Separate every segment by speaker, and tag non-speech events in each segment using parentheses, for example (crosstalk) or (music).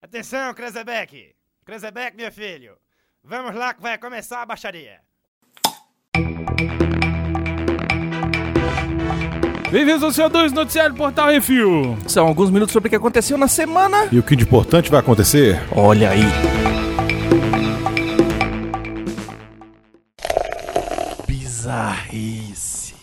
Speaker 1: Atenção, Krezebeck! Krezebeck, meu filho! Vamos lá que vai começar a baixaria!
Speaker 2: Bem-vindos ao seu 2 Noticiário Portal Refil.
Speaker 3: São alguns minutos sobre o que aconteceu na semana.
Speaker 4: E o que de importante vai acontecer?
Speaker 3: Olha aí. Bizarrice.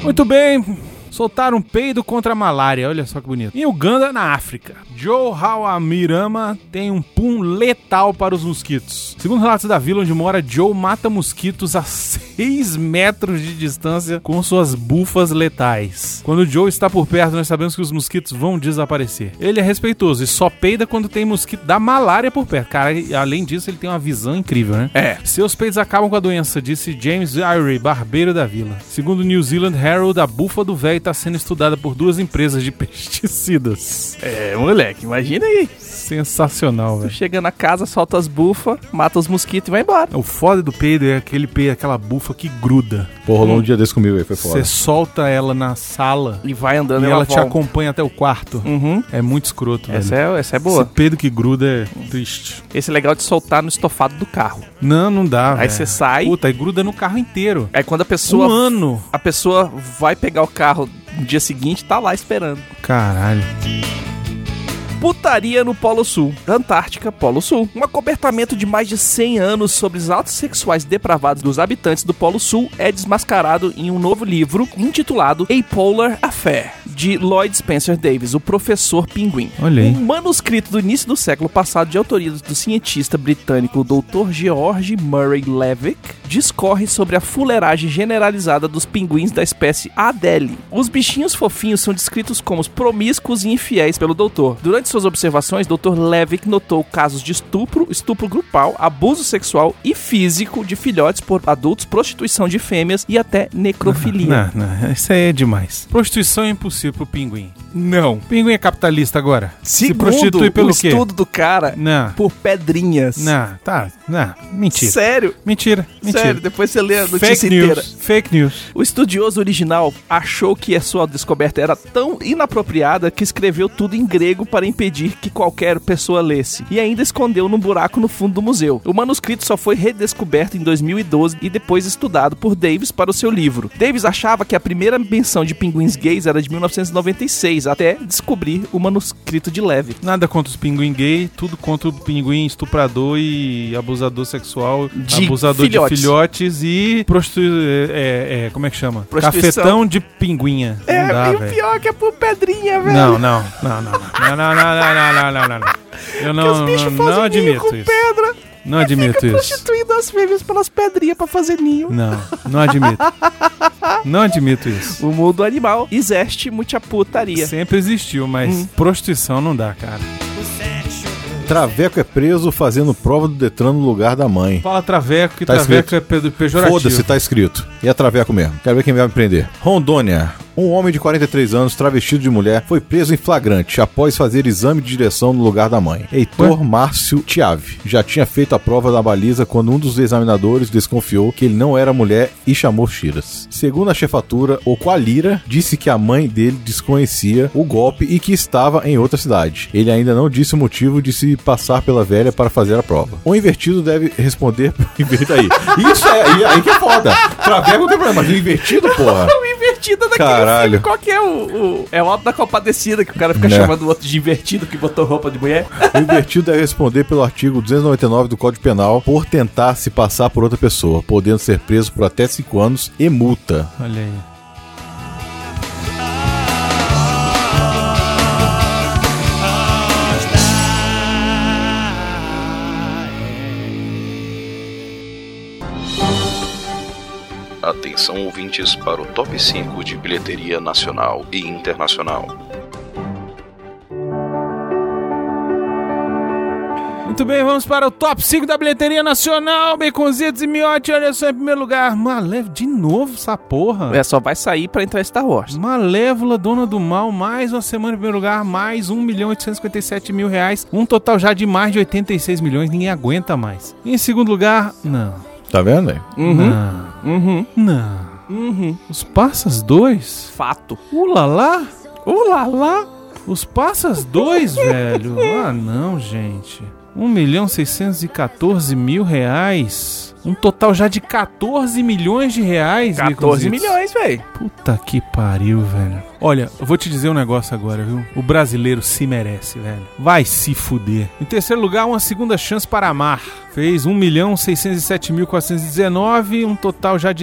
Speaker 2: Muito bem. Soltaram peido contra a malária, olha só que bonito. Em Uganda, na África, Joe Hawamirama tem um pum letal para os mosquitos. Segundo relatos da vila onde mora, Joe mata mosquitos a (laughs) 6 metros de distância com suas bufas letais. Quando Joe está por perto, nós sabemos que os mosquitos vão desaparecer. Ele é respeitoso e só peida quando tem mosquito da malária por perto. Cara, e além disso, ele tem uma visão incrível, né?
Speaker 3: É.
Speaker 2: Seus peitos acabam com a doença, disse James Irie, barbeiro da vila. Segundo o New Zealand Herald, a bufa do velho está sendo estudada por duas empresas de (laughs) pesticidas.
Speaker 3: É, moleque, imagina aí.
Speaker 2: Sensacional,
Speaker 3: Tu
Speaker 2: velho.
Speaker 3: chega na casa, solta as bufas, mata os mosquitos e vai embora.
Speaker 2: O foda do peido é aquele peido, aquela bufa que gruda.
Speaker 4: Porra, rolou um dia desse comigo aí, foi
Speaker 2: Você
Speaker 4: fora.
Speaker 2: solta ela na sala
Speaker 3: E vai andando
Speaker 2: e ela te
Speaker 3: volta.
Speaker 2: acompanha até o quarto.
Speaker 3: Uhum.
Speaker 2: É muito escroto,
Speaker 3: Essa
Speaker 2: velho.
Speaker 3: é, essa é boa.
Speaker 2: Esse peido que gruda é triste.
Speaker 3: Esse é legal de soltar no estofado do carro.
Speaker 2: Não, não dá,
Speaker 3: Aí
Speaker 2: velho.
Speaker 3: você sai.
Speaker 2: É. Puta, aí gruda no carro inteiro.
Speaker 3: Aí quando a pessoa.
Speaker 2: Um ano.
Speaker 3: A pessoa vai pegar o carro no dia seguinte, tá lá esperando.
Speaker 2: Caralho.
Speaker 3: Putaria no Polo Sul, Antártica, Polo Sul. Um acobertamento de mais de 100 anos sobre os atos sexuais depravados dos habitantes do Polo Sul é desmascarado em um novo livro intitulado A Polar Affair, de Lloyd Spencer Davis, o professor pinguim.
Speaker 2: Olha aí.
Speaker 3: Um manuscrito do início do século passado, de autoria do cientista britânico Dr. George Murray Levick, discorre sobre a fuleiragem generalizada dos pinguins da espécie Adélie. Os bichinhos fofinhos são descritos como os promíscuos e infiéis pelo doutor. Durante suas observações, Dr. Levick notou casos de estupro, estupro grupal, abuso sexual e físico de filhotes por adultos, prostituição de fêmeas e até necrofilia.
Speaker 2: (laughs) Não, não, isso aí é demais. Prostituição é impossível pro pinguim. Não. Pinguim é capitalista agora. Se
Speaker 3: Segundo
Speaker 2: prostitui pelo
Speaker 3: o
Speaker 2: quê?
Speaker 3: estudo do cara,
Speaker 2: Não.
Speaker 3: por pedrinhas.
Speaker 2: Não, tá. Não. Mentira.
Speaker 3: Sério?
Speaker 2: Mentira. Mentira.
Speaker 3: Sério, depois você lê a notícia
Speaker 2: Fake
Speaker 3: inteira.
Speaker 2: news. Fake news.
Speaker 3: O estudioso original achou que a sua descoberta era tão inapropriada que escreveu tudo em grego para impedir que qualquer pessoa lesse e ainda escondeu num buraco no fundo do museu. O manuscrito só foi redescoberto em 2012 e depois estudado por Davis para o seu livro. Davis achava que a primeira menção de pinguins gays era de 1996, até descobrir o manuscrito de Levy.
Speaker 2: Nada contra os pinguim gay, tudo contra o pinguim estuprador e abusador sexual,
Speaker 3: De
Speaker 2: abusador
Speaker 3: filhotes.
Speaker 2: de filhotes e prostitui... É, é, como é que chama?
Speaker 3: Prostituição.
Speaker 2: Cafetão de pinguinha. não dá, velho.
Speaker 3: pior que é por pedrinha,
Speaker 2: Não, não, não, não, não, não, não, não, não, não, não, não, não. Eu não, não, não admito isso.
Speaker 3: pedra.
Speaker 2: Não admito isso.
Speaker 3: prostituindo as fêmeas pelas pedrinhas pra fazer ninho.
Speaker 2: Não, não admito. Não admito
Speaker 3: (laughs)
Speaker 2: isso.
Speaker 3: O mundo animal existe muita putaria.
Speaker 2: Sempre existiu, mas prostituição não dá, cara.
Speaker 4: Traveco é preso fazendo prova do Detran no lugar da mãe.
Speaker 2: Fala traveco, que
Speaker 4: Tá
Speaker 2: traveco é pe- pejorativo.
Speaker 4: Foda-se, tá escrito. E é traveco mesmo. Quero ver quem vai me prender. Rondônia. Um homem de 43 anos, travestido de mulher, foi preso em flagrante após fazer exame de direção no lugar da mãe. Heitor Márcio Tiave já tinha feito a prova da baliza quando um dos examinadores desconfiou que ele não era mulher e chamou Chiras. Segundo a chefatura, o Qualira disse que a mãe dele desconhecia o golpe e que estava em outra cidade. Ele ainda não disse o motivo de se passar pela velha para fazer a prova. O invertido deve responder (laughs) Inventa aí. Isso é aí, aí que é foda. Traveco não tem problema, mas invertido, porra.
Speaker 3: O invertido daquele
Speaker 4: Caralho.
Speaker 3: filme, qual que é o, o- É o alto da compadecida, que o cara fica
Speaker 4: Né.
Speaker 3: chamando o outro de invertido, que botou roupa de mulher.
Speaker 4: O invertido deve responder pelo artigo 299 do Código Penal por tentar se passar por outra pessoa, podendo ser preso por até 5 anos e multa.
Speaker 2: Olha aí.
Speaker 5: Atenção ouvintes para o top 5 de bilheteria nacional e internacional.
Speaker 2: Muito bem, vamos para o top 5 da bilheteria nacional. Baconzitos e miote, olha só, em primeiro lugar. Maleve, de novo essa porra.
Speaker 3: (laughs) É, só vai sair pra entrar em Star Wars.
Speaker 2: Malévola, Dona do Mal, mais uma semana em primeiro lugar, mais 1 milhão 857 mil reais, um total já de mais de 86 milhões, ninguém aguenta mais. Em segundo lugar, não,
Speaker 4: Tá vendo aí?
Speaker 3: Uhum.
Speaker 2: não,
Speaker 3: Uhum.
Speaker 2: não.
Speaker 3: Uhum.
Speaker 2: Os Passas 2?
Speaker 3: Fato.
Speaker 2: Ulalá?
Speaker 3: Ulalá.
Speaker 2: Lá? Os passas dois, velho. Ah, não, gente. 1 milhão 614 mil reais. Um total já de 14 milhões de reais,
Speaker 3: 14
Speaker 2: Niconzitos.
Speaker 3: milhões, velho.
Speaker 2: Puta que pariu, velho. Olha, eu vou te dizer um negócio agora, viu? O brasileiro se merece, velho. Vai se fuder. Em terceiro lugar, uma segunda chance para amar. Fez 1.607.419, um total já de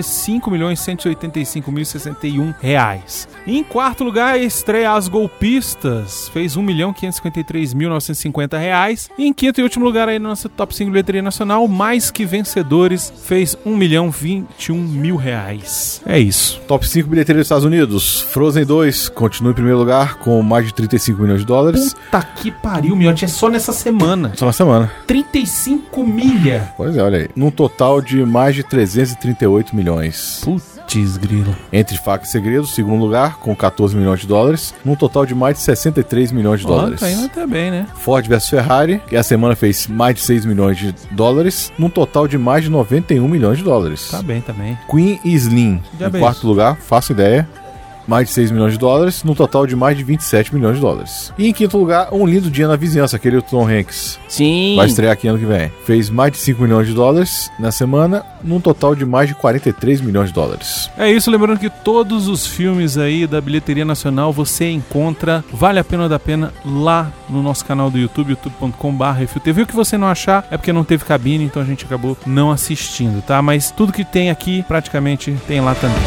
Speaker 2: 5.185.061 reais. Em quarto lugar, estreia As Golpistas. Fez 1.553.950 reais. E em quinto e último lugar aí na nossa Top 5 Bilheteria Nacional, Mais Que Vencedores, fez 1.021.000 reais. É isso.
Speaker 4: Top 5 bilheteria dos Estados Unidos. Frozen 2 continua em primeiro lugar com mais de 35 milhões de dólares.
Speaker 2: Puta que pariu, Miotti. É só nessa semana.
Speaker 4: Só na semana.
Speaker 2: 35 milha.
Speaker 4: Pois é, olha aí. Num total de mais de 338 milhões.
Speaker 2: Putz, grilo.
Speaker 4: Entre Facas e Segredos, segundo lugar, com 14 milhões de dólares. Num total de mais de 63 milhões de
Speaker 2: Ó,
Speaker 4: dólares.
Speaker 2: tá indo até bem, né?
Speaker 4: Ford vs Ferrari, que a semana fez mais de 6 milhões de dólares, num total de mais de 91 milhões de dólares.
Speaker 2: Tá bem, tá bem.
Speaker 4: Queen e Slim,
Speaker 2: Já
Speaker 4: em
Speaker 2: bem
Speaker 4: quarto
Speaker 2: isso.
Speaker 4: lugar, faço ideia. Mais de 6 milhões de dólares, num total de mais de 27 milhões de dólares. E em quinto lugar, Um Lindo Dia na Vizinhança, aquele do Tom Hanks.
Speaker 3: Sim.
Speaker 4: Vai estrear aqui ano que vem. Fez mais de 5 milhões de dólares na semana, num total de mais de 43 milhões de dólares.
Speaker 2: É isso, lembrando que todos os filmes aí da bilheteria nacional você encontra Vale a Pena ou da Pena lá no nosso canal do YouTube, youtube.com.br FUTV. O que você não achar é porque não teve cabine, então a gente acabou não assistindo, tá? Mas tudo que tem aqui praticamente tem lá também.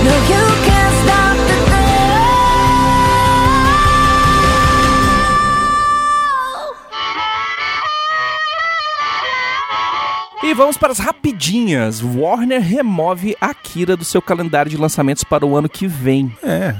Speaker 6: No, you can't stop the
Speaker 3: E vamos para as rapidinhas. Warner remove Akira do seu calendário de lançamentos para o ano que vem.
Speaker 2: É.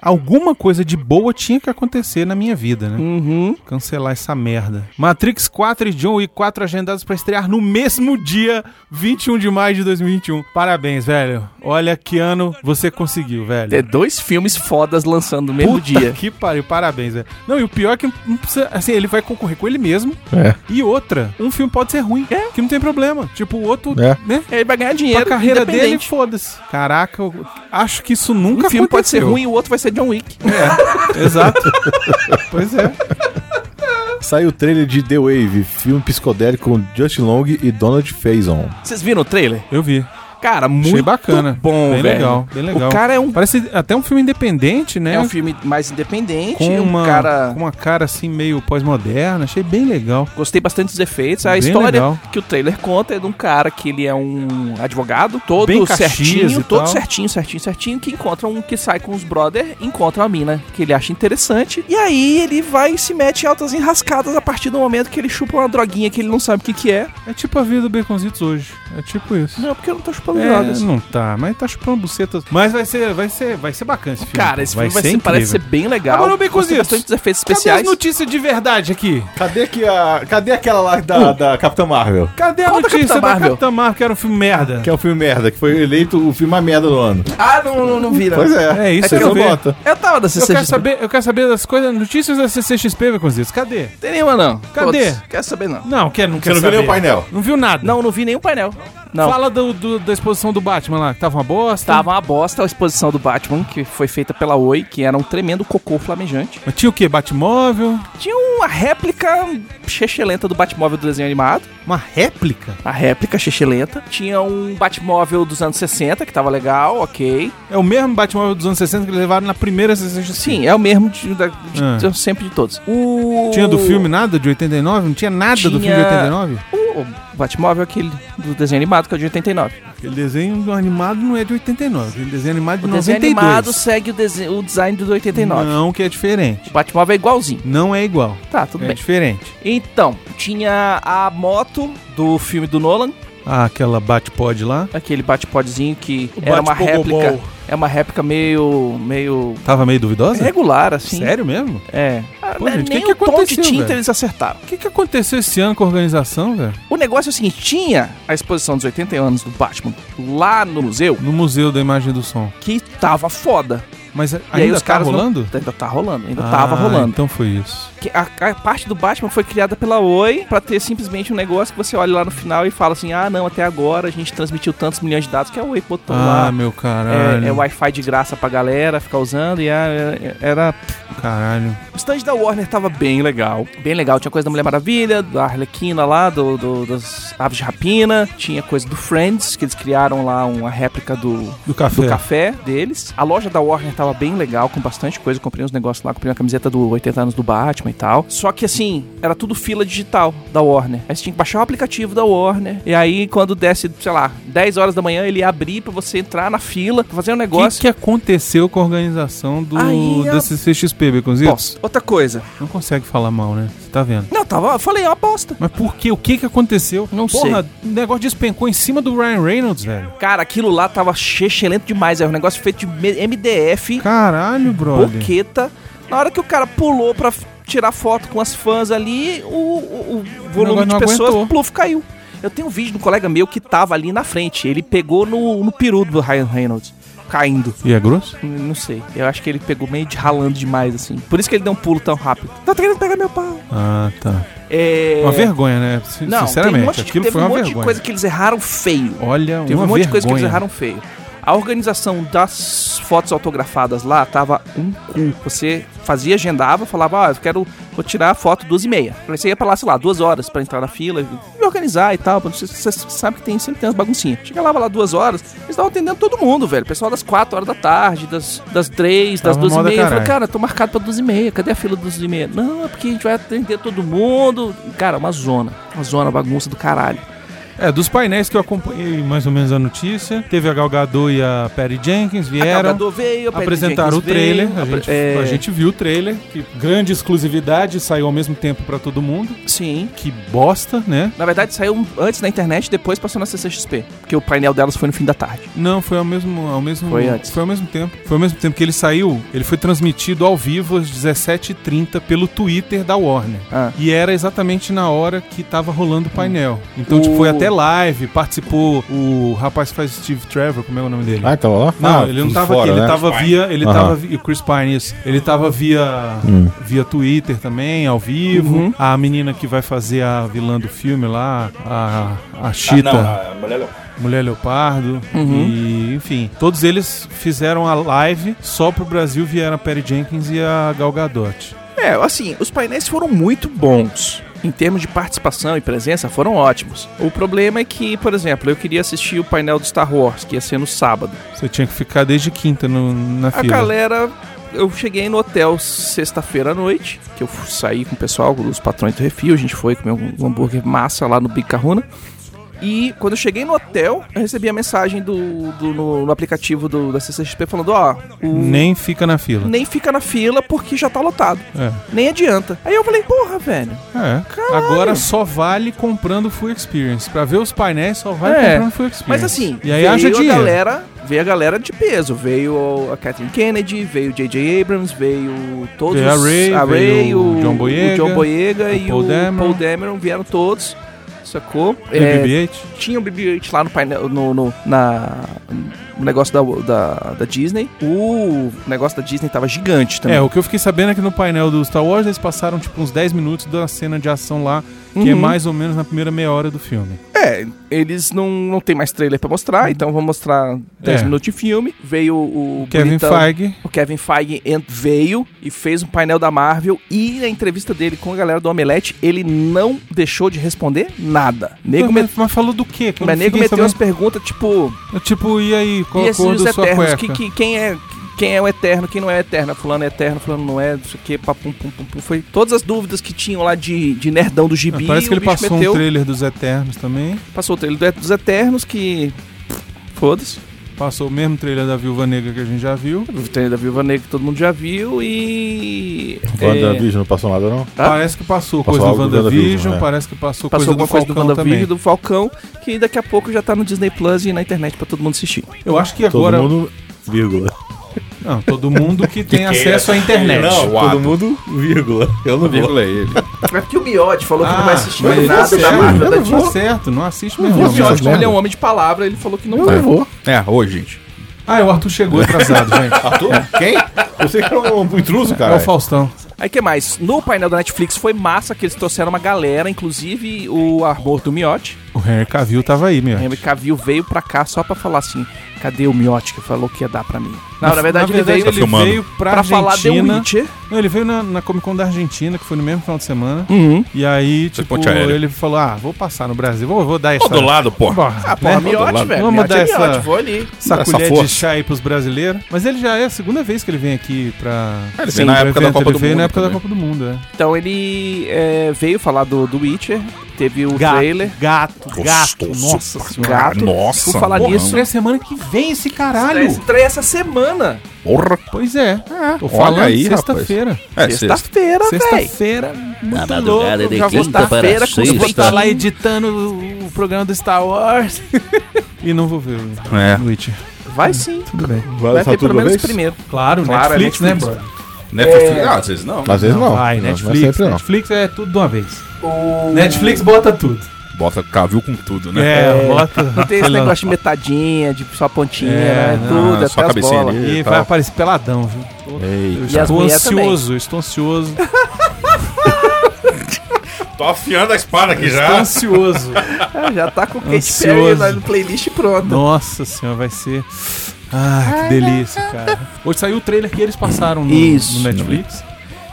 Speaker 2: Alguma coisa de boa tinha que acontecer na minha vida, né?
Speaker 3: Uhum.
Speaker 2: cancelar essa merda. Matrix 4 e John Wick 4 agendados pra estrear no mesmo dia, 21 de maio de 2021. Parabéns, velho. Olha que ano você conseguiu,
Speaker 3: Ter
Speaker 2: velho.
Speaker 3: dois filmes fodas lançando no mesmo
Speaker 2: Puta
Speaker 3: É, dia.
Speaker 2: que pariu, parabéns, velho. Não, e o pior é que não precisa, assim, ele vai concorrer com ele mesmo.
Speaker 4: É.
Speaker 2: E outra, um filme pode ser ruim, é. que não tem problema. Tipo, o outro,
Speaker 4: É.
Speaker 2: né?
Speaker 3: Ele vai ganhar
Speaker 2: Pra
Speaker 3: dinheiro.
Speaker 2: carreira dele,
Speaker 3: independente.
Speaker 2: foda-se. Caraca, eu acho que isso nunca
Speaker 3: Um filme pode ser
Speaker 2: aconteceu.
Speaker 3: ruim e o outro vai ser John Wick.
Speaker 2: É,
Speaker 3: (laughs)
Speaker 2: exato. pois é.
Speaker 4: Saiu o trailer de The Wave, filme psicodélico com Justin Long e Donald Faison.
Speaker 3: Vocês viram o trailer?
Speaker 2: Eu vi.
Speaker 3: Cara, muito
Speaker 2: Achei bacana.
Speaker 3: bom,
Speaker 2: bem
Speaker 3: velho.
Speaker 2: legal, bem legal.
Speaker 3: O cara é um,
Speaker 2: Parece até um filme independente, né?
Speaker 3: é um filme mais independente.
Speaker 2: com uma,
Speaker 3: um cara...
Speaker 2: com uma cara assim meio pós-moderna. Achei bem legal.
Speaker 3: Gostei bastante dos efeitos. A
Speaker 2: Bem
Speaker 3: história
Speaker 2: legal.
Speaker 3: que o trailer conta é de um cara que ele é um advogado, todo
Speaker 2: Bem Caxias
Speaker 3: certinho,
Speaker 2: e
Speaker 3: todo
Speaker 2: tal.
Speaker 3: certinho, certinho, certinho, que encontra um que sai com os brother, encontra uma mina que ele acha interessante. E aí ele vai e se mete em altas enrascadas a partir do momento que ele chupa uma droguinha que ele não sabe o que, que é.
Speaker 2: É tipo a vida do Baconzitos hoje. É tipo isso.
Speaker 3: Não, porque eu não assim. tô chupando
Speaker 2: É,
Speaker 3: drogas.
Speaker 2: não tá, mas tá chupando bucetas. Mas vai ser, vai ser, vai ser bacana esse filme.
Speaker 3: Cara,
Speaker 2: pô.
Speaker 3: esse filme vai ser, parece ser
Speaker 2: incrível.
Speaker 3: bem legal.
Speaker 2: Agora o
Speaker 3: Gostei
Speaker 2: Baconzitos.
Speaker 3: bastante dos efeitos
Speaker 2: Cadê as
Speaker 3: especiais.
Speaker 2: notícias de verdade aqui?
Speaker 4: Cadê, que a... Cadê aquela lá da, da Capitã Marvel?
Speaker 2: Cadê a
Speaker 3: Qual da
Speaker 2: notícia
Speaker 3: Capitã
Speaker 2: da
Speaker 3: Marvel?
Speaker 2: Capitã Marvel, que era um filme merda?
Speaker 4: Que é o filme merda, que foi eleito o filme mais merda do ano.
Speaker 3: Ah, não, não, não vira.
Speaker 4: Pois é.
Speaker 2: É isso
Speaker 4: Vocês
Speaker 2: que eu
Speaker 4: não
Speaker 2: vi.
Speaker 4: botam.
Speaker 3: Eu tava da
Speaker 2: Eu
Speaker 3: CCXP.
Speaker 2: quero, saber, eu quero saber das coisas, notícias da CCXP, Baconzitos. Cadê?
Speaker 3: Tem nenhuma, não.
Speaker 2: Cadê?
Speaker 3: Todos. Quero saber, não.
Speaker 2: Não, quer, não
Speaker 4: Você
Speaker 2: quer
Speaker 4: não viu nem
Speaker 2: saber.
Speaker 4: o painel.
Speaker 2: Não viu nada.
Speaker 3: Não, não vi nenhum painel. Não.
Speaker 2: Fala do, do- da exposição do Batman lá, que tava uma bosta.
Speaker 3: Tava uma bosta a exposição do Batman, que foi feita pela Oi, que era um tremendo cocô flamejante.
Speaker 2: Mas tinha o quê? Batmóvel?
Speaker 3: Tinha uma réplica chechelenta do Batmóvel do desenho animado.
Speaker 2: Uma réplica?
Speaker 3: A réplica chechelenta. Tinha um Batmóvel dos anos 60, que tava legal, ok.
Speaker 2: É o mesmo Batmóvel dos anos 60 que eles levaram na primeira CCXP.
Speaker 3: Sim, é o mesmo de, da- de-
Speaker 2: Ah.
Speaker 3: de sempre de todos. O...
Speaker 2: Tinha do filme nada de 89? Não tinha nada do filme de
Speaker 3: Tinha-
Speaker 2: 89?
Speaker 3: O o Batmóvel é aquele do desenho animado, que é o de 89.
Speaker 2: Aquele desenho animado não é de 89, aquele desenho animado
Speaker 3: O desenho animado segue o, dese- o design do 89.
Speaker 2: Não, que é diferente.
Speaker 3: O Batmóvel é igualzinho.
Speaker 2: Não é igual.
Speaker 3: Tá, tudo
Speaker 2: é
Speaker 3: bem.
Speaker 2: diferente.
Speaker 3: Então, tinha a moto do filme do Nolan,
Speaker 2: Ah, aquela Batpod lá.
Speaker 3: aquele bate-podzinho que
Speaker 2: O
Speaker 3: era uma
Speaker 2: bate-pogobol.
Speaker 3: réplica. É uma réplica meio. meio.
Speaker 2: Tava meio duvidosa?
Speaker 3: regular, assim.
Speaker 2: é Sério mesmo?
Speaker 3: É.
Speaker 2: Pô, gente,
Speaker 3: nem
Speaker 2: que que
Speaker 3: o tom de
Speaker 2: aconteceu,
Speaker 3: tinta
Speaker 2: velho?
Speaker 3: eles acertaram.
Speaker 2: O que, que aconteceu esse ano com a organização, velho?
Speaker 3: O negócio é o seguinte: tinha a exposição dos 80 anos do Batman lá no museu,
Speaker 2: No Museu da Imagem e do Som.
Speaker 3: que tava foda.
Speaker 2: Mas a-
Speaker 3: e aí
Speaker 2: ainda
Speaker 3: os
Speaker 2: tá
Speaker 3: caras não-
Speaker 2: rolando?
Speaker 3: Ainda tá rolando, ainda
Speaker 2: Ah,
Speaker 3: tava rolando.
Speaker 2: Então foi isso.
Speaker 3: Que a, a parte do Batman foi criada pela Oi pra ter simplesmente um negócio que você olha lá no final e fala assim: ah, não, até agora a gente transmitiu tantos milhões de dados que a Oi botou
Speaker 2: Ah,
Speaker 3: Então lá.
Speaker 2: meu caralho.
Speaker 3: É, é Wi-Fi de graça pra galera ficar usando e ah, é- era.
Speaker 2: Caralho.
Speaker 3: O stand da Warner tava bem legal. Bem legal. Tinha coisa da Mulher Maravilha, da Arlequina lá, do, do- das Aves de Rapina. Tinha coisa do Friends, que eles criaram lá uma réplica do,
Speaker 2: Do café.
Speaker 3: do café deles. A loja da Warner tava bem legal, com bastante coisa. Eu comprei uns negócios lá, comprei uma camiseta do 80 anos do Batman e tal. Só que assim, era tudo fila digital da Warner. Aí você tinha que baixar o aplicativo da Warner. E aí, quando desse, sei lá, 10 horas da manhã, ele ia abrir pra você entrar na fila, pra fazer um
Speaker 2: O que,
Speaker 3: negócio.
Speaker 2: que aconteceu com a organização do,
Speaker 3: Aí, ó.
Speaker 2: da CCXP, Beconzitos?
Speaker 3: Bom, outra coisa.
Speaker 2: Não consegue falar mal, né? Você tá vendo.
Speaker 3: Não, tava, eu falei, é uma aposta.
Speaker 2: Mas por quê? O que que aconteceu?
Speaker 3: Não
Speaker 2: Porra, o negócio despencou em cima do Ryan Reynolds, velho.
Speaker 3: Cara, aquilo lá tava excelente demais. Era um negócio feito de me- MDF.
Speaker 2: Caralho, brother.
Speaker 3: boqueta. Na hora que o cara pulou pra f- tirar foto com as fãs ali, o, o- o volume
Speaker 2: negócio
Speaker 3: de
Speaker 2: não
Speaker 3: pessoas,
Speaker 2: aguentou.
Speaker 3: pluf, caiu. Eu tenho um vídeo de um colega meu que tava ali na frente. Ele pegou no, no peru do Ryan Reynolds, caindo.
Speaker 2: E é grosso?
Speaker 3: N- Não sei. Eu acho que ele pegou meio de ralando demais, assim. Por isso que ele deu um pulo tão rápido. Tá querendo pegar meu pau.
Speaker 2: Ah, tá.
Speaker 3: É...
Speaker 2: Uma vergonha, né? Sin-
Speaker 3: Não,
Speaker 2: Sinceramente,
Speaker 3: tem um monte, de-
Speaker 2: aquilo
Speaker 3: teve
Speaker 2: foi
Speaker 3: um
Speaker 2: uma
Speaker 3: monte de
Speaker 2: vergonha.
Speaker 3: coisa que eles erraram feio.
Speaker 2: Olha,
Speaker 3: Teve
Speaker 2: uma
Speaker 3: um monte de coisa que eles
Speaker 2: vergonha.
Speaker 3: erraram feio. A organização das fotos autografadas lá tava um cu. Você fazia, agendava, falava, ah, eu quero, vou tirar a foto duas e meia. Aí Você ia pra lá, sei lá, duas horas pra entrar na fila e organizar e tal. Você, você sabe que tem, sempre tem umas baguncinhas. Chega lá, vai lá duas horas, eles estavam atendendo todo mundo, velho. Pessoal das quatro horas da tarde, das, das três, das
Speaker 2: Tava
Speaker 3: duas e
Speaker 2: moda
Speaker 3: meia. Eu falei,
Speaker 2: caralho.
Speaker 3: cara, tô marcado pra duas e meia, cadê a fila duas e meia? Não, é porque a gente vai atender todo mundo. Cara, uma zona, uma zona, bagunça do caralho.
Speaker 2: É, dos painéis que eu acompanhei mais ou menos a notícia, teve a Gal Gadot e a Perry Jenkins,
Speaker 3: A Gal
Speaker 2: vieram,
Speaker 3: Gadot veio, a Patty
Speaker 2: apresentaram o
Speaker 3: Jenkins veio,
Speaker 2: trailer, a
Speaker 3: apre-
Speaker 2: gente,
Speaker 3: é,
Speaker 2: a gente viu o trailer, que grande exclusividade, saiu ao mesmo tempo pra todo mundo.
Speaker 3: Sim.
Speaker 2: Que bosta, né?
Speaker 3: Na verdade, saiu um- antes na internet, depois passou na CCXP. Porque o painel delas foi no fim da tarde.
Speaker 2: Não, foi ao mesmo, ao mesmo
Speaker 3: Foi antes.
Speaker 2: ao mesmo tempo. Foi ao mesmo tempo que ele saiu, ele foi transmitido ao vivo às 17h30 pelo Twitter da Warner.
Speaker 3: Ah.
Speaker 2: E era exatamente na hora que tava rolando o painel. Então, tipo,
Speaker 3: O-
Speaker 2: foi até live, participou o rapaz que faz Steve Trevor, como é o nome dele?
Speaker 4: Ah, tava lá?
Speaker 2: Não,
Speaker 4: Ah,
Speaker 2: ele não
Speaker 4: de
Speaker 2: tava
Speaker 4: fora,
Speaker 2: aqui, ele
Speaker 4: né?
Speaker 2: tava via. Ele
Speaker 4: Aham.
Speaker 2: tava via. O Chris Pine, isso. Ele tava via.
Speaker 4: Hum.
Speaker 2: Via Twitter também, ao vivo.
Speaker 3: Uhum.
Speaker 2: A menina que vai fazer a vilã do filme lá, a, a Cheetah.
Speaker 4: Ah,
Speaker 2: Mulher Leopardo.
Speaker 3: Uhum.
Speaker 2: E, enfim, todos eles fizeram a live. Só pro Brasil vieram a Perry Jenkins e a Gal Gadot.
Speaker 3: É, assim, os painéis foram muito bons. Em termos de participação e presença, foram ótimos. O problema é que, por exemplo, eu queria assistir o painel do Star Wars, que ia ser no sábado.
Speaker 2: Você tinha que ficar desde quinta no- na
Speaker 3: A
Speaker 2: fila.
Speaker 3: galera. Eu cheguei no hotel sexta-feira à noite, que eu fu- saí com o pessoal, com os patrões do refil, a gente foi comer um hambúrguer massa lá no Big Caruna. E quando eu cheguei no hotel, eu recebi a mensagem do, do- no, no aplicativo do, da CCXP falando, ó, o-
Speaker 2: Nem fica na fila.
Speaker 3: nem fica na fila porque já tá lotado,
Speaker 2: É.
Speaker 3: nem adianta. Aí eu falei, porra, velho,
Speaker 2: É. Agora só vale comprando Full Experience. Pra ver os painéis, só vale
Speaker 3: É.
Speaker 2: comprando Full Experience.
Speaker 3: Mas assim,
Speaker 2: e aí haja
Speaker 3: veio a
Speaker 2: dinheiro.
Speaker 3: galera, veio a galera de peso, veio a Kathleen Kennedy, veio o J.J. Abrams, veio todos
Speaker 2: Veio a Ray,
Speaker 3: a Ray,
Speaker 2: veio o
Speaker 3: o,
Speaker 2: John Boyega,
Speaker 3: o John Boyega
Speaker 2: o
Speaker 3: e
Speaker 2: Paul
Speaker 3: o
Speaker 2: Dameron.
Speaker 3: Paul Dameron vieram todos. Sacou? É,
Speaker 2: BB-8.
Speaker 3: tinha o BB-8 lá no painel, no, no- na, no negócio da, da, da Disney. O negócio da Disney tava gigante também.
Speaker 2: É, o que eu fiquei sabendo é que no painel do Star Wars eles passaram tipo uns 10 minutos da cena de ação lá, que é
Speaker 3: Uhum.
Speaker 2: mais ou menos na primeira meia hora do filme.
Speaker 3: É, eles não, não tem mais trailer pra mostrar, então vamos mostrar 10
Speaker 2: Uhum. É.
Speaker 3: minutos de filme. Veio o, o
Speaker 2: Kevin
Speaker 3: bonitão-
Speaker 2: Feige.
Speaker 3: O Kevin Feige en- veio e fez um painel da Marvel e na entrevista dele com a galera do Omelete, ele não deixou de responder nada. Nego met-
Speaker 2: mas, mas falou do quê? Que eu
Speaker 3: Mas
Speaker 2: não
Speaker 3: nego
Speaker 2: fiquei
Speaker 3: meteu umas
Speaker 2: sabendo.
Speaker 3: perguntas tipo,
Speaker 2: Tipo, e aí, qual
Speaker 3: e
Speaker 2: a cor
Speaker 3: esses
Speaker 2: da sua
Speaker 3: eternos,
Speaker 2: cueca?
Speaker 3: que, que- quem é quem é o eterno, quem não é eterno, fulano é eterno, fulano não é, não sei o que, papum, pum, pum, pum, foi todas as dúvidas que tinham lá de, de nerdão do
Speaker 2: Ah,
Speaker 3: gibi,
Speaker 2: Parece que
Speaker 3: o
Speaker 2: ele
Speaker 3: bicho
Speaker 2: passou um trailer dos Eternos também.
Speaker 3: passou o trailer do- dos eternos que foda-se.
Speaker 2: Passou o mesmo trailer da Viúva Negra que a gente já viu.
Speaker 3: O trailer da Viúva Negra que todo mundo já viu e... é,
Speaker 4: WandaVision não passou nada, não?
Speaker 3: Tá.
Speaker 2: Parece que passou,
Speaker 4: Passou
Speaker 2: coisa do
Speaker 4: algo do
Speaker 2: WandaVision,
Speaker 4: WandaVision, é.
Speaker 2: parece que passou,
Speaker 3: né? Passou
Speaker 2: coisa do
Speaker 3: alguma coisa do
Speaker 2: Falcão
Speaker 3: WandaVision
Speaker 2: também.
Speaker 3: e do Falcão, que daqui a pouco já tá no Disney Plus e na internet pra todo mundo assistir.
Speaker 2: Eu acho que
Speaker 4: Todo
Speaker 2: agora...
Speaker 4: mundo, vírgula.
Speaker 2: Não, todo mundo
Speaker 4: (laughs)
Speaker 2: que tem acesso à internet.
Speaker 4: todo mundo, vírgula. Eu não vou.
Speaker 2: ele.
Speaker 3: É porque o Biote falou
Speaker 2: Ah, mas
Speaker 3: mais
Speaker 2: tá certo,
Speaker 3: Marvel, da
Speaker 2: Tá
Speaker 3: Disney.
Speaker 2: certo, não assiste
Speaker 4: Não né?
Speaker 2: mesmo. não.
Speaker 4: vou
Speaker 3: O
Speaker 4: assistir.
Speaker 3: Biote, como
Speaker 4: merda.
Speaker 3: ele é um homem de palavra, ele falou que não
Speaker 4: Eu
Speaker 3: vai.
Speaker 4: não vou. É, hoje, gente. (laughs)
Speaker 2: Ah, o Arthur chegou atrasado, gente.
Speaker 4: Quem? Eu sei que era um intruso,
Speaker 2: É o
Speaker 4: cara.
Speaker 2: Faustão.
Speaker 3: Aí que mais? No painel da Netflix foi massa que eles trouxeram uma galera, inclusive o Arbor do Miotti.
Speaker 2: O Henry Cavill tava aí, meu.
Speaker 3: O Henry Cavill veio pra cá só pra falar assim: cadê o Miotti que falou que ia dar pra mim? Não, na, verdade, ele veio
Speaker 4: ele filmando.
Speaker 2: veio pra,
Speaker 3: pra
Speaker 2: Argentina.
Speaker 3: falar um The Witcher.
Speaker 2: Não, ele veio na, na Comic Con da Argentina, que foi no mesmo final de semana.
Speaker 3: Uhum.
Speaker 2: E aí, tipo,
Speaker 4: ponte aérea.
Speaker 2: ele falou: ah, vou passar no Brasil, vou, vou dar essa.
Speaker 4: Pô, Tá do lado, pô.
Speaker 2: Porra,
Speaker 3: Ah, porra,
Speaker 2: né?
Speaker 3: Miotti, velho.
Speaker 2: Vamos
Speaker 3: Miotti
Speaker 2: dar
Speaker 3: é
Speaker 2: essa-
Speaker 3: Miotti, vou ali.
Speaker 2: Essa
Speaker 4: Essa
Speaker 2: colher de
Speaker 4: força.
Speaker 2: chá aí pros brasileiros. Mas ele já é a segunda vez que ele vem aqui pra.
Speaker 4: É, ele
Speaker 2: Sim,
Speaker 4: veio na
Speaker 2: pro
Speaker 4: época da
Speaker 2: evento,
Speaker 4: Copa
Speaker 2: ele
Speaker 4: do
Speaker 2: veio na
Speaker 4: Mundo
Speaker 2: época da
Speaker 4: também.
Speaker 2: Copa do Mundo, é.
Speaker 3: Então ele é, veio falar do, do Witcher, teve o trailer.
Speaker 2: gato, gato.
Speaker 4: Gostoso
Speaker 2: Nossa
Speaker 4: pra
Speaker 2: senhora.
Speaker 3: gato.
Speaker 4: Nossa,
Speaker 3: Por falar
Speaker 4: porra.
Speaker 3: nisso,
Speaker 2: Isso é semana que vem esse caralho.
Speaker 3: Estreia essa semana.
Speaker 4: Porra.
Speaker 2: Pois é. Tô falando
Speaker 4: Ah, aí,
Speaker 2: sexta-feira.
Speaker 4: É, sexta.
Speaker 3: Sexta-feira, velho.
Speaker 2: Sexta-feira, muito louco.
Speaker 3: de já vou quinta estar para feira com-
Speaker 2: Eu
Speaker 3: sexta.
Speaker 2: vou
Speaker 4: Tá
Speaker 2: estar lá editando o programa do Star Wars. e não vou ver o
Speaker 4: É.
Speaker 2: Witcher.
Speaker 3: Vai sim.
Speaker 2: Tudo bem.
Speaker 4: Vai
Speaker 3: Vai
Speaker 4: lançar
Speaker 3: ter
Speaker 4: tudo
Speaker 3: pelo
Speaker 4: de uma
Speaker 3: menos
Speaker 4: vez?
Speaker 3: primeiro.
Speaker 2: Claro,
Speaker 3: Claro, é
Speaker 2: Netflix,
Speaker 3: Netflix.
Speaker 2: né, bro?
Speaker 5: Netflix. Ah, às vezes não.
Speaker 4: Às vezes não.
Speaker 2: Vai,
Speaker 4: Não, não é
Speaker 2: Netflix.
Speaker 4: sempre não.
Speaker 2: Netflix é tudo de uma vez. Netflix bota tudo.
Speaker 4: Bota cavil com tudo, né?
Speaker 2: É, bota.
Speaker 3: Não
Speaker 4: (laughs)
Speaker 3: tem esse
Speaker 2: sei lá.
Speaker 3: negócio de metadinha, de só a pontinha,
Speaker 2: É,
Speaker 3: né?
Speaker 2: não,
Speaker 3: Tudo,
Speaker 4: só a
Speaker 3: até as
Speaker 4: cabecinha
Speaker 3: bolas.
Speaker 4: ali.
Speaker 2: E
Speaker 4: e
Speaker 2: vai
Speaker 4: tal.
Speaker 2: aparecer peladão, viu?
Speaker 4: Ei,
Speaker 2: Eu
Speaker 3: E as
Speaker 2: estou
Speaker 3: mulheres também.
Speaker 2: ansioso, eu estou ansioso.
Speaker 3: (laughs)
Speaker 4: tô afiando a espada aqui
Speaker 2: Estou ansioso.
Speaker 3: Ah, já tá com o Kate Perry
Speaker 2: Ansioso.
Speaker 3: lá no playlist pronto.
Speaker 2: Nossa senhora, vai ser. Ah, que delícia, cara. Hoje saiu o trailer que eles passaram no,
Speaker 3: Isso.
Speaker 2: no Netflix.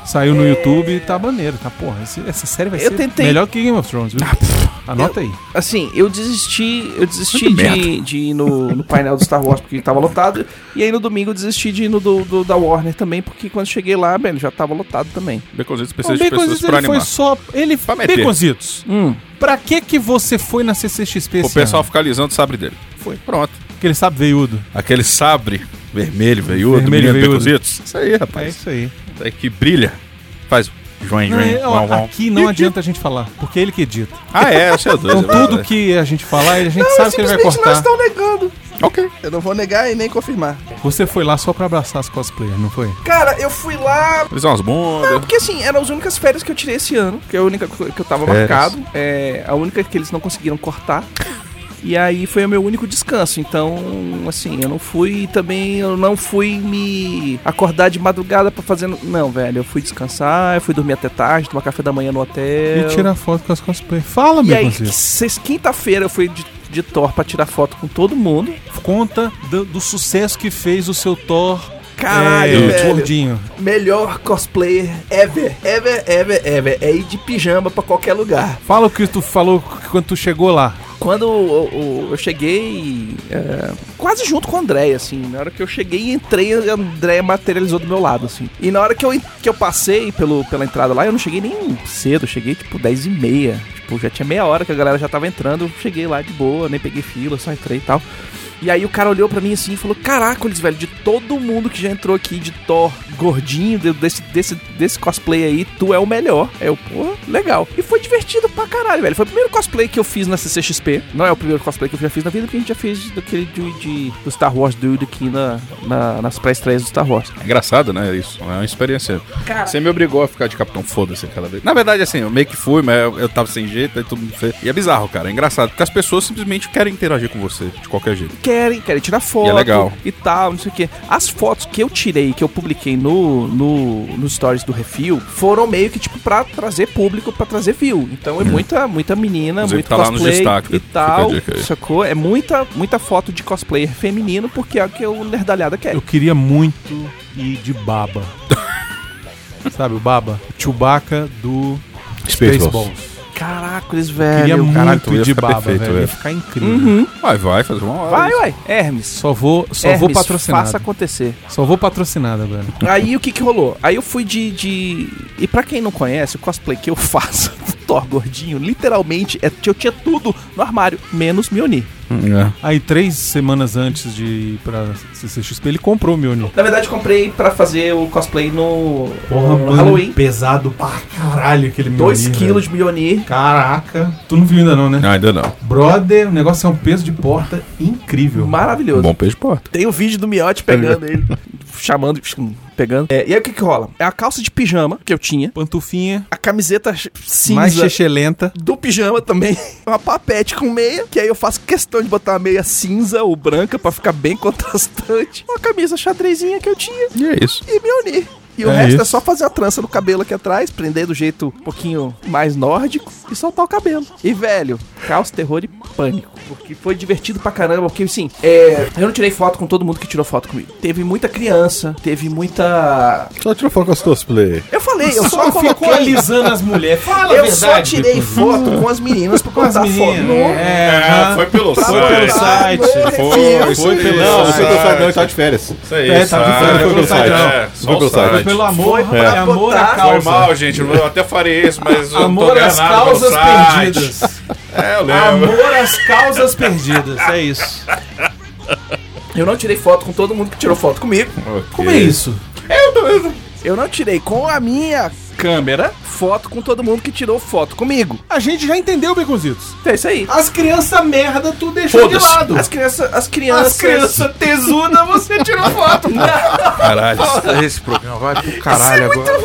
Speaker 2: Saiu no YouTube e tá maneiro, tá porra. esse- essa série vai
Speaker 3: Eu
Speaker 2: ser
Speaker 3: tentei- Ah,
Speaker 2: melhor que Game of Thrones, viu? Anota aí.
Speaker 3: Assim, eu desisti, eu desisti
Speaker 4: Muito
Speaker 3: de,
Speaker 4: merda.
Speaker 3: de ir no, no painel do Star Wars porque tava lotado. E aí no domingo eu desisti de ir no do, do- da Warner também, porque quando cheguei lá, velho, já tava lotado também.
Speaker 4: Baconzitos
Speaker 2: O
Speaker 4: precisa de pessoas
Speaker 2: Baconzitos,
Speaker 4: pra
Speaker 2: ele foi
Speaker 4: animar.
Speaker 2: só. Ele.
Speaker 4: Pra meter.
Speaker 2: Baconzitos,
Speaker 3: Hum.
Speaker 2: pra que que você foi na CCXP?
Speaker 4: O
Speaker 2: esse
Speaker 4: pessoal
Speaker 2: ano?
Speaker 4: fica alisando o sabre dele. Foi. Pronto.
Speaker 2: Porque ele sabe veiudo.
Speaker 4: Aquele sabre vermelho, veiudo,
Speaker 2: Vermelho,
Speaker 4: vermelho,
Speaker 2: veiudo.
Speaker 4: Baconzitos. Isso aí,
Speaker 2: É
Speaker 4: rapaz.
Speaker 2: isso aí.
Speaker 4: Isso aí que brilha. Faz join,
Speaker 2: Não,
Speaker 4: join,
Speaker 2: é- ó,
Speaker 4: vão, vão.
Speaker 2: aqui não adianta a gente falar, porque ele que edita.
Speaker 4: Ah, é, o CO2.
Speaker 2: Então
Speaker 4: é verdade.
Speaker 2: tudo que a gente falar, a gente sabe que ele vai cortar.
Speaker 3: não estão negando.
Speaker 4: Ok.
Speaker 3: Eu não vou negar e nem confirmar.
Speaker 2: Você foi lá só pra abraçar as cosplayers, não foi?
Speaker 3: Cara, eu fui lá.
Speaker 4: Eles são umas
Speaker 3: Não,
Speaker 4: bundas.
Speaker 3: porque assim, eram as únicas férias que eu tirei esse ano, que é a única co- que eu tava
Speaker 4: Férias.
Speaker 3: marcado. É a única que eles não conseguiram cortar. E aí foi o meu único descanso. Então, assim, eu não fui também, eu não fui me acordar de madrugada pra fazer. Não, velho, eu fui descansar, eu fui dormir até tarde, tomar café da manhã no hotel.
Speaker 2: E tirar foto com as cosplayers. Fala,
Speaker 3: E
Speaker 2: meu
Speaker 3: aí,
Speaker 2: Gonzalo.
Speaker 3: sexta- quinta-feira eu fui de, de Thor pra tirar foto com todo mundo.
Speaker 2: Conta do, do sucesso que fez o seu Thor
Speaker 3: Caralho,
Speaker 2: é,
Speaker 3: velho.
Speaker 2: gordinho.
Speaker 3: Melhor cosplayer ever, ever, ever, ever. É ir de pijama pra qualquer lugar.
Speaker 2: Fala o que tu falou quando tu chegou lá.
Speaker 3: Quando o- o- eu cheguei, é, quase junto com a Andréia, assim, na hora que eu cheguei e entrei, a Andréia materializou do meu lado, assim. E na hora que eu, en- que eu passei pelo, pela entrada lá, eu não cheguei nem cedo, eu cheguei tipo 10 e meia. Tipo, já tinha meia hora que a galera já tava entrando, eu cheguei lá de boa, nem peguei fila, só entrei e tal. E aí o cara olhou pra mim assim e falou: Caraca, eles velho, de todo mundo que já entrou aqui de Thor gordinho, de- desse, desse, desse cosplay aí, tu é o melhor. Aí eu, pô, legal. E foi divertido pra caralho, velho. Foi o primeiro cosplay que eu fiz na CCXP. Não é o primeiro cosplay que eu já fiz na vida, porque a gente já fez daquele de, de- do Star Wars Dude aqui na, na- nas pré-estreias do Star Wars.
Speaker 4: É engraçado, né? Isso. É uma experiência. Você me obrigou a ficar de capitão foda-se aquela vez. Na verdade, assim, eu meio que fui, mas eu, eu tava sem jeito, aí todo mundo fez. E é bizarro, cara. É engraçado, porque as pessoas simplesmente querem interagir com você de qualquer jeito.
Speaker 3: querem, querem tirar foto
Speaker 4: E é legal.
Speaker 3: e tal, não sei o quê. As fotos que eu tirei, que eu publiquei no, no, no stories do Refil, foram meio que tipo pra trazer público, pra trazer view. Então é muita, muita menina,
Speaker 4: Uhum. Inclusive,
Speaker 3: muito
Speaker 4: tá lá nos
Speaker 3: cosplay
Speaker 4: destaques,
Speaker 3: e
Speaker 4: fica a
Speaker 3: tal,
Speaker 4: dica aí.
Speaker 3: sacou? É muita, muita foto de cosplayer feminino, porque é o que o nerdalhada quer.
Speaker 2: Eu queria muito ir de baba. (laughs) Sabe o baba? O Chewbacca do
Speaker 4: Spaceballs.
Speaker 2: Spaceballs.
Speaker 3: Caraca, eles velho.
Speaker 2: Queria muito
Speaker 4: caralho, tu ia
Speaker 2: ir de
Speaker 4: ficar
Speaker 2: baba,
Speaker 4: perfeito, é.
Speaker 2: velho. Ia
Speaker 4: velho.
Speaker 2: ficar incrível.
Speaker 3: É, Uhum.
Speaker 4: Vai, vai, fazer uma hora.
Speaker 3: Vai,
Speaker 4: isso.
Speaker 3: uai. Hermes.
Speaker 2: Só vou, só
Speaker 3: Hermes,
Speaker 2: vou patrocinado.
Speaker 3: Faça acontecer.
Speaker 2: Só vou patrocinado agora.
Speaker 3: Aí o que que rolou? Aí eu fui de, de- E pra quem não conhece, o cosplay que eu (laughs) faço do Thor gordinho, literalmente, é, eu tinha tudo no armário, menos Mjolnir.
Speaker 4: É.
Speaker 2: Aí, três semanas antes de ir pra CCXP, ele comprou o Mjolnir.
Speaker 3: Na verdade, comprei pra fazer o cosplay no,
Speaker 2: Porra,
Speaker 3: no
Speaker 2: mano,
Speaker 3: Halloween.
Speaker 2: pesado pra caralho aquele
Speaker 3: 2 quilos de Mjolnir.
Speaker 2: Caraca. Tu não viu ainda não, né?
Speaker 4: Não, Ah, ainda não.
Speaker 2: Brother, o negócio é um peso de porta incrível.
Speaker 3: Maravilhoso.
Speaker 4: Bom peixe de porta.
Speaker 3: Tem o vídeo do Miote pegando ele, chamando, pegando. É, e aí o que que rola? É a calça de pijama que eu tinha,
Speaker 2: Pantufinha,
Speaker 3: a camiseta ch- cinza
Speaker 2: mais chechelenta.
Speaker 3: do pijama também, (laughs) uma papete com meia, que aí eu faço questão de botar uma meia cinza ou branca pra ficar bem (laughs) contrastante, uma camisa xadrezinha que eu tinha
Speaker 2: E é isso.
Speaker 3: e me unir. E o
Speaker 2: É
Speaker 3: resto é
Speaker 2: isso.
Speaker 3: só fazer a trança no cabelo aqui atrás, prender do jeito um pouquinho mais nórdico e soltar o cabelo. E, velho, caos, terror e pânico. Porque foi divertido pra caramba, porque, assim, é, eu não tirei foto com todo mundo que tirou foto comigo. Teve muita criança, teve muita...
Speaker 4: Só tirou foto com as cosplay.
Speaker 3: Eu falei, eu só coloquei...
Speaker 2: as mulheres. Fala
Speaker 3: Eu tipo só tirei foto com as meninas pra
Speaker 2: as
Speaker 3: contar foto.
Speaker 2: meninas.
Speaker 3: No...
Speaker 2: É, aham.
Speaker 7: foi pelo
Speaker 3: Pra
Speaker 2: Foi pelo
Speaker 3: botar
Speaker 7: site.
Speaker 2: site.
Speaker 3: no
Speaker 7: Foi,
Speaker 3: perfil.
Speaker 2: Foi pelo
Speaker 4: Não,
Speaker 2: site.
Speaker 4: você não sabe, não, ele tá de férias.
Speaker 7: Isso aí,
Speaker 2: É,
Speaker 4: Ah,
Speaker 2: tava
Speaker 7: site.
Speaker 2: falando, foi pelo
Speaker 7: site,
Speaker 2: site, não.
Speaker 7: é, só
Speaker 4: Foi
Speaker 7: o
Speaker 4: pelo
Speaker 2: Foi
Speaker 7: site.
Speaker 2: pelo amor,
Speaker 3: Foi pra
Speaker 2: é, amor à
Speaker 3: botar-
Speaker 7: Foi
Speaker 2: causa.
Speaker 7: mal, gente. Eu até farei isso, mas eu não tô
Speaker 2: Amor às
Speaker 7: ganhando nada pelo
Speaker 2: causas
Speaker 7: site.
Speaker 2: perdidas.
Speaker 7: É, eu lembro.
Speaker 2: Amor às causas perdidas. É isso.
Speaker 3: Eu não tirei foto com todo mundo que tirou foto comigo.
Speaker 2: Como é isso?
Speaker 3: Eu não tirei com a minha câmera foto com todo mundo que tirou foto comigo.
Speaker 2: A gente já entendeu, Beconzitos.
Speaker 3: É isso aí.
Speaker 2: As crianças merda, tu deixou de
Speaker 3: Foda-se.
Speaker 2: lado.
Speaker 3: As crianças. As crianças.
Speaker 2: tesuda, você tirou foto.
Speaker 7: Caralho.
Speaker 4: Esse programa vai pro caralho
Speaker 3: é
Speaker 4: agora.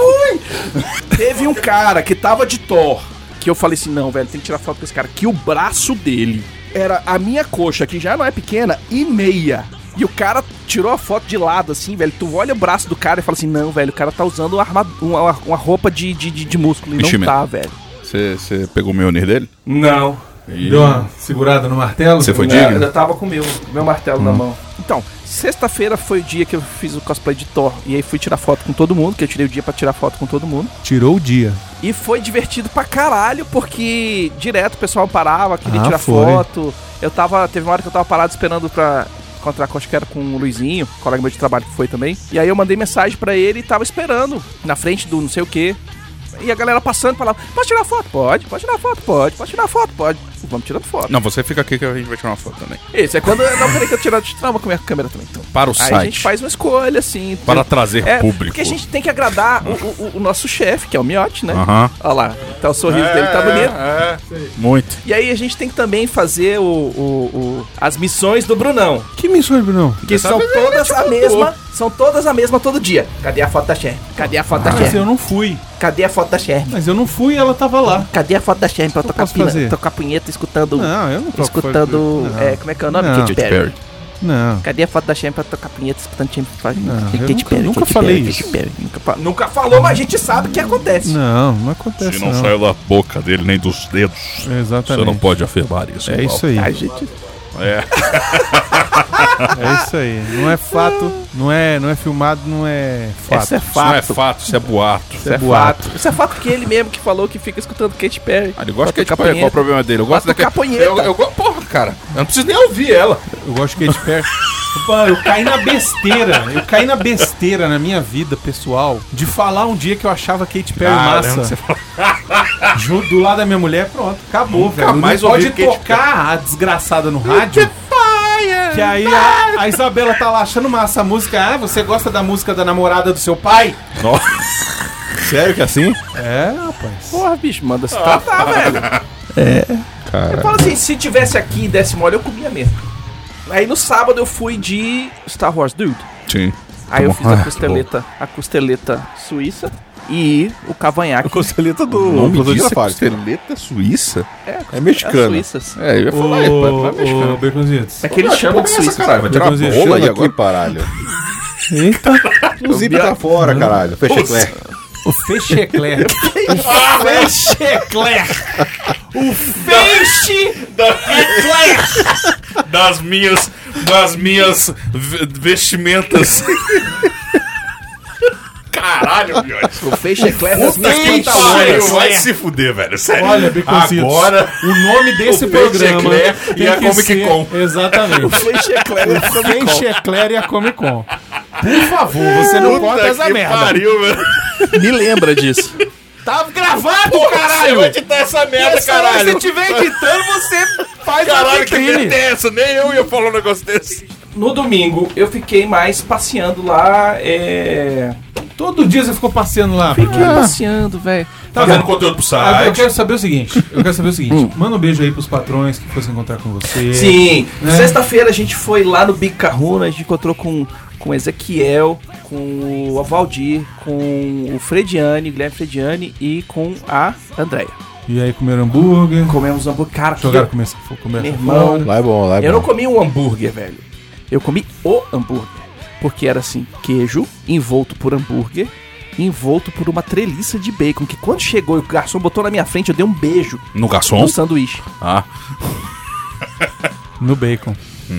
Speaker 3: Teve um cara que tava de Thor. Que eu falei assim: não, velho, tem que tirar foto com esse cara. Que o braço dele era a minha coxa, que já não é pequena, e meia. E o cara tirou a foto de lado, assim, velho. Tu olha o braço do cara e fala assim: não, velho, o cara tá usando uma, arma- uma, uma roupa de, de, de, de músculo. E não
Speaker 5: Enchimento.
Speaker 3: tá, velho.
Speaker 5: Você pegou o meu dele?
Speaker 3: Não.
Speaker 2: Deu uma segurada no martelo.
Speaker 5: Você foi
Speaker 3: Não, eu
Speaker 5: digno?
Speaker 3: ainda tava com o meu, meu martelo na mão. Então, sexta-feira foi o dia que eu fiz o cosplay de Thor. E aí fui tirar foto com todo mundo, que eu tirei o dia pra tirar foto com todo mundo.
Speaker 2: Tirou o dia.
Speaker 3: E foi divertido pra caralho, porque direto o pessoal parava, queria
Speaker 2: Ah,
Speaker 3: tirar
Speaker 2: foi.
Speaker 3: foto. Eu tava. Teve uma hora que eu tava parado esperando pra. Encontrar com, acho que era com o Luizinho, colega meu de trabalho que foi também. E aí eu mandei mensagem pra ele e tava esperando na frente do não sei o quê. E a galera passando pra lá: Posso tirar foto? Pode, pode tirar foto, pode, pode tirar foto, pode. Vamos tirando foto.
Speaker 5: Não, você fica aqui que a gente vai tirar uma foto também.
Speaker 3: Isso, é quando. Não, peraí, que eu tirar de trauma com a minha câmera também. Então.
Speaker 5: Para o
Speaker 3: Aí a gente
Speaker 5: site.
Speaker 3: faz uma escolha, assim.
Speaker 5: Para trazer
Speaker 3: é,
Speaker 5: público.
Speaker 3: Porque a gente tem que agradar o, o- o nosso chefe, que é o Miotti, né?
Speaker 5: Aham,
Speaker 3: Olha lá, tá, o sorriso dele tá bonito.
Speaker 7: É, é.
Speaker 5: muito.
Speaker 3: E aí a gente tem que também fazer o, o- o- as missões do Brunão.
Speaker 2: Que missões, Brunão?
Speaker 3: Que são todas a mesma. São todas a mesma todo dia. Cadê a foto da Sherm? Cadê a foto da
Speaker 2: Mas
Speaker 3: Sherm?
Speaker 2: eu não fui.
Speaker 3: Cadê a foto da Sherm?
Speaker 2: Mas eu não fui e ela tava lá.
Speaker 3: Cadê a foto da Sherm pra eu tocar,
Speaker 2: posso
Speaker 3: pina-
Speaker 2: fazer?
Speaker 3: tocar punheta escutando.
Speaker 2: Não, eu não tô
Speaker 3: Escutando.
Speaker 2: Não.
Speaker 3: é, como é que é o nome?
Speaker 2: Não.
Speaker 3: Katy Perry.
Speaker 2: Não.
Speaker 3: Cadê a foto da Shane pra tocar punheta escutando Shane Fagner?
Speaker 2: Não, eu nunca- nunca falei isso.
Speaker 3: nunca, fa- nunca falou, mas a gente sabe que acontece.
Speaker 2: Não, não acontece.
Speaker 5: Se não, saiu da boca dele nem dos dedos,
Speaker 2: Exatamente.
Speaker 5: você não pode afirmar isso.
Speaker 2: É
Speaker 5: Paulo.
Speaker 2: isso aí.
Speaker 3: A gente...
Speaker 5: É.
Speaker 2: É isso aí. Não é fato, não é, não é filmado, não é fato.
Speaker 3: Isso é
Speaker 5: Isso não é
Speaker 3: fato.
Speaker 5: fato, isso é boato.
Speaker 2: Isso é boato.
Speaker 3: Isso é fato que ele mesmo que falou que fica escutando Katy Perry.
Speaker 5: Ah, ele gosta
Speaker 3: Pra
Speaker 5: de Katy
Speaker 3: tocar
Speaker 5: Perry, qual o
Speaker 3: punheta.
Speaker 5: problema dele? Eu gosto
Speaker 3: Pra tocar
Speaker 5: daquele.
Speaker 3: punheta.
Speaker 5: Eu, eu, go- porra, cara, eu não preciso nem ouvir ela.
Speaker 2: Eu gosto de Katy Perry. Mano, eu caí na besteira. Eu caí na besteira na minha vida pessoal de falar um dia que eu achava Katy Perry
Speaker 5: Ah, lembro que
Speaker 2: massa. (laughs) Junto do lado da minha mulher, pronto, acabou, velho. Não
Speaker 5: mais ouvi
Speaker 2: pode
Speaker 5: Katy Perry.
Speaker 2: tocar a desgraçada no rádio. Que aí a, a Isabela tá lá achando massa a música. Ah, você gosta da música da namorada do seu pai?
Speaker 4: Sério que é assim?
Speaker 2: É, rapaz.
Speaker 3: Porra, bicho, manda se tratar, Ah, tá, velho. É. Eu falo assim, se tivesse aqui e desse mole, eu comia mesmo. Aí no sábado eu fui de Star Wars Dude.
Speaker 5: Sim.
Speaker 3: Aí eu
Speaker 5: bom.
Speaker 3: fiz a costeleta, a costeleta suíça e o cavanhaque.
Speaker 5: Costeleta do.
Speaker 4: O nome disso é
Speaker 5: costeleta suíça?
Speaker 4: É
Speaker 3: É
Speaker 4: mexicano.
Speaker 3: suíça, sim.
Speaker 5: É, eu ia falar, é, pô, não é mexicano.
Speaker 2: Ô, ô, Baconzitos.
Speaker 3: É que eles chamam de suíça.
Speaker 5: Caralho, vai tirar
Speaker 2: Mas
Speaker 5: uma
Speaker 2: existe
Speaker 5: bola
Speaker 4: Olha
Speaker 5: aí
Speaker 4: aqui,
Speaker 5: agora.
Speaker 7: (laughs)
Speaker 4: paralho.
Speaker 2: Eita,
Speaker 4: O zip tá fora, caralho. Fecha Claire.
Speaker 2: o Fechecler.
Speaker 7: Das minhas. Das minhas ve- vestimentas. Caralho, Miotti.
Speaker 3: O peixe é claro das minhas
Speaker 7: Que
Speaker 2: Olha,
Speaker 7: pariu, vai se fuder, velho. Sério.
Speaker 2: Olha, Beconzitos.
Speaker 7: Agora.
Speaker 2: o nome desse
Speaker 7: O
Speaker 2: programa
Speaker 7: Fechecler
Speaker 2: tem
Speaker 7: e a
Speaker 2: que
Speaker 7: Comic
Speaker 2: ser-
Speaker 7: Con.
Speaker 2: Exatamente.
Speaker 3: peixe é claro.
Speaker 2: Fechecler e a Comic Con. Por favor, você não conta essa
Speaker 7: que
Speaker 2: merda.
Speaker 7: pariu, velho.
Speaker 3: Me lembra disso.
Speaker 2: Tava gravado,
Speaker 7: Você vai editar essa merda,
Speaker 2: Se
Speaker 7: caralho.
Speaker 2: estiver editando, você faz
Speaker 7: Caralho, que merda
Speaker 2: vitrine.
Speaker 7: é essa? Nem eu ia falar um negócio desse.
Speaker 3: (laughs) No domingo, eu fiquei mais passeando lá, é...
Speaker 2: Todo dia você ficou passeando lá.
Speaker 3: Fiquei passeando, velho.
Speaker 2: Tá
Speaker 7: Fazendo
Speaker 2: bom.
Speaker 7: conteúdo pro
Speaker 2: Ah, eu
Speaker 7: site.
Speaker 2: quero saber o seguinte, eu quero saber o seguinte, manda um beijo aí pros patrões que fossem encontrar com você.
Speaker 3: Sim,
Speaker 2: É.
Speaker 3: sexta-feira a gente foi lá no Big Kahuna, a gente encontrou com com o Ezequiel, com o Valdir, com o Frediane, Guilherme Frediane e com a Andréia.
Speaker 2: E aí comeram hambúrguer,
Speaker 3: Comemos hambúrguer. Cara, que
Speaker 2: jogaram comer essa comer
Speaker 3: Meu
Speaker 2: essa
Speaker 3: irmão.
Speaker 2: fora.
Speaker 4: Lá é bom, lá é
Speaker 3: eu não
Speaker 4: bom.
Speaker 3: comi um hambúrguer, velho. Eu comi o hambúrguer. Porque era assim, queijo envolto por hambúrguer, envolto por uma treliça de bacon. Que quando chegou e o garçom botou na minha frente, eu dei um beijo
Speaker 7: No garçom?
Speaker 3: no sanduíche.
Speaker 7: Ah.
Speaker 2: No bacon.
Speaker 7: Eu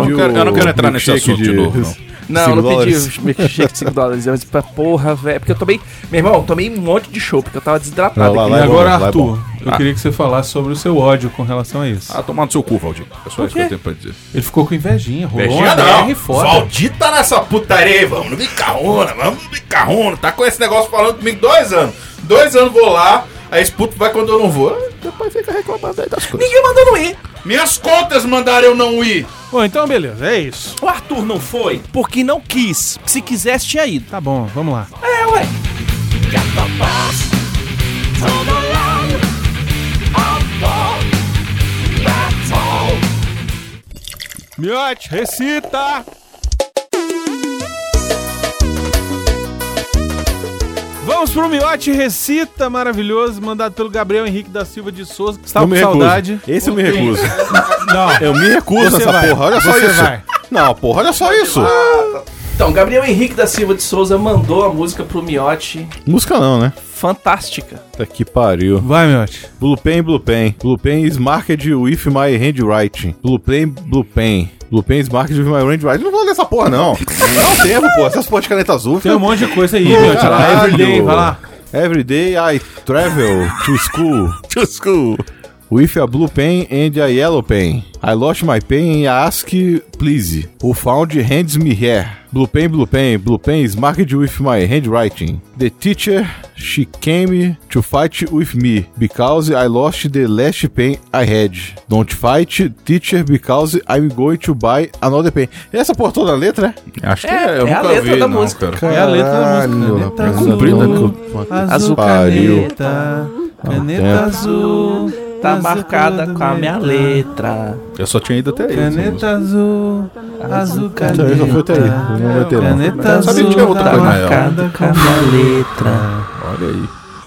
Speaker 7: não quero- eu não quero entrar nesse
Speaker 4: Milkshake
Speaker 7: assunto de novo,
Speaker 4: Tá
Speaker 7: não.
Speaker 3: Não, eu
Speaker 4: Cinco
Speaker 3: não
Speaker 4: dólares.
Speaker 3: pedi milkshake de 5 dólares. Eu disse, pra porra, velho. Porque eu tomei. Meu irmão, eu tomei um monte de show, porque eu tava desidratado.
Speaker 4: Lá,
Speaker 3: aqui.
Speaker 4: lá,
Speaker 2: e
Speaker 4: é bom,
Speaker 2: agora,
Speaker 4: lá é
Speaker 2: Arthur,
Speaker 4: bom.
Speaker 2: eu queria que você falasse sobre o seu ódio com relação a isso.
Speaker 7: Ah, tomar no seu cu, Valdir. É só isso que eu tenho pra dizer.
Speaker 2: Ele ficou com invejinha, rolou
Speaker 7: Beijinho
Speaker 2: uma
Speaker 7: não.
Speaker 2: DR foda.
Speaker 7: Valdir tá nessa putaria, aí, vamos no bicarrona, vamos no bicarrona. Tá com esse negócio falando comigo dois anos. Dois anos vou lá, aí esse puto vai quando eu não vou. Ah, Depois fica reclamando aí das coisas.
Speaker 3: Ninguém mandou não ir.
Speaker 7: Minhas contas mandaram eu não ir.
Speaker 2: Bom, então beleza, é isso.
Speaker 3: O Arthur não foi porque não quis. Se quisesse, tinha ido.
Speaker 2: Tá bom, vamos lá.
Speaker 3: É, ué.
Speaker 2: Miote, recita! Vamos pro Miote Recita, maravilhoso, mandado pelo Gabriel Henrique da Silva de Souza, que estava
Speaker 4: Eu
Speaker 2: com
Speaker 4: me recuso.
Speaker 2: saudade.
Speaker 4: Esse eu me recuso.
Speaker 2: Não,
Speaker 4: Eu me recuso
Speaker 2: Você
Speaker 4: nessa
Speaker 2: vai,
Speaker 4: porra, olha só
Speaker 2: você
Speaker 4: isso.
Speaker 2: vai.
Speaker 4: Não, porra, olha só isso.
Speaker 3: Então, Gabriel Henrique da Silva de Souza mandou a música pro Miote.
Speaker 4: Música não, né?
Speaker 3: Fantástica.
Speaker 4: Tá que pariu.
Speaker 2: Vai, Miote.
Speaker 4: Blue Pen, Blue Pen. Blue Pen is marked with my handwriting. Blue Pen, Blue Pen. Blue Pen is marked with my handwriting. Não vou ler essa porra, (laughs) não. Dá um tempo, pô. Essas porra de caneta azul.
Speaker 2: Tem um monte de coisa aí, Miote.
Speaker 4: Caralho.
Speaker 2: Vai lá, everyday, vai lá.
Speaker 4: Every day I travel to school. to school. With a blue pen and a yellow pen. I lost my pen and I ask, please. Who found hands me here? Blue pen, blue pen, blue pen is marked with my handwriting. The teacher, she came to fight with me because I lost the last pen I had. Don't fight, teacher, because I'm going to buy another pen. Essa porra toda a letra, né?
Speaker 7: Acho que
Speaker 3: É, é a letra da música.
Speaker 7: cara.
Speaker 2: É a letra da música, né?
Speaker 4: Caralho,
Speaker 2: Tá
Speaker 4: comprida,
Speaker 2: azul,
Speaker 4: né?
Speaker 3: azul,
Speaker 4: Pariu. Tá
Speaker 2: Caneta, caneta
Speaker 4: tempo.
Speaker 2: azul.
Speaker 3: Tá
Speaker 2: azul
Speaker 3: marcada
Speaker 2: caneta,
Speaker 3: com a minha letra.
Speaker 7: Eu só tinha ido até aí. essa música.
Speaker 2: Caneta azul, azul
Speaker 3: Tá
Speaker 2: caneta.
Speaker 4: Então, só foi até aí. Não vai ter, não.
Speaker 2: Caneta
Speaker 4: Sabia que
Speaker 2: azul,
Speaker 4: tinha outra
Speaker 2: tá
Speaker 4: coisa, né?
Speaker 2: marcada com a
Speaker 3: minha letra.
Speaker 7: Olha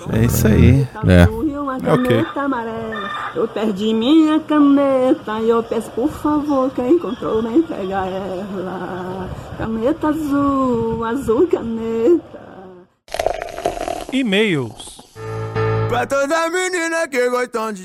Speaker 7: aí.
Speaker 2: É isso aí.
Speaker 4: É.
Speaker 8: É ok. Amarela. Eu perdi minha caneta e eu peço por favor quem encontrou me entrega ela. Caneta azul, azul caneta.
Speaker 2: E-mails.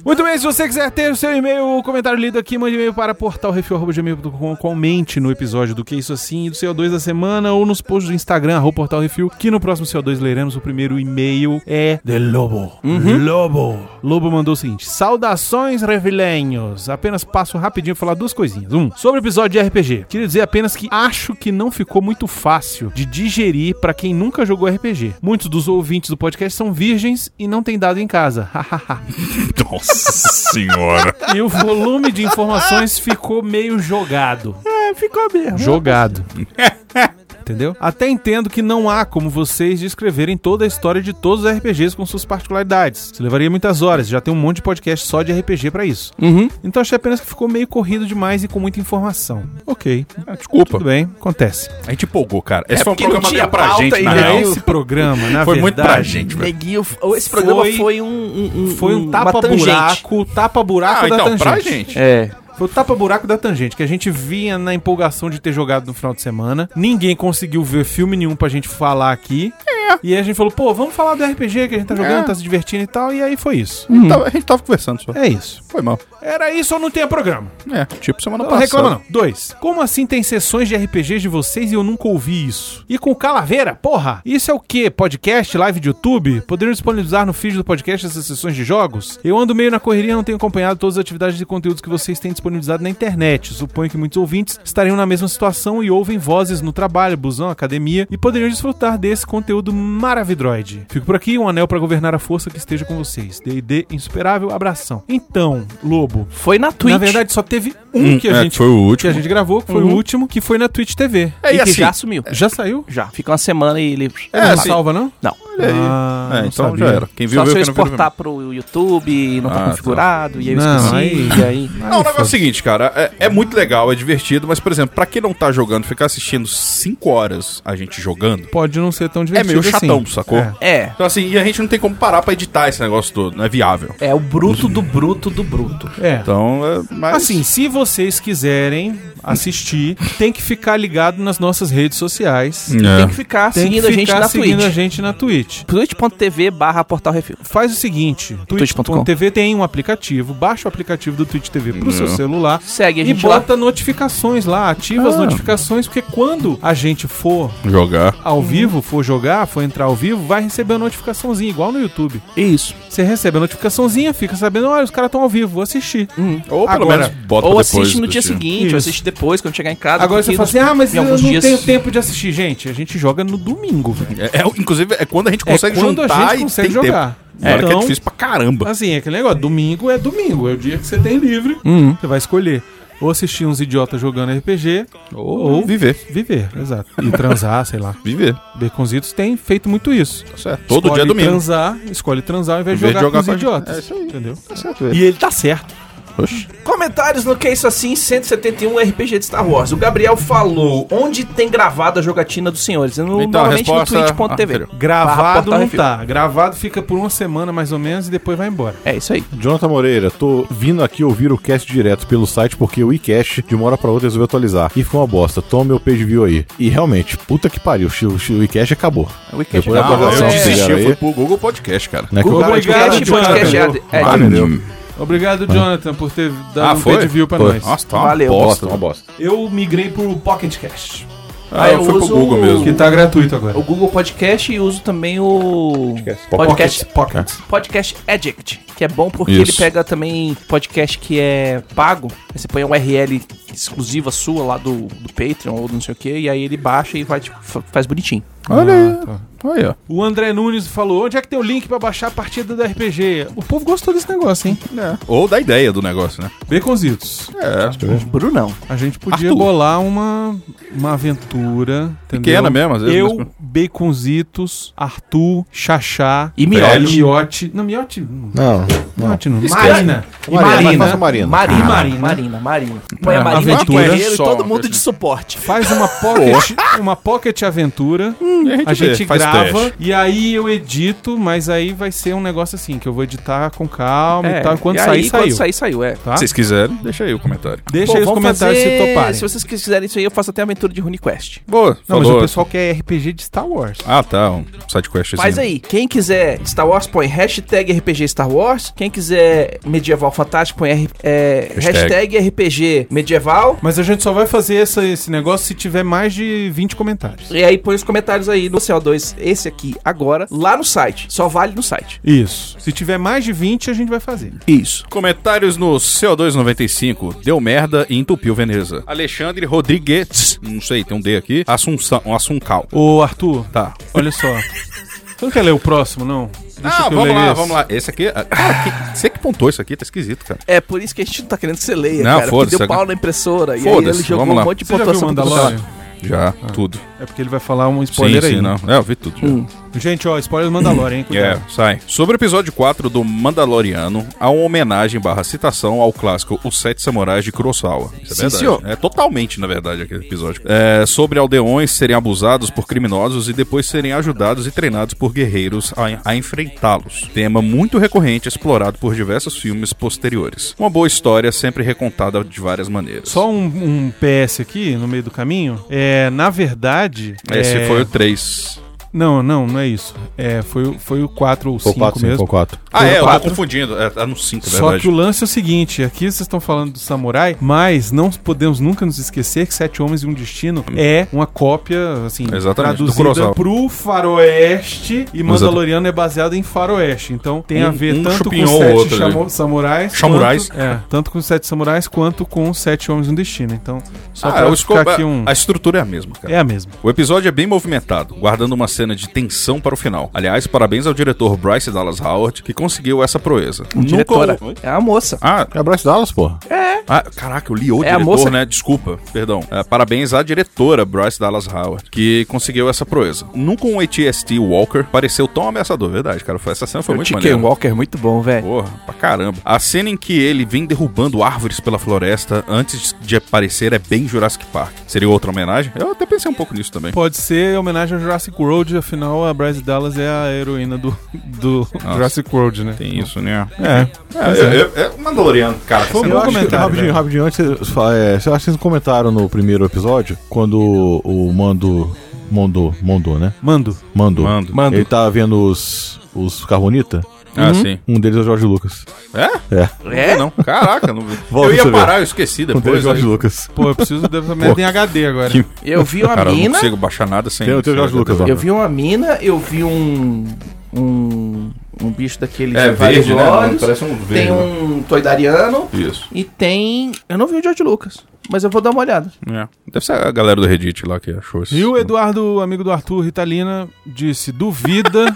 Speaker 2: Muito bem, se você quiser ter o seu e-mail ou comentário lido aqui, mande e-mail para portalrefil.gmail.com. Comente no episódio do Que Isso Assim e do CO2 da semana ou nos posts do Instagram, arroba Portal Refil, que no próximo CO2 leremos o primeiro e-mail. É de Lobo. Lobo. Lobo mandou o seguinte: Saudações, revilenhos. Apenas passo rapidinho pra falar duas coisinhas. Um, sobre o episódio de RPG. Queria dizer apenas que acho que não ficou muito fácil de digerir pra quem nunca jogou RPG. Muitos dos ouvintes do podcast são virgens e não têm dado em casa. (laughs) Hahaha.
Speaker 7: Nossa senhora.
Speaker 2: E o volume de informações ficou meio jogado.
Speaker 3: É, ficou mesmo.
Speaker 2: Jogado. (laughs) Entendeu? Até entendo que não há como vocês descreverem toda a história de todos os RPGs com suas particularidades. Isso levaria muitas horas, já tem um monte de podcast só de RPG pra isso.
Speaker 3: Uhum.
Speaker 2: Então achei apenas que ficou meio corrido demais e com muita informação. Ok. Ah,
Speaker 7: Desculpa.
Speaker 2: tudo bem, acontece.
Speaker 7: A gente empolgou, cara. Esse
Speaker 3: É
Speaker 7: foi um
Speaker 3: porque não
Speaker 7: programa
Speaker 3: tinha
Speaker 7: meio pra
Speaker 3: pauta
Speaker 7: gente,
Speaker 3: e
Speaker 7: na
Speaker 3: daí
Speaker 7: real.
Speaker 2: Esse programa, na
Speaker 7: Foi muito pra
Speaker 2: verdade,
Speaker 7: gente, velho.
Speaker 3: Neguinho, esse programa foi, um, um,
Speaker 2: Foi um tapa-buraco, tapa-buraco
Speaker 7: Ah,
Speaker 2: da
Speaker 7: então,
Speaker 2: tangente.
Speaker 7: pra gente.
Speaker 3: É.
Speaker 2: Foi o tapa-buraco da tangente, que a gente vinha na empolgação de ter jogado no final de semana. Ninguém conseguiu ver filme nenhum pra gente falar aqui. E aí a gente falou, pô, vamos falar do RPG que a gente tá jogando, tá se divertindo e tal. E aí foi isso.
Speaker 7: A gente Hum. tava- a gente tava conversando só.
Speaker 2: É isso.
Speaker 7: Foi mal.
Speaker 2: Era isso ou não tinha programa?
Speaker 7: É, tipo semana
Speaker 2: Não
Speaker 7: passada.
Speaker 2: reclama não. Dois. Como assim tem sessões de RPGs de vocês e eu nunca ouvi isso? E com o Calaveira? Porra! Isso é o quê? Podcast? Live de YouTube? Poderiam disponibilizar no feed do podcast essas sessões de jogos? Eu ando meio na correria e não tenho acompanhado todas as atividades e conteúdos que vocês têm disponibilizado na internet. Suponho que muitos ouvintes estariam na mesma situação e ouvem vozes no trabalho, busão, academia e poderiam desfrutar desse conteúdo maravidroide. Fico por aqui, um anel pra governar a força que esteja com vocês. D&D insuperável, abração. Então, Lobo,
Speaker 3: Foi na Twitch.
Speaker 2: na verdade, só teve um que a
Speaker 4: é,
Speaker 2: gente.
Speaker 4: foi o
Speaker 2: Que a
Speaker 4: último.
Speaker 2: gente gravou, que foi o último, que foi na Twitch TV.
Speaker 7: É, e
Speaker 3: que
Speaker 7: assim,
Speaker 3: já sumiu.
Speaker 2: Já saiu?
Speaker 3: Já. Fica uma semana e ele. tá
Speaker 7: É,
Speaker 2: não
Speaker 7: assim,
Speaker 2: salva, não?
Speaker 3: Não.
Speaker 7: olha aí.
Speaker 2: Ah,
Speaker 4: É,
Speaker 2: não
Speaker 4: então
Speaker 2: sabia.
Speaker 4: já era. Quem viu,
Speaker 3: Só
Speaker 4: viu.
Speaker 3: se eu
Speaker 4: quem não viu, não viu.
Speaker 3: exportar pro YouTube e não tá
Speaker 4: Ah,
Speaker 3: configurado, e aí eu
Speaker 2: tá. Não,
Speaker 3: esqueci,
Speaker 2: aí-
Speaker 3: e aí.
Speaker 7: Não, o negócio é o seguinte, cara, é, é muito legal, é divertido, mas, por exemplo, pra quem não tá jogando, ficar assistindo 5 horas a gente jogando,
Speaker 2: Pode não ser tão
Speaker 7: é
Speaker 2: divertido
Speaker 7: meio chatão,
Speaker 2: assim.
Speaker 7: sacou?
Speaker 2: É.
Speaker 3: É.
Speaker 7: Então, assim, e a gente não tem como parar pra editar esse negócio todo, não é viável.
Speaker 3: É o bruto do bruto do bruto.
Speaker 2: É.
Speaker 7: Então, é, mas...
Speaker 2: Assim, se vocês quiserem assistir, tem que ficar ligado nas nossas redes sociais.
Speaker 4: Hum.
Speaker 3: Tem que ficar
Speaker 2: É. Tem
Speaker 3: seguindo
Speaker 2: que
Speaker 3: a gente
Speaker 2: ficar
Speaker 3: na
Speaker 2: seguindo a
Speaker 3: Twitch.
Speaker 2: gente na Twitch.
Speaker 3: Twitch.tv barra portal refil.
Speaker 2: Faz o seguinte,
Speaker 3: Twitch.com.
Speaker 2: twitch.tv tem um aplicativo, baixa o aplicativo do Twitch TV pro
Speaker 7: Uhum.
Speaker 2: seu celular
Speaker 3: Segue a
Speaker 2: e
Speaker 3: gente
Speaker 2: bota notificações lá, ativa
Speaker 7: Ah.
Speaker 2: as notificações, porque quando a gente for
Speaker 7: jogar.
Speaker 2: ao vivo, for jogar, for entrar ao vivo, vai receber a notificaçãozinha, igual no YouTube.
Speaker 3: lá. Isso.
Speaker 2: Você recebe a notificaçãozinha, fica sabendo, olha, os caras estão ao vivo, vou assistir.
Speaker 7: Uhum. Ou pelo
Speaker 2: Agora-
Speaker 7: menos bota
Speaker 3: ou
Speaker 7: depois
Speaker 3: assiste no
Speaker 7: do
Speaker 3: dia
Speaker 7: time.
Speaker 3: seguinte,
Speaker 2: Isso.
Speaker 3: ou assiste depois, quando chegar em casa.
Speaker 7: um
Speaker 2: Agora você
Speaker 3: porque
Speaker 2: fala
Speaker 3: nos-
Speaker 2: assim, ah, mas
Speaker 3: em
Speaker 2: eu não
Speaker 3: alguns dias-
Speaker 2: tenho tempo de assistir. Gente, a gente joga no domingo, velho.
Speaker 7: É, é, inclusive, é quando a gente consegue
Speaker 2: é quando
Speaker 7: juntar
Speaker 2: a gente
Speaker 7: e
Speaker 2: consegue
Speaker 7: tem tempo.
Speaker 2: jogar. Então,
Speaker 7: Agora que é difícil pra caramba.
Speaker 2: Assim, é aquele negócio, domingo é domingo, é o dia que você tem livre,
Speaker 7: Uhum.
Speaker 2: você vai escolher. Ou assistir uns idiotas jogando RPG, ou,
Speaker 7: viver,
Speaker 2: viver, exato. E transar, sei lá.
Speaker 7: viver.
Speaker 2: Baconzitos tem feito muito isso.
Speaker 7: Tá certo. Todo
Speaker 2: Escolhe
Speaker 7: dia é domingo.
Speaker 2: transar, escolhe transar ao invés de
Speaker 7: Em vez
Speaker 2: jogar,
Speaker 7: de
Speaker 2: com os
Speaker 7: jogar com a
Speaker 2: idiotas.
Speaker 7: gente. É isso aí.
Speaker 2: Entendeu?
Speaker 7: Tá certo, velho.
Speaker 2: E ele tá certo.
Speaker 7: Oxi.
Speaker 3: Comentários no Que Isso Assim 171 RPG de Star Wars. O Gabriel falou onde tem gravada a jogatina dos senhores. No,
Speaker 7: Então, a
Speaker 3: novamente
Speaker 7: resposta-
Speaker 3: no twitch.tv.
Speaker 7: Ah,
Speaker 3: Barra
Speaker 2: Gravado
Speaker 3: Portal
Speaker 2: não
Speaker 3: Refil.
Speaker 2: tá. Gravado fica por uma semana mais ou menos e depois vai embora.
Speaker 3: É isso aí.
Speaker 4: Jonathan Moreira, tô vindo aqui ouvir o cast direto pelo site porque o iCast de uma hora pra outra resolveu atualizar. E ficou uma bosta. Toma meu page view aí. E realmente, puta que pariu, o o iCast acabou.
Speaker 3: O Wicked
Speaker 4: Depois da
Speaker 3: Não,
Speaker 7: Eu
Speaker 4: atualização
Speaker 3: é-
Speaker 4: que
Speaker 7: desisti,
Speaker 4: fizeram
Speaker 7: eu fui
Speaker 4: aí.
Speaker 7: pro Google Podcast, cara.
Speaker 4: Né, que
Speaker 2: Google
Speaker 4: o cara, tipo,
Speaker 2: Podcast,
Speaker 4: cara,
Speaker 2: podcast,
Speaker 4: entendeu?
Speaker 3: é- é-
Speaker 4: Ah, entendeu?
Speaker 2: Obrigado, Jonathan, por ter dado
Speaker 7: Ah,
Speaker 2: um
Speaker 7: foi?
Speaker 2: pay view pra
Speaker 4: Foi.
Speaker 2: nós.
Speaker 7: Nossa, tá uma
Speaker 3: Valeu.
Speaker 7: bosta, uma bosta.
Speaker 2: Eu migrei pro Pocket Cast,
Speaker 7: Ah, eu,
Speaker 3: eu
Speaker 7: fui pro
Speaker 3: uso
Speaker 7: Google
Speaker 3: o-
Speaker 7: mesmo.
Speaker 2: que tá gratuito agora.
Speaker 3: O Google Podcast e uso também o Podcast Podcast,
Speaker 2: É.
Speaker 3: Podcast Addict, que é bom porque
Speaker 7: Isso.
Speaker 3: ele pega também podcast que é pago, aí você põe um a URL exclusiva sua lá do, do Patreon ou do não sei o que, e aí ele baixa e vai, tipo, fa- faz bonitinho.
Speaker 7: Olha aí. Olha aí,
Speaker 2: Ah, tá. O André Nunes falou: onde é que tem o link pra baixar a partida da RPG? O povo gostou desse negócio, hein?
Speaker 7: ó. É. Ou da ideia do negócio, né?
Speaker 2: Baconzitos.
Speaker 7: É.
Speaker 3: Brunão.
Speaker 2: A gente podia
Speaker 7: Arthur.
Speaker 2: bolar uma, uma aventura. Entendeu?
Speaker 7: Pequena mesmo, às vezes,
Speaker 2: Eu,
Speaker 7: mas-
Speaker 2: Baconzitos, Arthur, Xaxá.
Speaker 3: E
Speaker 7: Velho.
Speaker 2: Miote.
Speaker 3: Miote.
Speaker 2: Não, Miote. Não,
Speaker 4: Não, não.
Speaker 2: Miote não.
Speaker 7: Esquece.
Speaker 2: Marina.
Speaker 4: Marina, mas faça
Speaker 3: Marina.
Speaker 4: Marina. Ah.
Speaker 2: Marina.
Speaker 3: Marina. Marina. Marina. Marina. Põe a
Speaker 2: Ah,
Speaker 3: Marina de
Speaker 2: aventura.
Speaker 3: guerreiro e
Speaker 7: Só
Speaker 3: todo
Speaker 7: uma
Speaker 3: mundo
Speaker 7: coisa.
Speaker 3: de suporte.
Speaker 2: Faz uma pocket, uma pocket aventura.
Speaker 7: Hum, gente
Speaker 2: a gente
Speaker 7: vê, faz
Speaker 2: grava
Speaker 7: teste.
Speaker 2: e aí eu edito, mas aí vai ser um negócio assim, que eu vou editar com calma É,
Speaker 7: É,
Speaker 2: e tal. Quando
Speaker 3: e
Speaker 2: sair,
Speaker 3: aí,
Speaker 2: saiu.
Speaker 3: Quando sair, saiu, é.
Speaker 2: Ah.
Speaker 7: Se vocês quiserem, deixa aí o comentário.
Speaker 2: Deixa
Speaker 3: Pô,
Speaker 2: aí os
Speaker 3: vamos
Speaker 2: comentários
Speaker 3: fazer-
Speaker 2: se toparem.
Speaker 3: Se vocês quiserem isso aí, eu faço até a aventura de RuneQuest.
Speaker 7: Boa,
Speaker 2: Não, mas
Speaker 7: falou.
Speaker 2: o pessoal quer RPG de Star Wars.
Speaker 7: Ah, tá, um sidequest
Speaker 3: Faz aí. Quem quiser Star Wars, põe hashtag RPG Star Wars. Quem quiser Medieval Fantástico, põe R- é, hashtag.
Speaker 7: Hashtag.
Speaker 3: RPG Medieval.
Speaker 2: Mas a gente só vai fazer essa- esse negócio se tiver mais de 20 comentários.
Speaker 3: E aí põe os comentários aí no CO2, esse aqui, agora, lá no site. Só vale no site.
Speaker 2: Isso. Se tiver mais de 20, a gente vai fazer.
Speaker 3: Isso.
Speaker 7: Comentários no CO295. Deu merda e entupiu Veneza. Alexandre Rodrigues. Não sei, tem um D aqui. Assunção, um Assuncal.
Speaker 2: Ô, Arthur,
Speaker 7: Tá.
Speaker 2: olha só. Você não quer ler o próximo, não?
Speaker 7: Ah,
Speaker 2: que eu
Speaker 7: vamos
Speaker 2: leio
Speaker 7: lá,
Speaker 2: esse.
Speaker 7: vamos lá. Esse aqui. ah, Cara, que, você que pontou isso aqui, tá esquisito, cara.
Speaker 3: É por isso que a gente não tá querendo que você leia,
Speaker 7: Não,
Speaker 3: cara. porque
Speaker 7: foda-se,
Speaker 3: deu pau
Speaker 7: cara.
Speaker 3: na impressora. E aí
Speaker 7: Foda-se,
Speaker 3: ele jogou
Speaker 7: vamos
Speaker 3: um
Speaker 7: lá.
Speaker 3: monte de
Speaker 2: Você já viu
Speaker 3: pontuação pra
Speaker 2: Mandalorian?
Speaker 7: Já, tudo.
Speaker 2: É porque ele vai falar um
Speaker 7: Sim,
Speaker 2: spoiler aí.
Speaker 7: sim,
Speaker 2: né?
Speaker 7: não. É, eu vi tudo. já.
Speaker 2: Gente, ó, spoiler do Mandalorian,
Speaker 7: (clears throat)
Speaker 2: hein?
Speaker 7: É, sai. Sobre o episódio 4 do Mandaloriano, há uma homenagem barra citação ao clássico Os Sete Samurais de Kurosawa. Isso é
Speaker 3: Sim,
Speaker 7: verdade.
Speaker 3: senhor.
Speaker 7: É totalmente, na verdade, aquele episódio. É, sobre aldeões serem abusados por criminosos e depois serem ajudados e treinados por guerreiros a, a enfrentá-los. Tema muito recorrente explorado por diversos filmes posteriores. Uma boa história sempre recontada de várias maneiras.
Speaker 2: Só um, um PS aqui, no meio do caminho. É, na verdade...
Speaker 7: Esse
Speaker 2: é-
Speaker 7: foi o 3.
Speaker 2: Não, não, não é isso. É, foi, o- foi o 4 ou 5
Speaker 4: Foi 4,
Speaker 2: mesmo.
Speaker 4: foi 4.
Speaker 7: Ah, é, eu tô
Speaker 2: quatro.
Speaker 7: confundindo. É, tá no 5,
Speaker 2: Só
Speaker 7: verdade.
Speaker 2: que o lance é o seguinte, aqui vocês estão falando do samurai, mas não podemos nunca nos esquecer que Sete Homens e um Destino é uma cópia, assim,
Speaker 7: Hum. Exatamente, do
Speaker 2: traduzida
Speaker 7: Kurosawa.
Speaker 2: pro faroeste e Mandaloriano é baseado em faroeste. Então tem a
Speaker 7: Um-
Speaker 2: ver
Speaker 7: um
Speaker 2: tanto com
Speaker 7: chupinhou
Speaker 2: os
Speaker 7: o
Speaker 2: Sete
Speaker 7: outro, né?
Speaker 2: chamo- Samurais,
Speaker 7: Chamurais.
Speaker 2: Quanto, é, tanto com os Sete Samurais quanto com os Sete Homens e um Destino. Então só
Speaker 7: Ah,
Speaker 2: pra
Speaker 7: o
Speaker 2: ficar
Speaker 7: escopo-
Speaker 2: aqui um...
Speaker 7: A estrutura é a mesma, cara.
Speaker 2: É a mesma.
Speaker 7: O episódio é bem movimentado, guardando uma cena de tensão para o final. Aliás, parabéns ao diretor Bryce Dallas Howard, que conseguiu essa proeza. Nunca-
Speaker 3: diretora. É a moça.
Speaker 7: Ah,
Speaker 4: É Bryce Dallas, porra.
Speaker 3: É,
Speaker 7: Ah, caraca, eu li o
Speaker 3: É a
Speaker 7: diretor,
Speaker 3: moça-
Speaker 7: né? Desculpa, perdão. É, parabéns à diretora Bryce Dallas Howard, que conseguiu essa proeza. Nunca um ATST Walker pareceu tão ameaçador, verdade, cara. Foi, essa cena foi
Speaker 3: O
Speaker 7: muito
Speaker 3: T.K.
Speaker 7: maneira.
Speaker 3: Walker é muito bom, velho.
Speaker 7: Porra, pra caramba. A cena em que ele vem derrubando árvores pela floresta antes de aparecer é bem Jurassic Park. Seria outra homenagem? Eu até pensei um pouco nisso também.
Speaker 2: Pode ser homenagem ao Jurassic World, afinal a Bryce Dallas é a heroína do, do Jurassic World, né?
Speaker 7: Tem isso, né?
Speaker 2: É.
Speaker 7: É, é, é, um é Mandaloriano, cara.
Speaker 2: Foi
Speaker 7: Você
Speaker 2: bom
Speaker 7: não né? acha-
Speaker 2: comentário,
Speaker 7: Rapidinho,
Speaker 4: rapidinho, rapidinho, antes, vocês fa- é, vocês- acho que vocês comentaram no primeiro episódio, quando o Mando. Mandou, mandou, né?
Speaker 2: Mando.
Speaker 4: Mandou.
Speaker 7: Mando.
Speaker 2: Mando.
Speaker 4: Ele tá vendo os, os Carbonita.
Speaker 7: rapidinho. Ah, sim.
Speaker 4: Um deles é o Jorge Lucas.
Speaker 7: É?
Speaker 4: É.
Speaker 7: É? Não, caraca. Não...
Speaker 4: Volta
Speaker 7: eu
Speaker 4: pra
Speaker 7: ia
Speaker 4: você ver.
Speaker 7: parar, eu esqueci
Speaker 4: Um deles é o
Speaker 7: depois.
Speaker 4: Jorge
Speaker 7: aí-
Speaker 4: Lucas.
Speaker 2: Pô, eu preciso dessa merda em HD agora.
Speaker 7: Que-
Speaker 3: Eu vi uma
Speaker 7: Cara, eu não
Speaker 3: mina.
Speaker 7: consigo baixar nada sem. né?
Speaker 4: Tem o teu
Speaker 7: sem
Speaker 4: Jorge Lucas lá.
Speaker 3: Eu vi uma mina, eu vi um. um. um bicho daquele
Speaker 7: É,
Speaker 3: de vários
Speaker 7: verde, né?
Speaker 3: olhos,
Speaker 7: Parece um verde,
Speaker 3: Tem um toidariano
Speaker 7: Isso.
Speaker 3: e tem. Eu não vi o George Lucas, mas eu vou dar uma olhada.
Speaker 7: É. Deve ser a galera do Reddit lá que achou isso.
Speaker 2: E o Eduardo, amigo do Arthur Ritalina, disse: (laughs) duvida.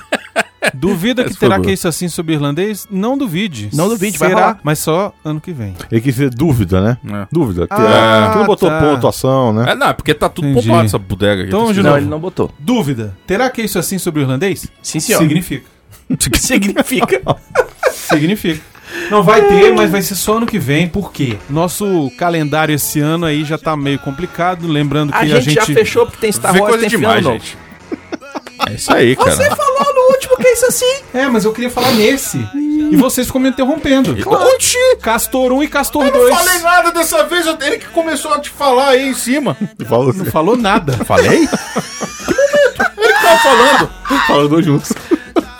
Speaker 2: Duvida que
Speaker 7: Essa foi
Speaker 2: terá
Speaker 7: boa.
Speaker 2: que isso assim sobre irlandês? Não duvide.
Speaker 3: Não duvide, vai
Speaker 2: Será,
Speaker 3: rolar.
Speaker 2: mas só ano que vem.
Speaker 4: Ele quis dizer dúvida, né?
Speaker 7: É.
Speaker 4: Dúvida. Que-
Speaker 2: Ah,
Speaker 4: é, que não botou
Speaker 2: tá.
Speaker 4: pontuação, né?
Speaker 7: É, não, é porque tá tudo
Speaker 2: Entendi.
Speaker 7: pompado essa bodega aqui.
Speaker 2: Então,
Speaker 7: Tá
Speaker 2: De
Speaker 3: não,
Speaker 2: novo.
Speaker 3: ele não botou.
Speaker 2: Dúvida. Terá que isso assim sobre irlandês?
Speaker 3: Sim, senhor.
Speaker 2: Significa.
Speaker 3: (laughs) Significa.
Speaker 2: (laughs) Significa. Não vai ter, mas vai ser só ano que vem, por quê? Nosso calendário esse ano aí já tá meio complicado, lembrando que
Speaker 3: A gente, já fechou porque tem Star
Speaker 7: Vê
Speaker 3: Wars
Speaker 7: Tá coisa
Speaker 3: tem
Speaker 7: demais,
Speaker 3: filme novo.
Speaker 7: gente. (laughs) É isso aí, cara.
Speaker 3: Você falou no último que é isso assim?
Speaker 2: É, mas eu queria falar nesse. E vocês ficam me interrompendo.
Speaker 7: Oxi!
Speaker 2: Castor 1 e Castor 2.
Speaker 7: nada dessa vez, eu- ele que começou a te falar aí em cima.
Speaker 4: (laughs) Falou,
Speaker 2: Não falou nada.
Speaker 7: Falei?
Speaker 4: falou dois juntos.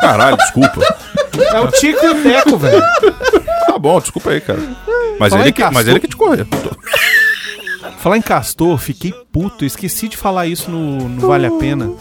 Speaker 7: Caralho, desculpa.
Speaker 2: É o Tico e o Teco, velho.
Speaker 7: Tá bom, desculpa aí, cara. Mas,
Speaker 2: Fala
Speaker 7: ele
Speaker 2: aí,
Speaker 7: que, mas
Speaker 2: Castor.
Speaker 7: ele que te correu.
Speaker 2: Falar em Castor, fiquei puto. Esqueci de falar isso no, no Vale a Pena.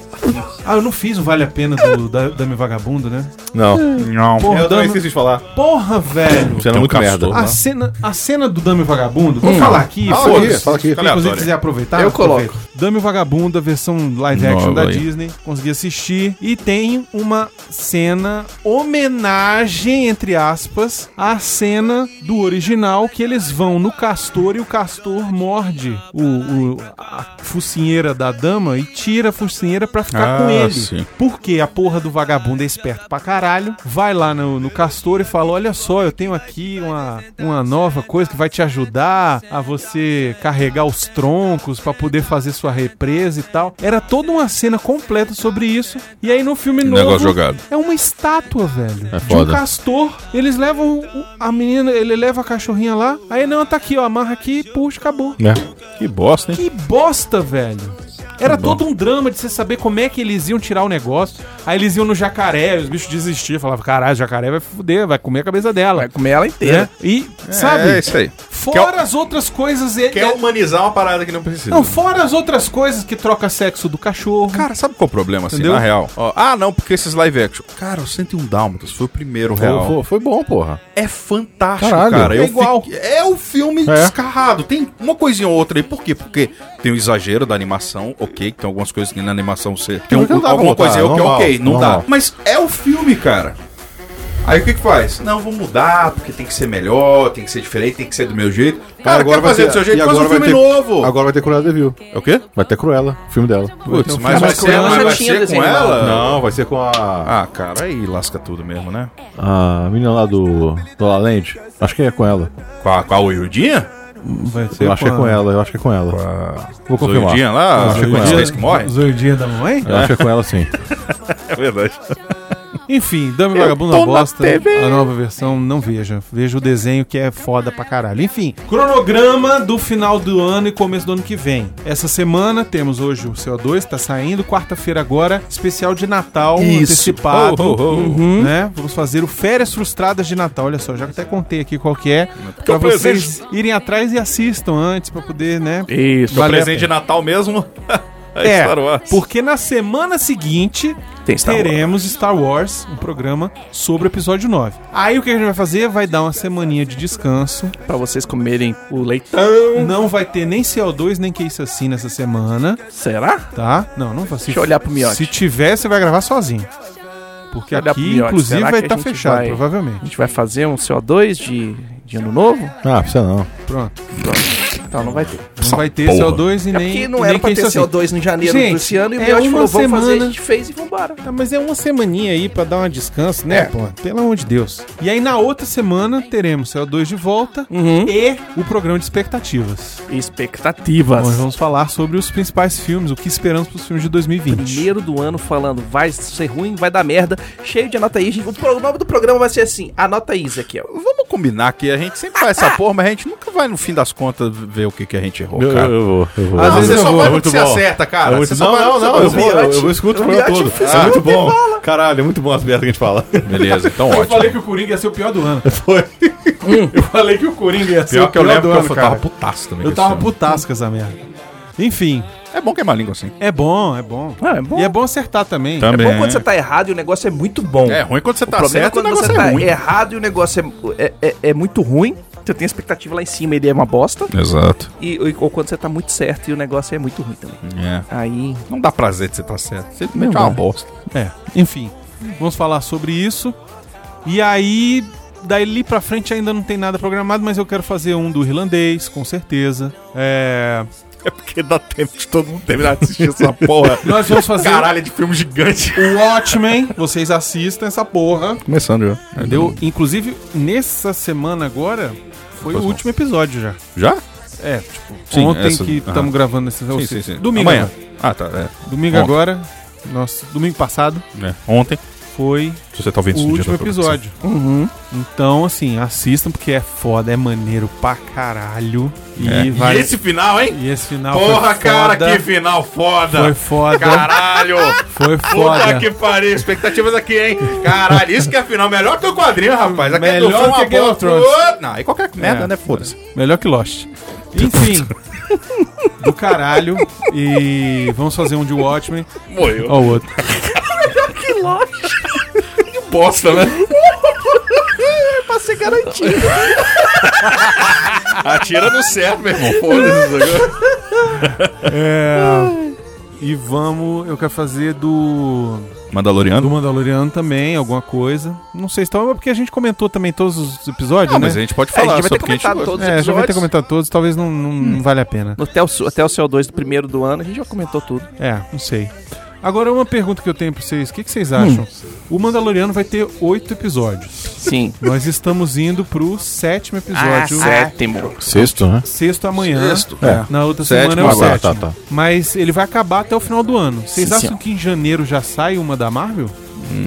Speaker 2: Ah, eu não fiz o Vale a Pena do, da, da minha vagabunda, né?
Speaker 4: Não.
Speaker 7: Não.
Speaker 2: Porra,
Speaker 4: Eu também
Speaker 2: dama-
Speaker 4: esqueci de falar.
Speaker 2: Porra, velho.
Speaker 4: Você é
Speaker 7: Tem um
Speaker 4: muito merda.
Speaker 7: castor.
Speaker 2: A cena, a cena do Dame Vagabundo, vou falar aqui,
Speaker 4: Fala
Speaker 2: foda-se.
Speaker 4: aqui, fala aqui.
Speaker 2: Se você quiser aproveitar,
Speaker 3: Eu coloco.
Speaker 2: aproveita. Dame Vagabundo, a versão live action
Speaker 7: Nova
Speaker 2: da
Speaker 7: aí.
Speaker 2: Disney, consegui assistir. E tem uma cena, homenagem, entre aspas, à cena do original, que eles vão no castor e o castor morde o, o- a focinheira da dama e tira a focinheira pra ficar
Speaker 7: Ah,
Speaker 2: com ele.
Speaker 7: sim.
Speaker 2: Porque a porra do vagabundo é esperto pra caralho. Vai lá no, no castor e fala: Olha só, eu tenho aqui uma, uma nova coisa que vai te ajudar a você carregar os troncos pra poder fazer sua represa e tal. Era toda uma cena completa sobre isso. E aí no filme novo.
Speaker 7: Negócio jogado.
Speaker 2: É uma estátua, velho.
Speaker 4: É
Speaker 2: de um
Speaker 4: foda.
Speaker 2: castor. Eles levam o- a menina, ele leva a cachorrinha lá. Aí não, tá aqui, ó, amarra aqui, puxa, acabou.
Speaker 4: né?
Speaker 7: Que bosta, hein?
Speaker 2: Que bosta, velho. Era todo um drama de você saber como é que eles iam tirar o negócio. Aí eles iam no jacaré, os bichos desistiam, falavam, caralho, o jacaré vai fuder, vai comer a cabeça dela.
Speaker 3: (laughs) Vai comer ela inteira.
Speaker 2: Né? E, sabe,
Speaker 7: É, isso aí.
Speaker 2: fora
Speaker 7: Quer-
Speaker 2: as outras coisas... ele-
Speaker 7: humanizar uma parada que não precisa.
Speaker 2: Não, fora as outras coisas que troca sexo do cachorro.
Speaker 7: Cara, sabe qual é o problema, assim,
Speaker 2: Entendeu?
Speaker 7: na real? Ó, ah, não, porque esses live action. Cara, o 101 Dálmatas foi o primeiro real.
Speaker 4: Foi, foi- foi bom, porra.
Speaker 7: É fantástico,
Speaker 4: Caralho.
Speaker 7: cara.
Speaker 4: É
Speaker 7: Eu
Speaker 2: igual.
Speaker 7: fiquei- É o filme
Speaker 4: É.
Speaker 7: descarrado. Tem uma coisinha ou outra aí. Por quê? Porque tem o exagero da animação, ok. que Tem algumas coisas que na animação você... Tem
Speaker 4: Mas não dá pra
Speaker 7: alguma
Speaker 4: botar,
Speaker 7: coisa aí que é
Speaker 4: normal,
Speaker 7: ok. Não dá.
Speaker 4: normal.
Speaker 7: Mas é o filme, cara. Aí o que que faz? Não, vou mudar, porque tem que ser melhor, tem que ser diferente, tem que ser do meu jeito. Cara, quer fazer do seu jeito,
Speaker 4: e
Speaker 7: faz um
Speaker 4: agora vai
Speaker 7: filme
Speaker 4: ter-
Speaker 7: novo.
Speaker 4: Agora vai ter Cruella de Vil.
Speaker 7: É o quê?
Speaker 4: Vai ter Cruella, o filme dela.
Speaker 7: Putz,
Speaker 2: um filme.
Speaker 7: mas vai
Speaker 2: Mas
Speaker 7: ser,
Speaker 2: Cruella
Speaker 7: mas
Speaker 3: já
Speaker 7: vai
Speaker 3: tinha
Speaker 7: ser
Speaker 3: desenho
Speaker 7: com ela?
Speaker 4: Não, vai ser com a,
Speaker 7: Ah, cara, aí lasca tudo mesmo, né?
Speaker 4: a menina lá do, do La La Land. Acho que é com ela.
Speaker 7: Com a, com a Oiudinha?
Speaker 2: Vai
Speaker 4: Eu acho que é com ela, eu acho que é com ela. Vou confirmar.
Speaker 7: Zoiudinha lá,
Speaker 4: Acho que é com
Speaker 7: a
Speaker 4: ela.
Speaker 7: Zoiudinha
Speaker 2: (laughs)
Speaker 7: que morre?
Speaker 2: Zoidinha da mamãe?
Speaker 4: Eu acho que é com ela (laughs) sim.
Speaker 7: É verdade.
Speaker 2: Enfim, Dame Vagabundo na Bosta, a nova versão, não veja. Veja o desenho que é foda pra caralho. Enfim, cronograma do final do ano e começo do ano que vem. Essa semana temos hoje o CO2, tá saindo. Quarta-feira agora, especial de Natal antecipado.
Speaker 7: Ho, ho, ho.
Speaker 2: Uhum. Né? Vamos fazer o Férias Frustradas de Natal. Olha só, já até contei aqui qual que é. Pra vocês irem atrás e assistam antes, pra poder, né?
Speaker 3: Isso.
Speaker 7: Seu
Speaker 2: Vale a
Speaker 7: É presente de Natal mesmo? (laughs) é,
Speaker 2: É,
Speaker 7: Star Wars.
Speaker 2: porque na semana seguinte
Speaker 3: Tem Star Wars.
Speaker 2: teremos Star Wars, um programa sobre o episódio 9. Aí o que a gente vai fazer? Vai dar uma semaninha de descanso.
Speaker 3: Pra vocês comerem o leitão.
Speaker 2: Não vai ter nem CO2, nem que isso assim nessa semana,
Speaker 3: Será?
Speaker 2: tá? Não, não vai. Se,
Speaker 3: Deixa eu olhar pro miote.
Speaker 2: Se tiver, você vai gravar sozinho. Porque
Speaker 3: Olhar pro
Speaker 2: aqui,
Speaker 3: miote.
Speaker 2: inclusive,
Speaker 3: Será
Speaker 2: vai
Speaker 3: que a
Speaker 2: estar
Speaker 3: gente
Speaker 2: fechado,
Speaker 3: vai- A
Speaker 2: provavelmente.
Speaker 3: gente vai fazer um CO2 de, de ano novo?
Speaker 4: Ah, precisa não.
Speaker 2: Pronto.
Speaker 3: Então, não vai ter.
Speaker 2: Não vai ter
Speaker 7: porra.
Speaker 2: CO2 e
Speaker 3: É
Speaker 2: nem.
Speaker 3: porque não
Speaker 2: nem
Speaker 3: era pra
Speaker 2: quem assim.
Speaker 3: ter
Speaker 2: se-
Speaker 3: CO2 em janeiro
Speaker 2: Gente,
Speaker 3: desse ano e o
Speaker 2: é
Speaker 3: Miotti
Speaker 2: uma
Speaker 3: falou, vamos fazer,
Speaker 2: semana.
Speaker 3: a gente fez e vambora.
Speaker 2: Ah, mas é uma semaninha aí pra dar um descanso, né,
Speaker 3: É.
Speaker 2: pô? Pelo amor de Deus. E aí na outra semana teremos CO2 de volta
Speaker 3: Uhum.
Speaker 2: e o programa de expectativas. Nós
Speaker 3: Expectativas.
Speaker 2: vamos falar sobre os principais filmes, o que esperamos pros filmes de 2020.
Speaker 3: Primeiro do ano falando, vai ser ruim, vai dar merda, cheio de anota aí. gente. O, pro- o nome do programa vai ser assim, anota aí, Ezequiel.
Speaker 7: Vamos combinar que a gente sempre faz essa porra, mas a gente nunca vai, no fim das contas, ver o que, que a gente errou,
Speaker 4: Eu,
Speaker 7: cara.
Speaker 4: eu vou, eu vou.
Speaker 7: Não,
Speaker 2: vezes
Speaker 7: você
Speaker 2: eu
Speaker 7: só
Speaker 2: vou,
Speaker 7: vai
Speaker 2: é
Speaker 7: no que você acerta,
Speaker 4: É
Speaker 7: cara.
Speaker 4: muito-
Speaker 7: você só
Speaker 4: não,
Speaker 7: vai no
Speaker 4: não,
Speaker 7: que você
Speaker 4: não,
Speaker 7: vai
Speaker 4: eu vou,
Speaker 7: ouvir.
Speaker 4: eu, eu escuto o programa todo. É muito bom. Caralho, é muito bom as merdas que a gente fala.
Speaker 7: Beleza, então
Speaker 2: Eu
Speaker 7: ótimo.
Speaker 2: falei que o Coringa ia ser o pior do (laughs) ano.
Speaker 4: Foi.
Speaker 2: Eu falei que o Coringa ia ser
Speaker 7: Pior
Speaker 2: o pior
Speaker 7: que eu lembro
Speaker 2: do
Speaker 7: que eu
Speaker 2: ano,
Speaker 7: fui-
Speaker 2: cara.
Speaker 7: tava putaço também.
Speaker 2: Eu
Speaker 7: com
Speaker 2: tava
Speaker 7: esse filme.
Speaker 2: putasca essa merda. Enfim,
Speaker 7: É bom queimar a língua assim.
Speaker 2: é bom, é bom.
Speaker 3: Ah, é bom.
Speaker 2: E é bom acertar também.
Speaker 3: É bom quando você tá errado e o negócio é muito bom.
Speaker 7: É ruim quando você
Speaker 3: O
Speaker 7: tá
Speaker 3: problema é
Speaker 7: certo, o
Speaker 3: quando
Speaker 7: negócio
Speaker 3: você
Speaker 7: é
Speaker 3: tá
Speaker 7: ruim.
Speaker 3: errado e o negócio é, é, é- é muito ruim. Você tem a expectativa lá em cima, ele é uma bosta.
Speaker 7: Exato.
Speaker 3: E, ou- ou quando você tá muito certo e o negócio é muito ruim também.
Speaker 7: É.
Speaker 3: Aí.
Speaker 7: Não dá prazer de você tá certo. Simplesmente é
Speaker 2: Não
Speaker 7: uma
Speaker 2: dá.
Speaker 7: bosta.
Speaker 2: É, enfim, vamos falar sobre isso. E aí, dali pra frente ainda não tem nada programado, mas eu quero fazer um do irlandês, com certeza. É,
Speaker 7: É porque dá tempo de todo mundo terminar de assistir (laughs) essa porra.
Speaker 2: Nós vamos fazer
Speaker 7: Caralho, de filme gigante.
Speaker 2: o Watchmen. Vocês assistam essa porra.
Speaker 7: Começando já.
Speaker 2: Entendeu? Inclusive, nessa semana agora, foi o
Speaker 7: Pois não.
Speaker 2: último episódio já.
Speaker 7: Já?
Speaker 2: É, tipo,
Speaker 7: Sim,
Speaker 2: ontem
Speaker 7: essa-
Speaker 2: que
Speaker 7: aham.
Speaker 2: estamos gravando esse ou seja, Domingo.
Speaker 7: Domingo. Amanhã.
Speaker 2: agora.
Speaker 7: Ah, tá.
Speaker 2: Domingo
Speaker 7: Ontem.
Speaker 2: agora. Nossa, domingo passado
Speaker 7: É. É. Ontem.
Speaker 2: foi
Speaker 7: Se você tá ouvindo
Speaker 2: o
Speaker 7: isso no dia
Speaker 2: último
Speaker 7: da produção.
Speaker 2: episódio. Então, assim, assistam porque é foda, é maneiro pra caralho.
Speaker 7: É.
Speaker 2: E vai.
Speaker 7: E esse final, hein?
Speaker 2: e esse final
Speaker 7: Porra,
Speaker 2: foi
Speaker 7: cara,
Speaker 2: foda,
Speaker 7: que final foda.
Speaker 2: Foi foda.
Speaker 7: Caralho.
Speaker 2: Foi
Speaker 7: Puta
Speaker 2: foda.
Speaker 7: que pariu, expectativas aqui, hein? Caralho, isso que é final. Melhor que o quadrinho, rapaz. Aqui é do
Speaker 2: Melhor
Speaker 7: filme,
Speaker 2: que
Speaker 7: uma
Speaker 2: Game
Speaker 7: boa-
Speaker 2: of Thrones.
Speaker 7: Não, aí qualquer merda,
Speaker 2: É.
Speaker 7: né? Foda-se.
Speaker 2: Melhor que Lost. Enfim. (laughs) do caralho. E vamos fazer um de Watchmen.
Speaker 7: Morreu.
Speaker 2: Ó, o outro.
Speaker 7: Bosta, né?
Speaker 3: É Pra ser garantido.
Speaker 7: Atira no certo, meu irmão. Foda-se.
Speaker 2: E vamos. Eu quero fazer do. Do
Speaker 7: Mandaloriano?
Speaker 2: Mandaloriano também, alguma coisa. Não sei se tá, mas porque a gente comentou também todos os episódios,
Speaker 7: Não,
Speaker 2: né?
Speaker 7: Ah, mas a gente
Speaker 3: É,
Speaker 7: pode
Speaker 3: a
Speaker 7: falar
Speaker 3: gente vai ter
Speaker 7: sobre o que a gente
Speaker 3: comentado
Speaker 7: gosta.
Speaker 3: todos os
Speaker 2: É, já vai ter
Speaker 3: episódios.
Speaker 2: comentado todos, talvez não, não vale a pena.
Speaker 3: No Tel- até o CO2 do primeiro do ano, a gente já comentou tudo.
Speaker 2: É, não sei. Agora, uma pergunta que eu tenho pra vocês: o que, que vocês acham? O Mandaloriano vai ter oito episódios.
Speaker 3: Sim.
Speaker 2: Nós estamos indo pro sétimo episódio. É.
Speaker 3: sétimo.
Speaker 4: Sexto, né?
Speaker 2: Sexto amanhã.
Speaker 7: Ah, Sexto.
Speaker 2: É. Na outra
Speaker 7: Sétimo
Speaker 2: semana é o
Speaker 4: agora,
Speaker 2: sétimo.
Speaker 4: tá, tá.
Speaker 2: Mas ele vai acabar até o final do ano. Vocês
Speaker 3: Sim,
Speaker 2: acham
Speaker 3: senhor.
Speaker 2: que em janeiro já sai uma da Marvel?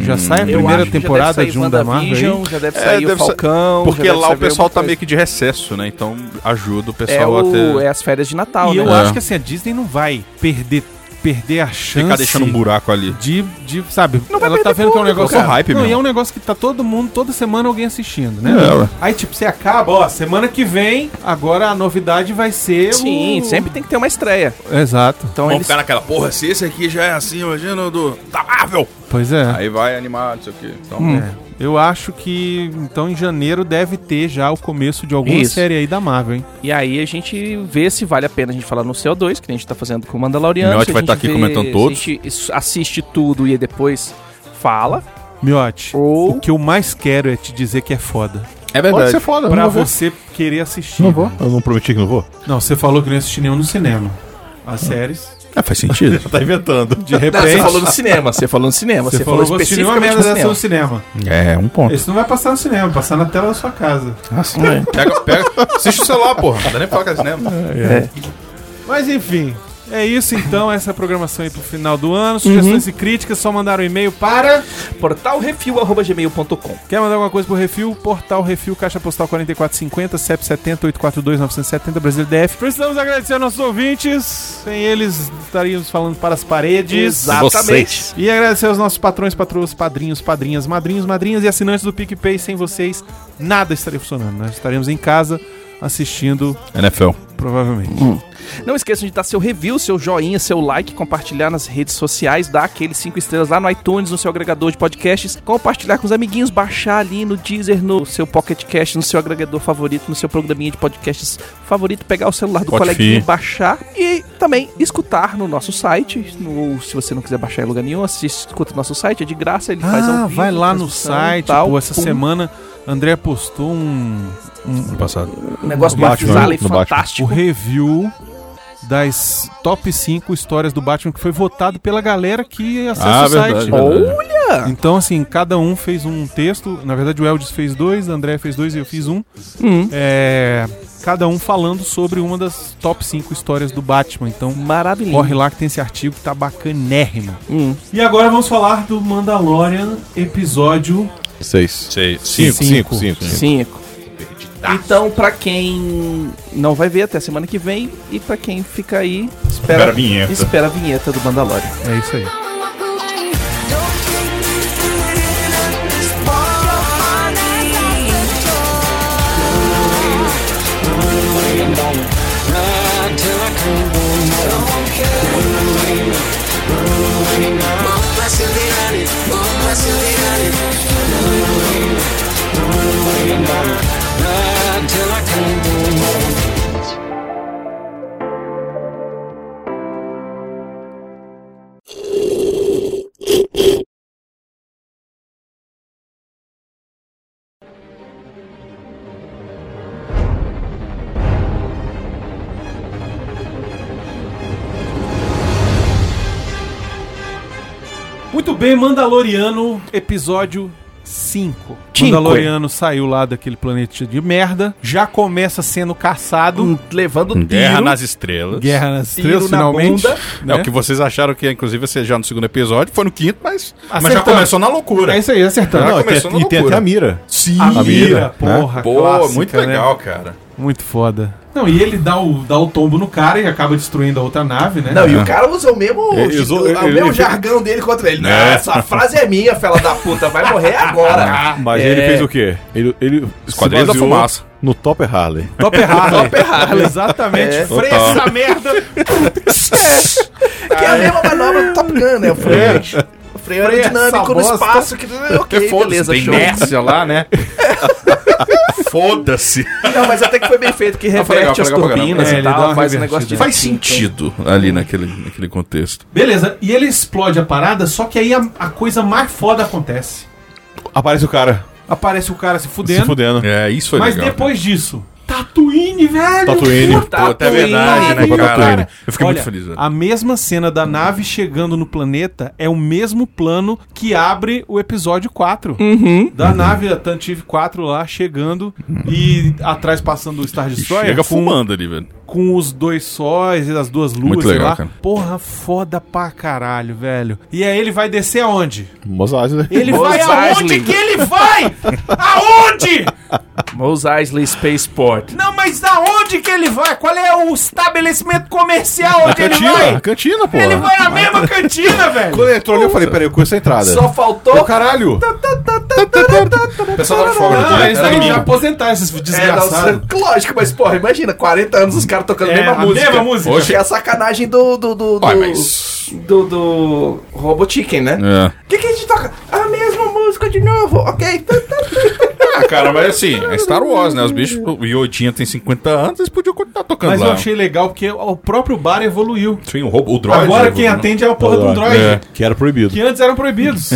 Speaker 2: já sai a
Speaker 3: Eu
Speaker 2: primeira
Speaker 3: acho que já deve
Speaker 2: temporada
Speaker 3: sair
Speaker 2: de um da Marvel?
Speaker 3: WandaVision,
Speaker 2: aí?
Speaker 3: Já deve
Speaker 7: É,
Speaker 3: sair o
Speaker 7: deve sa-
Speaker 3: Falcão. já
Speaker 7: Porque
Speaker 3: deve
Speaker 7: lá
Speaker 3: sair
Speaker 7: o pessoal tá
Speaker 3: alguma
Speaker 7: meio que de recesso, né? Então ajuda o
Speaker 3: coisa. é,
Speaker 7: pessoal a
Speaker 3: o-
Speaker 7: ter.
Speaker 3: é as férias de Natal,
Speaker 2: E eu
Speaker 3: né?
Speaker 2: acho que assim, a Disney não vai perder, perder a chance.
Speaker 7: Ficar deixando um buraco ali.
Speaker 2: de, de, sabe,
Speaker 3: Não vai
Speaker 2: ela tá
Speaker 3: perder
Speaker 2: vendo que é um
Speaker 3: público,
Speaker 2: negócio
Speaker 7: cara. Hype
Speaker 2: não,
Speaker 7: mesmo.
Speaker 2: e é um negócio que tá todo mundo, toda semana alguém assistindo, né?
Speaker 7: É, ué.
Speaker 2: Aí, tipo, você acaba, ó, semana que vem, agora a novidade vai ser
Speaker 3: Sim,
Speaker 2: o-
Speaker 3: sempre tem que ter uma estreia.
Speaker 2: Exato.
Speaker 3: Então
Speaker 7: Vamos
Speaker 3: eles...
Speaker 7: ficar naquela porra, se esse aqui já é assim, imagina o do. Da Marvel!
Speaker 2: Pois é.
Speaker 7: Aí vai animar, não sei o quê. Então,
Speaker 2: É. Eu acho que, então, em janeiro deve ter já o começo de alguma
Speaker 3: Isso.
Speaker 2: série aí da Marvel, hein?
Speaker 3: E aí a gente vê se vale a pena a gente falar no CO2, que nem a gente tá fazendo com o Mandaloriano.
Speaker 7: O Miotti
Speaker 3: se a
Speaker 7: vai
Speaker 3: gente
Speaker 7: tá aqui
Speaker 3: vê-
Speaker 7: comentando
Speaker 3: se
Speaker 7: todos.
Speaker 3: A gente is- assiste tudo e aí depois fala.
Speaker 2: Miote,
Speaker 3: Ou-
Speaker 2: o que eu mais quero é te dizer que é foda.
Speaker 7: É
Speaker 4: Pode ser foda, eu
Speaker 2: Pra
Speaker 4: não vou.
Speaker 2: você querer assistir.
Speaker 4: Não vou.
Speaker 2: né?
Speaker 4: Eu não prometi que não vou.
Speaker 2: Não, você falou que não ia assistir nenhum no cinema. As séries,
Speaker 7: É, faz sentido.
Speaker 4: Tá inventando.
Speaker 2: de repente...
Speaker 3: você falou no cinema, você falou no cinema. Você, falou,
Speaker 2: vou assistir nenhuma merda
Speaker 3: especificamente no
Speaker 2: dessa
Speaker 3: cinema.
Speaker 2: no cinema.
Speaker 7: é, um ponto.
Speaker 2: Esse não vai passar no cinema, vai passar na tela da sua casa.
Speaker 7: Pega, pega, assiste o celular, porra. Não dá nem pra falar que é cinema.
Speaker 2: Mas enfim, é isso então, essa programação aí pro final do ano.
Speaker 4: Uhum.
Speaker 2: Sugestões e críticas, só mandar um e-mail para.
Speaker 3: Portalrefil.gmail.com
Speaker 2: Quer mandar alguma coisa pro Refil? Portal Refil, Caixa Postal 4450, CEP 70 842 970 Brasil DF. Precisamos agradecer aos nossos ouvintes, sem eles estaríamos falando para as paredes.
Speaker 3: Exatamente.
Speaker 2: E agradecer aos nossos patrões, patroas, padrinhos, padrinhas, madrinhos, madrinhas e assinantes do PicPay. Sem vocês, nada estaria funcionando. Nós estaremos em casa assistindo,
Speaker 7: NFL.
Speaker 2: provavelmente.
Speaker 3: Não esqueçam de dar seu review, seu joinha, seu like, compartilhar nas redes sociais, dar aqueles 5 estrelas lá no iTunes, no seu agregador de podcasts, compartilhar com os amiguinhos, baixar ali no Deezer, no seu Pocket Cast, no seu agregador favorito, no seu programinha de podcasts favorito, pegar o celular do
Speaker 7: Spotify.
Speaker 3: coleguinha, baixar e também escutar no nosso site, no, se você não quiser baixar em lugar nenhum, assiste, escuta o nosso site, é de graça, ele faz ao
Speaker 2: Ah,
Speaker 3: vivo,
Speaker 2: vai lá no
Speaker 3: transmissão e
Speaker 2: site,
Speaker 3: tal, Um
Speaker 2: pô, essa
Speaker 3: pum.
Speaker 2: semana André postou um, um-
Speaker 7: Ano passado.
Speaker 3: Um negócio
Speaker 4: No Batman,
Speaker 3: bizarro e
Speaker 4: no Batman.
Speaker 2: o
Speaker 3: fantástico.
Speaker 2: review das top 5 histórias do Batman que foi votado pela galera que acessa
Speaker 7: Ah,
Speaker 2: o site.
Speaker 7: verdade.
Speaker 3: Olha!
Speaker 2: Então, assim, cada um fez um texto. Na verdade, o Eldis fez dois, o André fez dois e eu fiz um.
Speaker 3: Hum.
Speaker 2: É, cada um falando sobre uma das top 5 histórias do Batman. Então,
Speaker 3: Maravilhoso.
Speaker 2: corre lá que tem esse artigo que tá bacanérrimo.
Speaker 3: Hum.
Speaker 2: E agora vamos falar do Mandalorian, episódio
Speaker 4: Seis.
Speaker 7: Seis.
Speaker 4: Cinco, cinco, cinco.
Speaker 3: Cinco. Então, pra quem não vai ver até semana que vem, e pra quem fica aí, espera,
Speaker 9: Espera a vinheta.
Speaker 3: espera a vinheta do Mandalorian.
Speaker 2: É isso aí. Muito bem, Mandaloriano, episódio 5.
Speaker 3: Cinco.
Speaker 2: Mandaloriano saiu lá daquele planeta de merda, já começa sendo caçado.
Speaker 3: Hum, Levando tiro,
Speaker 7: Guerra nas Estrelas.
Speaker 2: Guerra nas
Speaker 3: Tiro
Speaker 2: Estrelas,
Speaker 3: na
Speaker 2: finalmente. Né?
Speaker 3: bunda.
Speaker 7: É o que vocês acharam que, inclusive, ia ser já no segundo episódio. Foi no quinto, mas, mas já começou na loucura.
Speaker 2: É isso aí, acertando.
Speaker 7: Já
Speaker 4: Não, e tem,
Speaker 7: começou na
Speaker 4: e tem
Speaker 7: Tá loucura.
Speaker 4: até a mira.
Speaker 2: Sim,
Speaker 4: A mira,
Speaker 2: porra.
Speaker 7: Pô,
Speaker 2: clássica,
Speaker 7: muito
Speaker 2: né?
Speaker 7: legal, cara.
Speaker 2: Muito foda. Não, e ele dá o, dá o tombo no cara e acaba destruindo a outra nave, né?
Speaker 10: Não, e o cara usa o mesmo, tipo, é
Speaker 4: Ele usou-
Speaker 10: o,
Speaker 4: ele-
Speaker 10: mesmo
Speaker 4: ele-
Speaker 10: jargão dele contra ele. Não,
Speaker 7: É.
Speaker 10: essa frase é minha, fela da puta, vai morrer agora.
Speaker 4: Ah, Mas
Speaker 10: É.
Speaker 4: ele fez o quê? Ele, ele
Speaker 7: Esquadrilha
Speaker 4: se
Speaker 7: Ah, da
Speaker 4: baseou
Speaker 7: Fumaça.
Speaker 4: No Topper Harley.
Speaker 2: Top errado. Top errado. Exatamente.
Speaker 10: É.
Speaker 2: Freia
Speaker 7: Total.
Speaker 2: essa merda.
Speaker 10: Que é a mesma manobra do Top Gun, né? O freio, o freio
Speaker 2: Freio, essa
Speaker 10: aerodinâmico no
Speaker 2: bosta.
Speaker 10: espaço. Que, ok, beleza,
Speaker 7: tem
Speaker 10: show.
Speaker 7: inércia lá, né? Foda-se.
Speaker 10: Não, mas até que foi bem feito, que
Speaker 7: Não, foi legal,
Speaker 10: reverte as
Speaker 7: foi legal pra
Speaker 10: turbinas
Speaker 2: caramba. É,
Speaker 10: e
Speaker 2: ele
Speaker 3: tá
Speaker 2: dá
Speaker 10: tal,
Speaker 2: uma
Speaker 10: faz um
Speaker 2: revertida.
Speaker 10: negócio de...
Speaker 7: Faz sentido ali naquele, naquele contexto.
Speaker 2: Beleza, e ele explode a parada, só que aí a, a coisa mais foda acontece.
Speaker 4: Aparece o cara
Speaker 2: Aparece o cara se
Speaker 4: se
Speaker 2: fudendo,
Speaker 4: fudendo.
Speaker 7: É, isso foi
Speaker 2: mas
Speaker 7: legal.
Speaker 2: depois disso, Tatooine, velho!
Speaker 4: Tatooine.
Speaker 2: Puta
Speaker 7: Pô, até é
Speaker 2: Tatooine,
Speaker 7: verdade, né,
Speaker 2: maravilha,
Speaker 7: cara? Eu fiquei muito feliz, velho.
Speaker 2: A mesma cena da nave chegando no planeta é o mesmo plano que abre o episódio 4.
Speaker 3: Uhum.
Speaker 2: Da nave, a Tantive 4 lá chegando e atrás passando o Star
Speaker 7: E
Speaker 2: Destroyer.
Speaker 7: Chega
Speaker 2: com-
Speaker 7: fumando ali, velho.
Speaker 2: com os dois sóis e as duas luas,
Speaker 7: Muito
Speaker 2: sei
Speaker 7: legal,
Speaker 2: lá.
Speaker 7: cara.
Speaker 2: Porra, foda pra caralho, velho. E aí ele vai descer aonde?
Speaker 4: Mos Eisley.
Speaker 2: Ele
Speaker 3: Mos
Speaker 2: vai aonde
Speaker 3: Eisley.
Speaker 2: que ele
Speaker 3: (laughs)
Speaker 2: vai? Aonde?
Speaker 3: Mos Eisley Spaceport.
Speaker 2: Não, mas aonde que ele vai? Qual é o estabelecimento comercial onde ele
Speaker 7: é
Speaker 2: vai?
Speaker 4: cantina, pô.
Speaker 2: Ele vai na mesma (laughs) cantina, velho.
Speaker 4: Quando ele entrou ali, eu falei, peraí, eu conheço a entrada.
Speaker 10: Só faltou... Tá,
Speaker 4: Ô, caralho! tá
Speaker 10: O pessoal tava de folga.
Speaker 2: Não, eles devem já
Speaker 10: domingo.
Speaker 2: aposentar esses
Speaker 10: tá, É, não,
Speaker 2: desgraçados.
Speaker 10: você- (laughs) lógico, mas porra, imagina, 40 anos os caras tocando
Speaker 2: É,
Speaker 10: a mesma
Speaker 2: a
Speaker 10: música.
Speaker 2: mesma música.
Speaker 10: Hoje é a sacanagem do. do. do. do,
Speaker 7: Ué, mas-
Speaker 10: do, do Robot Chicken, né?
Speaker 7: É.
Speaker 10: O que, que a gente toca? A mesma música de novo, ok? Tá,
Speaker 7: Ah, cara, mas assim, é Star Wars, né? Os bichos. O Yodinha tem 50 anos, eles podiam continuar tocando
Speaker 2: Mas
Speaker 7: lá.
Speaker 2: eu achei legal porque o próprio bar evoluiu.
Speaker 7: Sim, o, robô, o droid.
Speaker 2: Agora
Speaker 7: né,
Speaker 2: quem
Speaker 7: o-
Speaker 2: atende é o porra de um droid.
Speaker 7: É.
Speaker 4: Que era proibido.
Speaker 2: que antes eram
Speaker 7: (laughs)
Speaker 2: proibidos.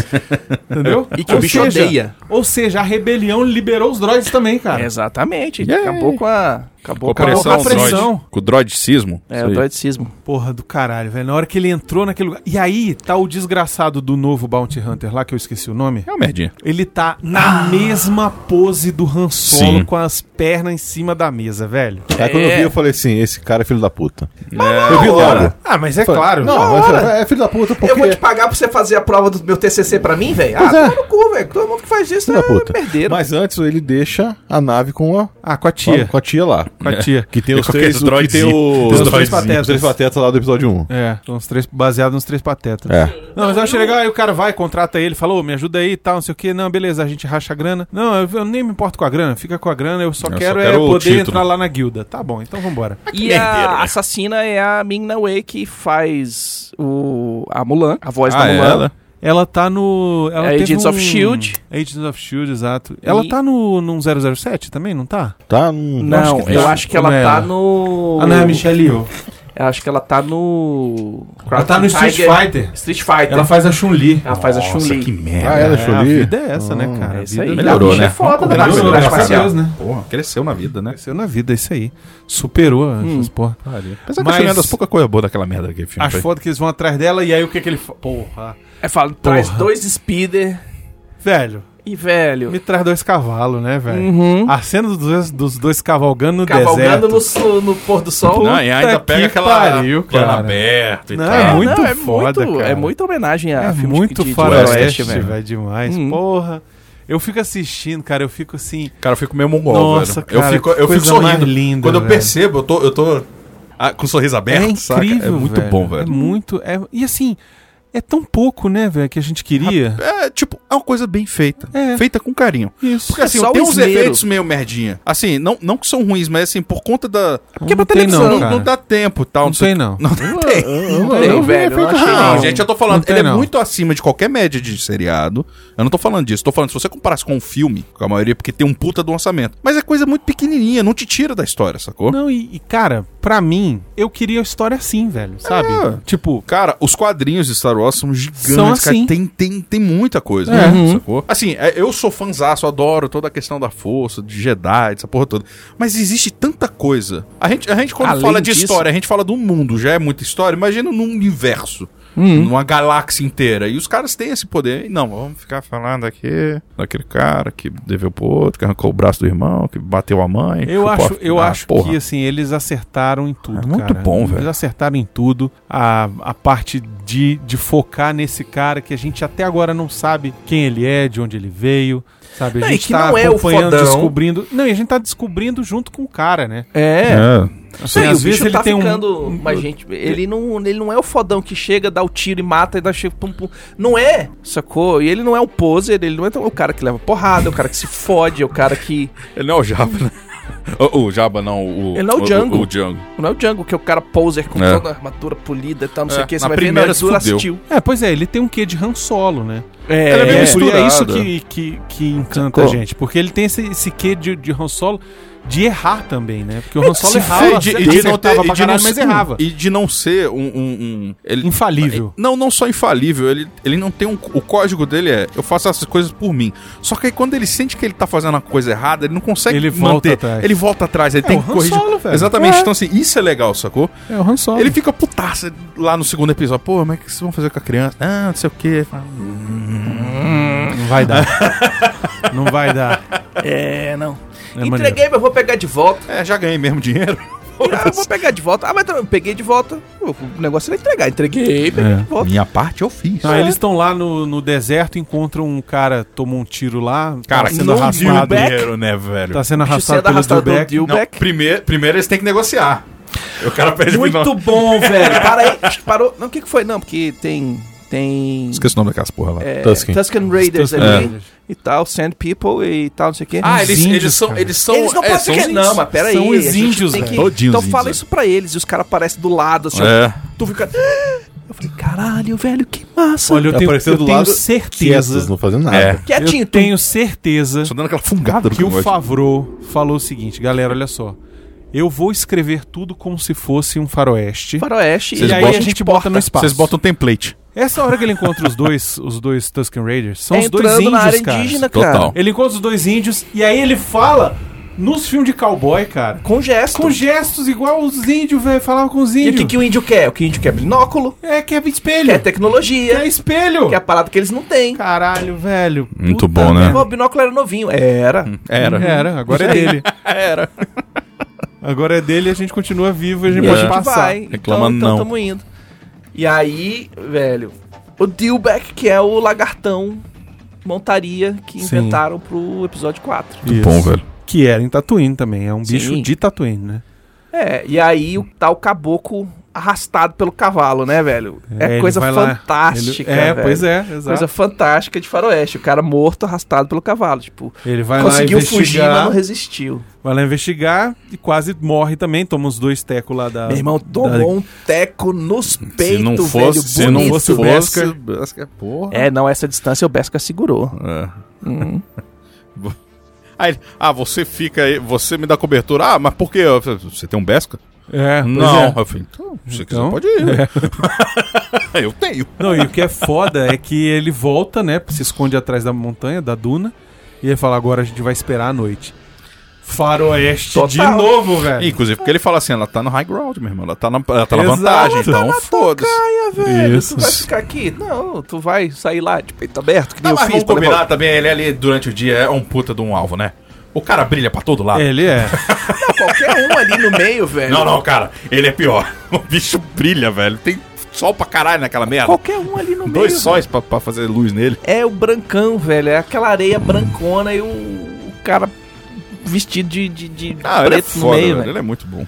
Speaker 2: entendeu?
Speaker 3: E que o bicho odeia.
Speaker 2: Ou seja, a rebelião liberou os droids também, cara.
Speaker 3: É, Exatamente. Acabou com a.
Speaker 7: Com
Speaker 3: Acabou
Speaker 7: a
Speaker 3: com a.
Speaker 7: pressão,
Speaker 2: com a pressão.
Speaker 7: droid. Com o droidicismo.
Speaker 3: É, o doidicismo.
Speaker 2: Porra do caralho, velho. Na hora que ele entrou naquele lugar. E aí tá o desgraçado do novo Bounty Hunter lá, que eu esqueci o nome.
Speaker 7: É uma merdinha.
Speaker 2: Ele tá na mesma pose do Han Solo
Speaker 7: Sim.
Speaker 2: com as pernas em cima da mesa, velho.
Speaker 4: Aí quando eu vi, eu falei assim, esse cara é filho da puta. eu vi logo.
Speaker 2: Ah, mas é
Speaker 4: Falei,
Speaker 2: claro.
Speaker 4: Não, mas é filho da puta porque...
Speaker 10: Eu vou te pagar pra você fazer a prova do meu TCC pra mim, velho? Ah,
Speaker 4: Pois é.
Speaker 10: toma no cu, velho. Todo mundo que faz isso
Speaker 4: Filho
Speaker 10: é
Speaker 4: da puta.
Speaker 10: merdeiro.
Speaker 4: Mas antes ele deixa a nave com a,
Speaker 2: Ah, com a tia.
Speaker 4: com a tia lá.
Speaker 2: Com a tia.
Speaker 4: Que tem
Speaker 7: E
Speaker 4: os
Speaker 7: com
Speaker 4: três,
Speaker 7: aqueles
Speaker 4: o- que tem
Speaker 7: droidzinhos.
Speaker 4: os,
Speaker 2: Os
Speaker 4: três
Speaker 2: droidzinhos.
Speaker 4: patetas. Os três patetas lá do episódio 1.
Speaker 2: É, são os três, baseado nos três patetas.
Speaker 4: É.
Speaker 2: Não, mas eu achei legal, aí o cara vai, contrata ele, falou, me ajuda aí e tal, não sei o que, não, beleza, a gente racha a grana. Não, eu, eu nem me importo com a grana, fica com a grana, eu só
Speaker 7: Eu só
Speaker 2: quero, é
Speaker 7: quero o
Speaker 2: poder
Speaker 7: título.
Speaker 2: entrar lá na guilda. Tá bom, então vambora.
Speaker 3: E
Speaker 2: né?
Speaker 3: a assassina é a Ming Na Wei que faz o, a Mulan, a voz da
Speaker 7: Ah, é
Speaker 3: Mulan.
Speaker 7: ela?
Speaker 2: Ela tá no... Ela
Speaker 3: É
Speaker 2: teve um
Speaker 3: Agents of S.H.I.E.L.D..
Speaker 2: Agents of S.H.I.E.L.D., exato. Ela
Speaker 3: E-
Speaker 2: tá no, num 007 também, não tá?
Speaker 4: Tá? Não,
Speaker 3: Não, eu acho que ela
Speaker 2: Como é
Speaker 3: tá
Speaker 2: ela?
Speaker 3: no.
Speaker 2: Michelle Yeoh.
Speaker 3: Eu acho que ela tá no.
Speaker 2: Ela tá no Street
Speaker 3: Tiger-
Speaker 2: Fighter.
Speaker 3: Street Fighter.
Speaker 2: Ela faz a Chun-Li.
Speaker 3: Ela faz a Chun-Li.
Speaker 7: que merda.
Speaker 4: Ah, ela,
Speaker 2: a
Speaker 4: Chuli.
Speaker 2: vida é essa, né, cara?
Speaker 3: É
Speaker 2: A
Speaker 3: isso
Speaker 2: vida
Speaker 3: aí.
Speaker 7: Melhorou,
Speaker 3: Ela
Speaker 7: né?
Speaker 3: É foda da
Speaker 7: Melhorou,
Speaker 3: habilidade
Speaker 7: né?
Speaker 2: Graças a
Speaker 3: marcial.
Speaker 2: Deus, né?
Speaker 7: Porra, cresceu na vida, né?
Speaker 2: Cresceu na vida, é isso aí. Superou essas porra.
Speaker 7: Mas é
Speaker 2: Mas- É
Speaker 7: uma das poucas coisas boas daquela merda daquele filme.
Speaker 2: Acho
Speaker 7: foi.
Speaker 2: foda que eles vão atrás dela e aí o que que ele... fa- Porra.
Speaker 3: É, fala, traz
Speaker 2: Porra.
Speaker 3: dois speeder
Speaker 2: Velho,
Speaker 3: e, velho,
Speaker 2: me traz dois cavalos, né, velho?
Speaker 3: Uhum.
Speaker 2: A cena dos dois, dos dois cavalgando no deserto.
Speaker 3: cavalgando
Speaker 2: é
Speaker 3: no, su- no pôr do sol.
Speaker 7: Não, e ainda
Speaker 2: Puta
Speaker 7: pega
Speaker 2: que
Speaker 7: aquela
Speaker 2: pariu,
Speaker 7: plano
Speaker 2: cara.
Speaker 7: aberto e
Speaker 2: Não,
Speaker 7: tal.
Speaker 2: é muito
Speaker 3: é
Speaker 2: foda,
Speaker 3: muito,
Speaker 2: cara.
Speaker 3: É muita homenagem a
Speaker 2: É
Speaker 3: filme de-
Speaker 2: muito
Speaker 3: de- de
Speaker 2: faroeste,
Speaker 3: faroeste,
Speaker 2: velho, demais.
Speaker 3: Uhum.
Speaker 2: Porra. Eu fico assistindo, cara, eu fico assim...
Speaker 7: Cara, eu fico meio mongol,
Speaker 2: Nossa,
Speaker 7: velho.
Speaker 2: cara,
Speaker 7: eu fico,
Speaker 2: que
Speaker 7: eu fico
Speaker 2: coisa mais
Speaker 7: sorrindo.
Speaker 2: linda,
Speaker 7: Quando eu
Speaker 2: velho.
Speaker 7: percebo, eu tô, eu tô ah, com o sorriso aberto,
Speaker 2: é incrível,
Speaker 7: saca? É muito bom, velho.
Speaker 2: É muito... É, e assim, é tão pouco, né, velho, que a gente queria.
Speaker 7: É, tipo, é uma coisa bem feita.
Speaker 2: É.
Speaker 7: Feita com carinho.
Speaker 2: Isso.
Speaker 7: Porque assim,
Speaker 3: só
Speaker 7: tem
Speaker 3: o
Speaker 7: uns
Speaker 3: esmero.
Speaker 7: efeitos meio merdinha. Assim, não, não que são ruins, mas assim, por conta da.
Speaker 2: Porque
Speaker 3: pra televisão
Speaker 2: não,
Speaker 7: não,
Speaker 2: cara.
Speaker 7: é não dá tempo e tal.
Speaker 2: Ah. Não
Speaker 7: sei
Speaker 2: sei não.
Speaker 3: Não tem, velho. eu achei
Speaker 7: Não,
Speaker 3: não.
Speaker 7: gente, eu tô falando,
Speaker 2: Não tem,
Speaker 7: ele é
Speaker 2: não.
Speaker 7: muito acima de qualquer média de seriado. Eu não tô falando disso, tô falando, se você comparasse com um filme, com a maioria, porque tem um puta do orçamento. Mas é coisa muito pequenininha, não te tira da história, sacou?
Speaker 2: Não, e, e, cara, pra mim, eu queria a história assim, velho, sabe?
Speaker 7: É.
Speaker 2: Tipo,
Speaker 7: Cara, os quadrinhos de Star Wars são gigantes,
Speaker 2: São assim.
Speaker 7: cara. Tem, tem, tem muita coisa,
Speaker 2: É.
Speaker 7: né? Sacou? Assim, é, eu sou fãzaço, adoro toda a questão da força, de Jedi, essa porra toda. Mas existe tanta coisa. A gente, a gente quando
Speaker 3: Além
Speaker 7: fala de
Speaker 3: disso-
Speaker 7: história, a gente fala do mundo, já é muita história. Imagina num universo. Numa galáxia inteira. E os caras têm esse poder. E não, vamos ficar falando aqui daquele cara que deveu pro outro, que arrancou o braço do irmão, que bateu a mãe.
Speaker 2: eu
Speaker 7: chupou a
Speaker 2: acho,
Speaker 7: filha.
Speaker 2: eu
Speaker 7: Ah,
Speaker 2: acho
Speaker 7: porra.
Speaker 2: que, assim, eles acertaram em tudo,
Speaker 7: É muito
Speaker 2: cara.
Speaker 7: bom, velho.
Speaker 2: Eles acertaram em tudo. A, a parte de, de focar nesse cara que a gente até agora não sabe quem ele é, de onde ele veio, sabe? A
Speaker 3: Não, e
Speaker 2: gente
Speaker 3: que
Speaker 2: tá
Speaker 3: não é o
Speaker 2: acompanhando,
Speaker 3: fodão.
Speaker 2: descobrindo... Não, e a gente tá descobrindo junto com o cara, né?
Speaker 3: É.
Speaker 7: É.
Speaker 2: Assim,
Speaker 3: Não, e
Speaker 2: às
Speaker 3: o
Speaker 2: vezes
Speaker 3: bicho
Speaker 2: ele
Speaker 3: tá
Speaker 2: tem um-
Speaker 3: ficando,
Speaker 2: um...
Speaker 3: Mas, gente, ele não, ele não é o fodão que chega, dá o tiro e mata e dá chega. Pum, pum. Não é, sacou? E ele não é um poser, ele não é tão- o cara que leva porrada, é o cara que se fode, é o cara que.
Speaker 7: Ele não é o Jabba, né? (laughs) O, o Jabba não, o.
Speaker 3: Ele não é o Django.
Speaker 7: O, o Django.
Speaker 3: Não é o Django, que é o cara poser com
Speaker 7: É.
Speaker 3: toda a armadura polida e tal, não sei
Speaker 7: É,
Speaker 3: o que. Você
Speaker 7: na
Speaker 3: vai ver na
Speaker 7: primeira se
Speaker 3: armadura
Speaker 7: fudeu.
Speaker 3: assistiu.
Speaker 2: É, pois é, ele tem um quê de Han Solo, né?
Speaker 3: É,
Speaker 7: Ela é meio
Speaker 2: É,
Speaker 7: misturada.
Speaker 2: é isso que, que, que encanta
Speaker 3: Sacou?
Speaker 2: a gente. Porque ele tem esse, esse quê de, de Han Solo de errar também, né? Porque o Han Solo
Speaker 7: Se
Speaker 2: errava,
Speaker 7: foi,
Speaker 2: ele acertava pra caralho, mas
Speaker 7: ser-
Speaker 2: errava.
Speaker 7: E de não ser um. um- um- ele,
Speaker 2: Infalível.
Speaker 7: Não, não só infalível. Ele, ele não tem um. O código dele é: eu faço essas coisas por mim. Só que aí quando ele sente que ele tá fazendo a coisa errada, ele não consegue
Speaker 2: Ele volta
Speaker 7: manter.
Speaker 2: atrás.
Speaker 7: Ele volta atrás, ele
Speaker 2: É,
Speaker 7: tem
Speaker 2: o
Speaker 7: que
Speaker 2: Han
Speaker 7: corrigir.
Speaker 2: Solo, velho.
Speaker 7: Exatamente.
Speaker 2: É.
Speaker 7: Então, assim, isso é legal, sacou?
Speaker 2: É o Han Solo.
Speaker 7: Ele fica putaça lá no segundo episódio. Pô, mas o que vocês vão fazer com a criança? Ah, não sei o quê. Fala,
Speaker 2: Não vai dar. (laughs) não vai dar.
Speaker 3: É, não.
Speaker 2: É
Speaker 3: Entreguei, mas vou pegar de volta.
Speaker 7: É, já ganhei mesmo dinheiro.
Speaker 3: Ah, (laughs) eu vou pegar de volta. Ah, mas eu peguei de volta. O negócio era entregar. Entreguei, peguei
Speaker 2: É.
Speaker 3: de volta.
Speaker 7: (laughs) Minha parte eu fiz.
Speaker 2: Não, eles estão lá no, no deserto, encontram um cara, tomou um tiro lá.
Speaker 7: Cara,
Speaker 2: tá
Speaker 7: você
Speaker 2: sendo
Speaker 7: não viu o
Speaker 2: arrastado.
Speaker 7: dinheiro, né, velho?
Speaker 2: Tá sendo
Speaker 3: Bicho, é
Speaker 2: arrastado
Speaker 3: sendo
Speaker 2: pelo
Speaker 3: arrastado pelo
Speaker 2: Dilbeck.
Speaker 3: Dilbeck.
Speaker 7: Não, primeiro, primeiro eles têm que negociar. O cara perde
Speaker 3: Muito
Speaker 2: (laughs)
Speaker 3: bom, velho. Para aí. Parou. Não, o que, que foi? Não, porque tem. Tem.
Speaker 7: Esqueci o nome daquelas porra lá.
Speaker 3: é,
Speaker 4: Tusken.
Speaker 3: Tusken Raiders
Speaker 2: Tusken
Speaker 3: ali.
Speaker 2: Raiders.
Speaker 3: E tal, Sand People e tal, não sei o quê.
Speaker 7: Ah,
Speaker 2: Os
Speaker 7: eles,
Speaker 2: índios,
Speaker 7: eles são.
Speaker 2: cara.
Speaker 7: Eles são. é, são os
Speaker 3: Não,
Speaker 7: índios.
Speaker 3: mas pera aí.
Speaker 2: São
Speaker 3: a
Speaker 2: os
Speaker 3: gente
Speaker 2: índios,
Speaker 3: tem
Speaker 2: velho.
Speaker 3: que-
Speaker 7: Todinhos
Speaker 3: Então
Speaker 7: índios,
Speaker 3: fala
Speaker 7: velho.
Speaker 3: isso pra eles. E os caras aparecem do lado, assim. ó.
Speaker 7: É.
Speaker 3: Tu fica. "Ah!" Eu falei, caralho, velho, que massa.
Speaker 2: Olha, eu tenho,
Speaker 4: Apareceu
Speaker 2: eu
Speaker 4: do
Speaker 2: tenho
Speaker 4: lado, Quietas,
Speaker 2: certeza.
Speaker 4: não fazendo nada.
Speaker 7: É.
Speaker 3: Quietinho,
Speaker 2: Eu tenho certeza
Speaker 7: Só dando aquela fungada no
Speaker 2: que o
Speaker 7: cangote.
Speaker 2: Favreau falou o seguinte, galera, olha só. Eu vou escrever tudo como se fosse um faroeste.
Speaker 3: Faroeste.
Speaker 7: Vocês
Speaker 2: e aí
Speaker 7: botam-
Speaker 2: a gente tipo, bota no espaço.
Speaker 7: Vocês botam um template.
Speaker 2: Essa hora que ele encontra os dois, os dois Tusken Raiders, são
Speaker 3: é
Speaker 2: os dois
Speaker 3: entrando
Speaker 2: índios,
Speaker 3: na área
Speaker 2: cara.
Speaker 3: indígena, cara.
Speaker 7: Total.
Speaker 2: Ele encontra os dois índios e aí ele fala nos filmes de cowboy, cara.
Speaker 3: Com gesto.
Speaker 2: Com gestos igual os índios, velho. Falava com os
Speaker 3: E o
Speaker 2: índios.
Speaker 3: que, que o índio quer? O que o índio quer? Binóculo,
Speaker 2: É que é espelho.
Speaker 3: quer
Speaker 2: Que
Speaker 3: tecnologia,
Speaker 2: é espelho.
Speaker 3: quer a parada que eles não têm.
Speaker 2: Caralho, velho.
Speaker 7: Muito
Speaker 2: Puta
Speaker 7: bom, né?
Speaker 2: merda.
Speaker 3: Pô, o binóculo era novinho. Era.
Speaker 2: Hum.
Speaker 7: Era.
Speaker 2: Era, agora (laughs) é dele. Era. Agora é dele e a gente continua vivo e a
Speaker 7: É.
Speaker 2: gente
Speaker 3: E a
Speaker 2: pode
Speaker 3: gente
Speaker 2: passar.
Speaker 3: vai.
Speaker 7: Reclama
Speaker 3: então,
Speaker 7: não.
Speaker 3: Então tamo indo. E aí, velho, o Dilbeck, que é o lagartão montaria que
Speaker 2: Sim.
Speaker 3: inventaram pro episódio 4.
Speaker 2: Isso.
Speaker 7: Bom, velho.
Speaker 2: Que era em Tatooine também. É um
Speaker 3: Sim.
Speaker 2: bicho de Tatooine, né?
Speaker 3: É, e aí o tal caboclo arrastado pelo cavalo, né, velho? É,
Speaker 2: ele
Speaker 3: coisa
Speaker 2: vai lá.
Speaker 3: fantástica,
Speaker 2: Ele- É,
Speaker 3: velho.
Speaker 2: pois é, exato.
Speaker 3: Coisa fantástica de faroeste. O cara morto, arrastado pelo cavalo. Tipo,
Speaker 2: Ele vai
Speaker 3: conseguiu
Speaker 2: lá
Speaker 3: fugir, mas
Speaker 2: investigar,
Speaker 3: não resistiu.
Speaker 2: vai lá investigar e quase morre também, toma os dois tecos lá da...
Speaker 3: Meu irmão
Speaker 2: da-
Speaker 3: tomou um teco nos peitos,
Speaker 7: se não fosse.
Speaker 3: velho.
Speaker 7: se não
Speaker 3: bonito.
Speaker 7: fosse o
Speaker 2: Bonito.
Speaker 7: Beskar. Beskar, porra.
Speaker 3: É, não, essa distância o Besca segurou.
Speaker 7: É. (laughs)
Speaker 3: Hum.
Speaker 7: Aí ele, ah, você fica aí, você me dá cobertura. Ah, mas por que? Você tem um Beskar?
Speaker 2: É, pois
Speaker 7: não,
Speaker 2: é.
Speaker 7: eu falei, então, se você quiser,
Speaker 2: Então, (laughs)
Speaker 7: pode ir. né? (laughs) eu tenho.
Speaker 2: Não, e o que é foda é que ele volta, né? Se esconde atrás da montanha, da duna. E ele fala: agora a gente vai esperar a noite. Faroeste de
Speaker 3: Total.
Speaker 2: novo, velho.
Speaker 7: Inclusive, porque ele fala assim, ela tá no high ground, meu irmão. Ela tá na, ela tá na
Speaker 2: Exato.
Speaker 7: vantagem,
Speaker 2: Ela tá
Speaker 7: então foda-se.
Speaker 3: Caia, velho.
Speaker 2: Isso.
Speaker 3: Tu vai ficar aqui? Não, tu vai sair lá de peito aberto, que nem eu
Speaker 7: Tá, mas
Speaker 3: fiz.
Speaker 7: vamos
Speaker 3: pra
Speaker 7: combinar
Speaker 3: levar-
Speaker 7: também, ele ali durante o dia é um puta de um alvo, né? O cara brilha pra todo lado.
Speaker 2: Ele
Speaker 3: (laughs)
Speaker 2: é.
Speaker 3: Não, qualquer um ali no meio, velho.
Speaker 7: Não, não, cara, ele é pior. (laughs) O bicho brilha, velho. Tem sol pra caralho naquela merda.
Speaker 3: Qualquer um ali no meio.
Speaker 7: Dois sóis pra, pra fazer luz nele.
Speaker 3: É o brancão, velho. É aquela areia brancona e o, o cara vestido de, de, de
Speaker 7: Ah, ele é
Speaker 3: preto
Speaker 7: foda,
Speaker 3: no meio,
Speaker 7: velho.
Speaker 3: velho.
Speaker 7: Ele é muito bom.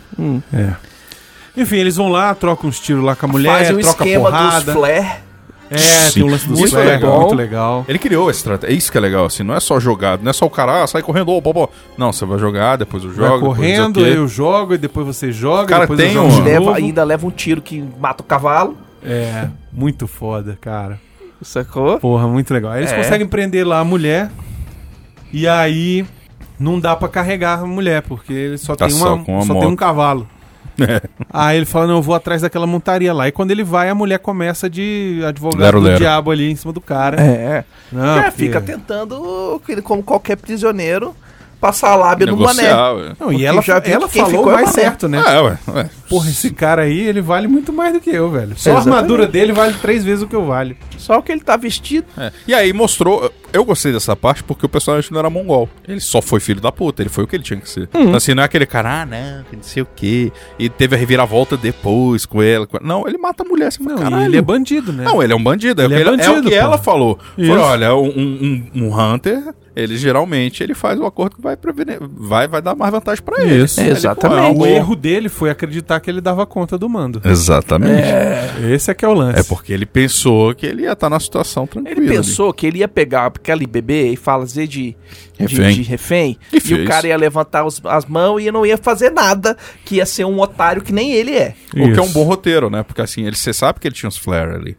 Speaker 2: Enfim, eles vão lá, trocam uns tiros lá com a
Speaker 7: é
Speaker 2: mulher,
Speaker 3: É. Faz um
Speaker 2: troca
Speaker 3: esquema
Speaker 2: porrada.
Speaker 3: dos flare.
Speaker 2: É, tem o lance dos
Speaker 3: Muito
Speaker 2: flare,
Speaker 3: legal.
Speaker 2: muito legal.
Speaker 7: Ele criou a estratégia. É isso que é legal, assim. Não é só jogado. Não é só o cara, ah, sai correndo, ô, popó. Não, você vai jogar, depois eu
Speaker 2: Vai
Speaker 7: jogo.
Speaker 2: correndo,
Speaker 7: depois eu...
Speaker 2: eu jogo, e depois você joga,
Speaker 7: Cara,
Speaker 2: depois
Speaker 7: tem
Speaker 2: eu
Speaker 7: um-
Speaker 2: jogo de
Speaker 3: Leva-
Speaker 2: novo.
Speaker 3: ainda leva um tiro que mata o cavalo,
Speaker 2: É, muito foda, cara.
Speaker 3: sacou?
Speaker 2: Porra, muito legal. Aí eles
Speaker 3: É.
Speaker 2: conseguem prender lá a mulher. E aí não dá pra carregar a mulher, porque ele só,
Speaker 7: Tá
Speaker 2: tem,
Speaker 7: só
Speaker 2: uma-
Speaker 7: com uma
Speaker 2: só
Speaker 7: moto. É.
Speaker 2: tem um cavalo. Aí ele fala: Não, eu vou atrás daquela montaria lá. E quando ele vai, a mulher começa de advogado
Speaker 7: Lero,
Speaker 2: do
Speaker 7: lero.
Speaker 2: diabo ali em cima do cara.
Speaker 3: É.
Speaker 7: Ah,
Speaker 2: Não,
Speaker 3: Já
Speaker 2: porque-
Speaker 3: fica tentando, como qualquer prisioneiro, passar a lábia no mané.
Speaker 7: Negociar, ué.
Speaker 2: Não, e
Speaker 3: porque
Speaker 2: ela,
Speaker 3: já viu
Speaker 2: ela
Speaker 3: que quem
Speaker 2: falou
Speaker 3: ficou é
Speaker 2: mais
Speaker 3: mané.
Speaker 2: certo, né?
Speaker 7: Ah, ué, ué.
Speaker 2: Porra, esse cara aí, ele vale muito mais do que eu, velho. Só a
Speaker 3: Exatamente.
Speaker 2: armadura dele vale três vezes o que eu valho.
Speaker 3: Só que ele tá vestido.
Speaker 7: É. E aí mostrou. Eu gostei dessa parte porque o personagem não era mongol. Ele só foi filho da puta, ele foi o que ele tinha que ser.
Speaker 2: Uhum.
Speaker 7: Então, Assim, não é aquele cara, ah, não, que não sei o quê. E teve a reviravolta depois com ela. com- Não, ele mata a mulher. Você fala,
Speaker 2: Não, e
Speaker 7: caralho.
Speaker 2: ele é bandido, né?
Speaker 7: Não, ele é um bandido. É,
Speaker 2: Ele
Speaker 7: o
Speaker 2: é
Speaker 7: que ele- é o
Speaker 2: bandido,
Speaker 7: que
Speaker 2: pô.
Speaker 7: ela falou.
Speaker 2: Isso.
Speaker 7: Falou, olha, um, um- um- um hunter, ele geralmente ele faz o acordo que vai prevenir, vai, vai dar mais vantagem pra ele.
Speaker 2: Isso.
Speaker 7: Ele, pô,
Speaker 3: Exatamente.
Speaker 7: é um
Speaker 2: o
Speaker 7: bom-
Speaker 2: erro dele foi acreditar que ele dava conta do mando.
Speaker 7: Exatamente. É.
Speaker 2: Esse é que é o lance.
Speaker 7: porque ele pensou que ele ia estar na situação tranquila.
Speaker 3: Ele
Speaker 7: ali.
Speaker 3: pensou que ele ia pegar aquele bebê e fazer de de-
Speaker 7: Refém.
Speaker 3: de refém
Speaker 7: E
Speaker 3: e, o
Speaker 7: fez.
Speaker 3: cara ia levantar os- as mãos e não ia fazer nada, que ia ser um otário que nem ele é.
Speaker 7: O que é um
Speaker 2: Isso.
Speaker 7: bom roteiro, né? Porque assim, ele, você sabe que ele tinha uns flare ali.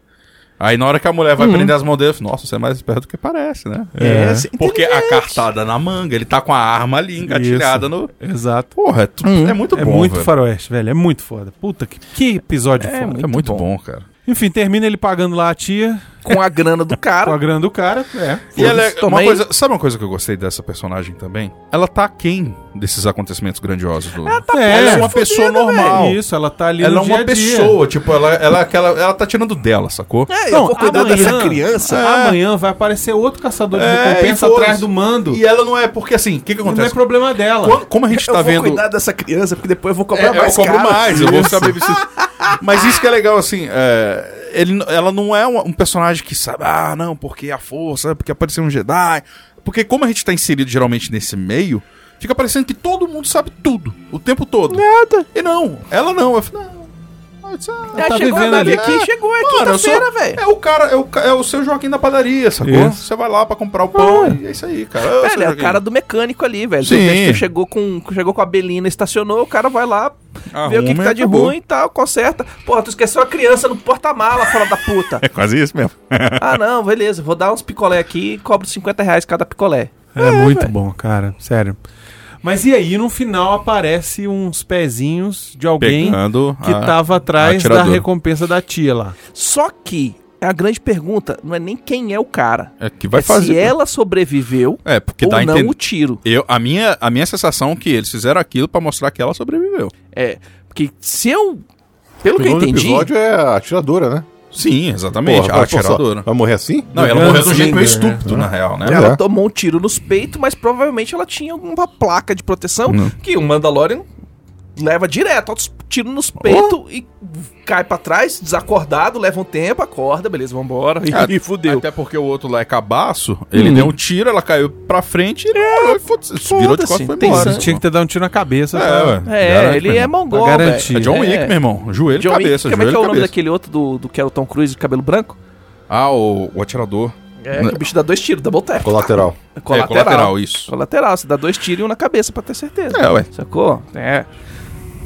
Speaker 7: Aí na hora que a mulher vai prender as mãos dele, eu falo, nossa, você é mais esperto do que parece, né?
Speaker 2: Uhum. É.
Speaker 3: ser
Speaker 7: Porque a
Speaker 3: inteligente.
Speaker 7: cartada na manga, ele tá com a arma ali engatilhada
Speaker 2: Isso.
Speaker 7: no.
Speaker 2: Exato.
Speaker 7: Porra, é, tu- é muito
Speaker 2: É
Speaker 7: bom.
Speaker 2: muito
Speaker 7: velho.
Speaker 2: faroeste, velho. É muito foda. Puta, que, que episódio
Speaker 7: É
Speaker 2: foda.
Speaker 7: muito, bom. cara.
Speaker 2: Enfim, termina ele pagando lá a tia
Speaker 3: Com a grana do
Speaker 2: (laughs) com a
Speaker 3: cara.
Speaker 2: grana do cara. É.
Speaker 7: E ela é- uma
Speaker 3: tomei-
Speaker 7: coisa, sabe uma coisa que eu gostei dessa personagem também? Ela tá aquém desses acontecimentos grandiosos do. Ela,
Speaker 2: É,
Speaker 7: é uma pessoa normal.
Speaker 2: Isso, ela tá ali
Speaker 7: Ela é
Speaker 2: no
Speaker 7: uma
Speaker 2: dia a dia.
Speaker 7: pessoa, tipo, ela, ela, aquela, ela tá tirando dela, sacou?
Speaker 3: É,
Speaker 2: Não,
Speaker 3: eu vou cuidar
Speaker 2: amanhã- é,
Speaker 3: dessa criança.
Speaker 2: Amanhã vai aparecer outro caçador de
Speaker 7: É,
Speaker 2: recompensa
Speaker 7: e foda-se.
Speaker 2: atrás do mando.
Speaker 7: E ela não é, porque assim, o que, que
Speaker 2: não é
Speaker 7: acontece?
Speaker 2: problema dela.
Speaker 7: Quando- como a gente
Speaker 3: Eu
Speaker 7: tá
Speaker 3: vou
Speaker 7: vendo.
Speaker 3: cuidar dessa criança, porque depois eu vou
Speaker 7: É,
Speaker 3: cobrar mais
Speaker 7: eu cobro
Speaker 3: caro.
Speaker 7: mais, eu vou ficar babysitter. (laughs) Mas isso que é legal, assim, é, ele, ela não é um, um personagem que sabe, ah, não, porque a força, porque apareceu um Jedi. Porque como a gente tá inserido geralmente nesse meio, fica parecendo que todo mundo sabe tudo, o tempo todo. Nada. E não, ela não, ela fala, não. Ah, isso é-
Speaker 3: É,
Speaker 2: Tá
Speaker 3: chegou a
Speaker 2: vivendo
Speaker 3: Navi
Speaker 2: ali.
Speaker 3: aqui, chegou, é
Speaker 7: Mano, eu sou-
Speaker 3: quinta-feira, velho.
Speaker 7: É o cara, é o, ca- é o seu Joaquim da padaria, sacou?
Speaker 2: Isso.
Speaker 7: Você vai lá pra comprar o pão e é isso aí, cara. Ah, seu
Speaker 3: Velho, é o
Speaker 7: Joaquim.
Speaker 3: cara do mecânico ali, velho.
Speaker 7: Sim.
Speaker 3: O mecânico chegou com, chegou com a Belina, estacionou, o cara vai lá, vê o que, que
Speaker 7: Arruma e
Speaker 3: tá de
Speaker 7: acabou.
Speaker 3: ruim e tal, conserta. Porra, tu esqueceu a criança no porta-mala, fala da puta.
Speaker 7: (laughs) É quase isso mesmo.
Speaker 3: ah, não, beleza, vou dar uns picolé aqui e cobro 50 reais cada picolé.
Speaker 2: É, muito bom, cara. Sério. Mas e aí, no final, aparece uns pezinhos de alguém
Speaker 7: Pegando
Speaker 2: que
Speaker 7: a-
Speaker 2: tava atrás da
Speaker 7: atiradora.
Speaker 2: recompensa da tia lá.
Speaker 3: Só que a grande pergunta não é nem quem é o cara.
Speaker 7: É que vai
Speaker 3: é
Speaker 7: fazer.
Speaker 3: se ela sobreviveu
Speaker 7: É, porque
Speaker 3: ou
Speaker 7: dá a
Speaker 3: não
Speaker 7: entender.
Speaker 3: o tiro.
Speaker 7: Eu, a, minha, a minha sensação é que eles fizeram aquilo pra mostrar que ela sobreviveu.
Speaker 3: É, porque se eu... Pelo que eu
Speaker 4: O nome do
Speaker 3: entendi...
Speaker 4: episódio é a atiradora, né?
Speaker 7: Sim, exatamente.
Speaker 4: Porra,
Speaker 7: a
Speaker 4: vai-
Speaker 7: atiradora.
Speaker 4: pô, Vai morrer assim?
Speaker 7: Não, ela
Speaker 2: Gunslinger,
Speaker 7: morreu de um jeito meio
Speaker 2: né?
Speaker 7: estúpido, na real, né?
Speaker 3: Ela
Speaker 4: É.
Speaker 3: tomou um tiro nos peitos, mas provavelmente ela tinha alguma placa de proteção
Speaker 7: Hum.
Speaker 3: que o Mandalorian leva direto. Altos tiro nos peitos
Speaker 7: Oh.
Speaker 3: e cai pra trás, desacordado, leva um tempo, acorda, beleza, vambora. E,
Speaker 7: É,
Speaker 3: e fudeu.
Speaker 7: Até porque o outro lá é cabaço,
Speaker 3: Hum.
Speaker 7: ele deu um tiro, ela caiu pra frente e ele morreu, e foda-se, virou de
Speaker 3: foda-se,
Speaker 7: costas e foi
Speaker 3: tem
Speaker 7: embora.
Speaker 2: Você tinha que ter dado um tiro na cabeça.
Speaker 7: É,
Speaker 2: tá?
Speaker 7: ué.
Speaker 3: É,
Speaker 7: Garante,
Speaker 3: ele
Speaker 7: meu
Speaker 3: é
Speaker 7: irmão.
Speaker 3: mongol,
Speaker 2: Pra
Speaker 3: velho.
Speaker 2: garantir.
Speaker 7: É John
Speaker 3: É.
Speaker 7: Wick, meu irmão. Joelho e
Speaker 3: John Wick,
Speaker 7: cabeça,
Speaker 3: como é que é o
Speaker 7: joelho e
Speaker 3: nome
Speaker 7: cabeça.
Speaker 3: daquele outro do, do que era o Tom Cruise de cabelo branco?
Speaker 7: Ah, o, o atirador.
Speaker 3: É, que o bicho dá dois tiros, double tap.
Speaker 4: Colateral.
Speaker 3: É,
Speaker 7: É, colateral, isso.
Speaker 3: Colateral, você dá dois tiros e um na cabeça pra ter certeza.
Speaker 7: É, ué.
Speaker 3: Sacou? É.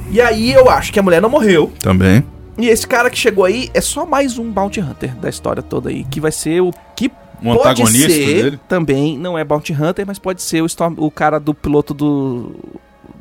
Speaker 3: E aí eu acho que a mulher não morreu.
Speaker 7: Também.
Speaker 3: E esse cara que chegou aí é só mais um Bounty Hunter da história toda aí, que vai ser o que
Speaker 7: Um
Speaker 3: pode
Speaker 7: antagonista
Speaker 3: ser
Speaker 7: dele.
Speaker 3: também, não é Bounty Hunter, mas pode ser o, Storm, o cara do piloto do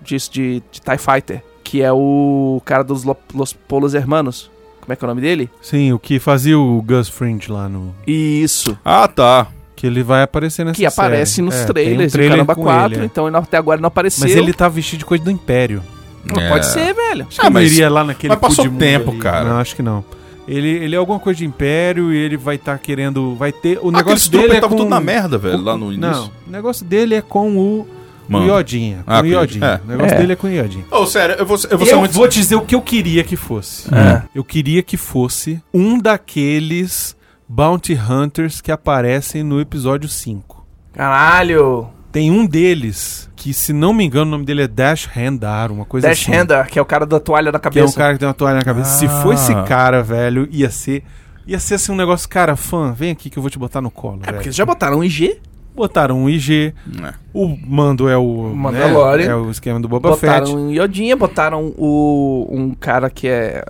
Speaker 3: de, de, de TIE Fighter, que é o cara dos Lo- Los Polos Hermanos. Como é que é o nome dele?
Speaker 2: Sim, o que fazia o Gus Fringe lá no.
Speaker 3: Isso.
Speaker 7: Ah, tá.
Speaker 2: Que ele vai aparecer nessa
Speaker 3: Que aparece
Speaker 2: série.
Speaker 3: nos
Speaker 2: É, tem um
Speaker 3: trailers
Speaker 2: trailer
Speaker 3: do Caramba
Speaker 2: com
Speaker 3: 4,
Speaker 2: ele, é.
Speaker 3: então ele até agora não apareceu.
Speaker 2: Mas ele tá vestido de coisa do Império.
Speaker 3: Pô,
Speaker 7: É.
Speaker 3: Pode ser, velho.
Speaker 2: Acho que ele
Speaker 7: mas-
Speaker 2: iria lá naquele
Speaker 7: mas passou
Speaker 2: cu de mundo
Speaker 7: tempo,
Speaker 2: ali.
Speaker 7: cara.
Speaker 2: Não, acho que não. Ele, ele é alguma coisa de império e ele vai estar querendo. Vai ter. O
Speaker 7: Aqueles
Speaker 2: negócio
Speaker 7: troopers
Speaker 2: dele é
Speaker 7: estavam
Speaker 2: com...
Speaker 7: tudo na merda, velho, lá no início.
Speaker 2: Não, o negócio dele é com o, o
Speaker 7: Mano.
Speaker 2: Iodinha. Com
Speaker 7: Ah,
Speaker 2: o
Speaker 7: com o Iodinha.
Speaker 2: Iodinha.
Speaker 7: É.
Speaker 2: O negócio
Speaker 3: É.
Speaker 2: dele é com o Iodinha.
Speaker 7: Ô, sério, eu vou, eu vou ser
Speaker 2: eu
Speaker 7: muito...
Speaker 2: vou te dizer o que eu queria que fosse.
Speaker 3: É.
Speaker 2: Eu queria que fosse um daqueles Bounty Hunters que aparecem no episódio 5.
Speaker 3: Caralho.
Speaker 2: Tem um deles que, se não me engano, o nome dele é Dash Handar, uma coisa
Speaker 3: Dash
Speaker 2: assim.
Speaker 3: Hander, que é o cara da toalha na
Speaker 2: Que é
Speaker 3: cabeça.
Speaker 2: um cara que tem uma toalha na cabeça. Se
Speaker 7: Ah.
Speaker 2: for esse cara, velho, ia ser. Ia ser assim um negócio, cara, fã, vem aqui que eu vou te botar no colo.
Speaker 3: É
Speaker 2: velho.
Speaker 3: porque eles já botaram um IG,
Speaker 2: Botaram um IG,
Speaker 7: É.
Speaker 2: o mando é o.
Speaker 3: Mandalorian.
Speaker 2: né, é o esquema do Boba
Speaker 3: botaram
Speaker 2: Fett.
Speaker 3: um Iodinha, botaram o, um cara que é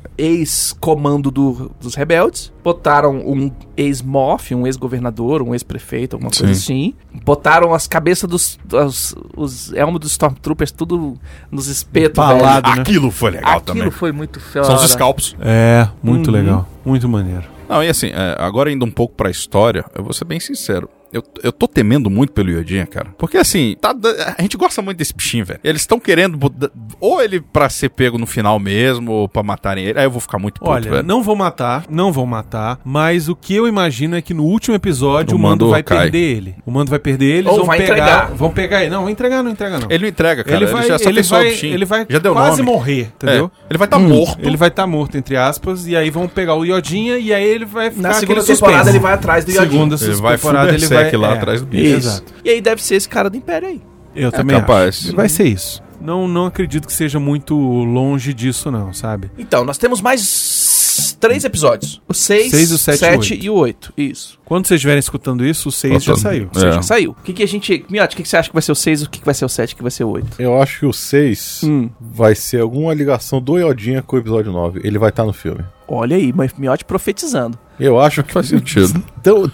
Speaker 3: ex-comando do- dos rebeldes, botaram um ex-MOF, um ex-governador, um ex-prefeito, alguma coisa assim. Botaram as cabeças dos. das- os elmos dos Stormtroopers, tudo nos espetos,
Speaker 2: Empalado.
Speaker 3: velho.
Speaker 2: né?
Speaker 7: Aquilo foi legal
Speaker 3: Aquilo
Speaker 7: também.
Speaker 3: foi muito feio.
Speaker 7: São os scalps.
Speaker 2: É, muito
Speaker 3: Uhum.
Speaker 2: legal. Muito maneiro.
Speaker 7: Não, e assim, é, agora indo um pouco pra história, eu vou ser bem sincero. Eu, eu tô temendo muito pelo Iodinha, cara. Porque assim, tá da- a gente gosta muito desse bichinho, velho. Eles estão querendo. bo- da- Ou ele pra ser pego no final mesmo, ou pra matarem ele. Aí eu vou ficar muito puto,
Speaker 2: Olha,
Speaker 7: velho.
Speaker 2: não vão matar, não vão matar, mas o que eu imagino é que no último episódio
Speaker 7: O
Speaker 2: o Mando,
Speaker 7: Mando
Speaker 2: vai
Speaker 7: cai.
Speaker 2: perder ele. O Mando vai perder ele,
Speaker 3: Ou
Speaker 2: vão
Speaker 3: vai
Speaker 2: pegar,
Speaker 3: entregar.
Speaker 2: vão pegar ele. Não, vão entregar não entrega não.
Speaker 7: Ele não entrega, cara. Ele, já só
Speaker 2: ele
Speaker 7: tem só o
Speaker 2: vai,
Speaker 7: bichinho.
Speaker 2: ele vai
Speaker 7: já deu
Speaker 2: quase
Speaker 7: nome.
Speaker 2: morrer, entendeu?
Speaker 7: É, ele vai estar morto.
Speaker 2: Ele vai estar morto, entre aspas, e aí vão pegar o Iodinha e aí ele vai ficar
Speaker 3: Na segunda
Speaker 2: aquele
Speaker 3: temporada
Speaker 2: suspense.
Speaker 3: ele vai atrás do Iodinha.
Speaker 2: Segunda
Speaker 7: Ele vai
Speaker 2: temporada ele vai é.
Speaker 7: Berserk lá atrás do bicho. É
Speaker 3: Isso.
Speaker 2: Exato.
Speaker 3: E aí deve ser esse cara do Império aí.
Speaker 2: Eu também
Speaker 7: capaz.
Speaker 2: acho. Vai ser isso. Não, não acredito que seja muito longe disso não, sabe?
Speaker 3: Então, nós temos mais três episódios. O seis,
Speaker 2: Seis, o sete e o
Speaker 3: sete
Speaker 2: oito.
Speaker 3: e o oito. Isso.
Speaker 2: Quando vocês estiverem escutando isso, o 6 já
Speaker 7: Nossa,
Speaker 2: saiu.
Speaker 7: é.
Speaker 3: Já saiu. O que, que a gente. Miotti, o que, que você acha que vai ser o 6, o que, que vai ser o 7, o que vai ser o 8?
Speaker 4: Eu acho que o 6
Speaker 7: Hum.
Speaker 4: vai ser alguma ligação do Iodinha com o episódio 9. Ele vai estar no filme.
Speaker 3: Olha aí, mas Miotti profetizando.
Speaker 4: Eu acho que
Speaker 7: Faz sentido.
Speaker 4: Então,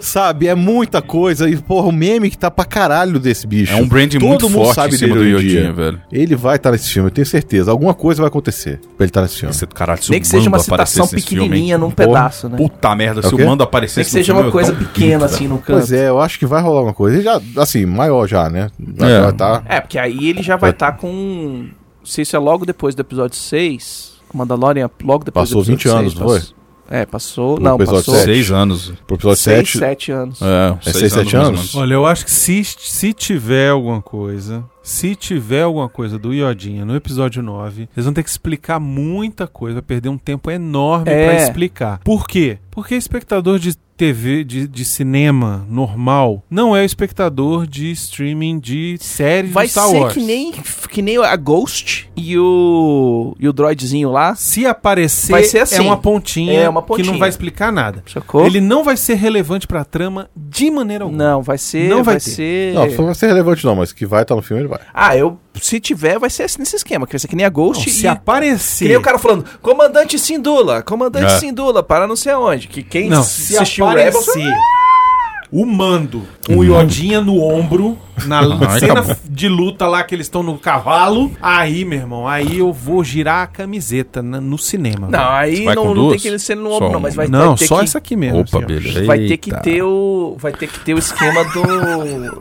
Speaker 4: sabe, é muita coisa. E, porra, o meme que tá pra caralho desse bicho.
Speaker 7: É um branding
Speaker 4: Todo
Speaker 7: muito
Speaker 4: mundo
Speaker 7: forte
Speaker 4: sabe
Speaker 7: em cima do
Speaker 4: dele hoje em dia.
Speaker 7: Iodinha, velho.
Speaker 4: Ele vai estar nesse filme, eu tenho certeza. Alguma coisa vai acontecer pra ele estar nesse filme.
Speaker 7: Esse caralho, se
Speaker 3: Nem
Speaker 7: o
Speaker 3: que seja
Speaker 7: Mando
Speaker 3: uma citação
Speaker 7: aparecesse nesse filme, hein?
Speaker 3: pequenininha num
Speaker 7: Porra,
Speaker 3: pedaço, né?
Speaker 7: Puta merda,
Speaker 4: É
Speaker 7: se
Speaker 4: o
Speaker 7: o
Speaker 4: quê?
Speaker 7: Mando
Speaker 3: Nem que
Speaker 7: aparecesse
Speaker 3: seja
Speaker 7: no filme,
Speaker 3: uma
Speaker 7: eu
Speaker 3: coisa
Speaker 7: tô puto,
Speaker 3: pequena,
Speaker 7: velho.
Speaker 3: assim, no canto.
Speaker 4: Pois é, eu acho que vai rolar alguma coisa. Ele já, assim, maior já, né? Vai,
Speaker 7: É.
Speaker 4: vai tá-
Speaker 3: É, porque aí ele já vai estar com. Se isso é logo depois do episódio 6, o Mandalorian é logo depois
Speaker 4: Passou
Speaker 3: do
Speaker 4: 20
Speaker 3: episódio
Speaker 4: anos,
Speaker 3: seis,
Speaker 4: não foi?
Speaker 3: pass- É, passou.
Speaker 4: Pro
Speaker 3: Não,
Speaker 4: episódio
Speaker 3: passou
Speaker 4: sete.
Speaker 7: Seis anos.
Speaker 4: Pro episódio
Speaker 3: 6,
Speaker 4: 7.
Speaker 3: 7 anos.
Speaker 7: É,
Speaker 4: É seis, sete
Speaker 7: mais ou
Speaker 4: anos?
Speaker 7: menos.
Speaker 2: Olha, eu acho que se, se tiver alguma coisa, se tiver alguma coisa do Iodinha no episódio 9, eles vão ter que explicar muita coisa, vai perder um tempo enorme
Speaker 3: É.
Speaker 2: pra explicar. Por quê? Porque espectador de TV, de, de cinema normal, não é espectador de streaming de séries
Speaker 3: Vai
Speaker 2: do Star
Speaker 3: ser
Speaker 2: Wars.
Speaker 3: que nem, que nem a Ghost e o. e o droidzinho lá.
Speaker 2: Se aparecer,
Speaker 3: Vai ser assim.
Speaker 2: é uma pontinha
Speaker 3: É uma
Speaker 2: que
Speaker 3: pontinha.
Speaker 2: não vai explicar nada.
Speaker 3: Sacou?
Speaker 2: Ele não vai ser relevante pra trama de maneira alguma.
Speaker 3: Não, vai ser.
Speaker 2: Não vai ter.
Speaker 3: ser.
Speaker 4: Não, não vai ser relevante não, mas que vai estar no filme, ele vai.
Speaker 3: Ah, eu. Se tiver, vai ser assim nesse esquema, que vai ser que nem a Ghost
Speaker 2: Não,
Speaker 3: e.
Speaker 2: se aparecer.
Speaker 3: Que nem o cara falando, comandante Sindula, comandante
Speaker 7: É.
Speaker 3: Sindula, para não sei aonde. Que quem
Speaker 2: Não,
Speaker 3: s-
Speaker 2: se
Speaker 3: assistiu o Rebels-
Speaker 2: aparecer o mando, um iodinha no ombro, na l-
Speaker 7: Ai,
Speaker 2: cena
Speaker 7: Ah, acabou.
Speaker 2: de luta lá que eles estão no cavalo, aí, meu irmão, aí eu vou girar a camiseta na- no cinema.
Speaker 3: Não,
Speaker 2: velho.
Speaker 3: aí
Speaker 7: Vai
Speaker 3: não,
Speaker 7: com
Speaker 3: não tem
Speaker 7: duas?
Speaker 3: que ele ser no ombro,
Speaker 7: Só
Speaker 3: não, mas vai,
Speaker 2: não,
Speaker 3: vai ter
Speaker 2: só
Speaker 3: que.
Speaker 2: essa aqui mesmo.
Speaker 7: Opa,
Speaker 2: assim, ó.
Speaker 7: beleza.
Speaker 3: Vai ter que
Speaker 7: Eita.
Speaker 3: ter o. Vai ter que ter o esquema do.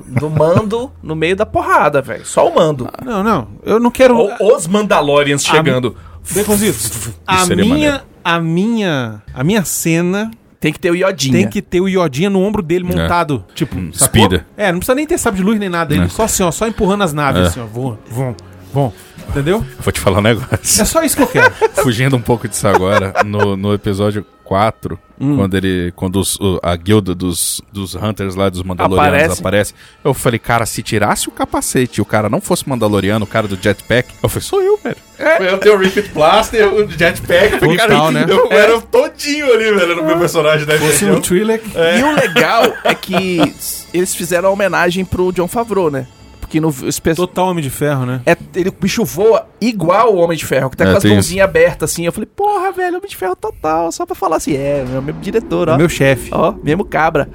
Speaker 3: do mando no meio da porrada, velho. Só o mando. Ah,
Speaker 2: Não, não, eu não quero.
Speaker 3: Ou os Mandalorians chegando. (laughs)
Speaker 2: Baconzitos, a
Speaker 7: seria é maneiro.
Speaker 2: minha, a minha, a minha cena
Speaker 3: Tem que ter o Iodinha.
Speaker 2: tem que ter o iodinha no ombro dele montado, tipo, sacou?
Speaker 7: É. Hum, Speeder. É.
Speaker 2: É, não precisa nem ter sabre de luz nem nada, ele só assim, ó, só empurrando as naves assim, ó, vão, vão, vão. Entendeu?
Speaker 7: Vou te falar um negócio.
Speaker 3: (laughs)
Speaker 2: É só isso que eu quero.
Speaker 7: Fugindo um pouco disso agora, no, no episódio 4,
Speaker 3: Hum.
Speaker 7: quando ele. Quando os- o- a guilda dos, dos Hunters lá, dos Mandalorianos
Speaker 3: Aparece.
Speaker 7: aparece. Eu falei, cara, se tirasse o capacete e o cara não fosse Mandaloriano, o cara do jetpack, eu falei, sou eu, velho.
Speaker 3: É.
Speaker 7: Eu tenho o Repeat Blaster, o jetpack,
Speaker 2: Total, cara, né?
Speaker 7: eu era todinho ali, velho, no meu personagem né? da
Speaker 2: Sim, o Twi'lek.
Speaker 3: E o legal é que s- eles fizeram a homenagem pro John Favreau, né? Porque no espe-
Speaker 2: Total Homem de Ferro, né?
Speaker 3: é, ele, o bicho voa igual o Homem de Ferro, que tá
Speaker 7: É,
Speaker 3: com as
Speaker 7: tem
Speaker 3: mãozinhas abertas assim. Eu falei, porra, velho, Homem de Ferro total. Só pra falar assim, é, é o mesmo diretor, ó.
Speaker 2: Meu chefe.
Speaker 3: Ó, mesmo cabra.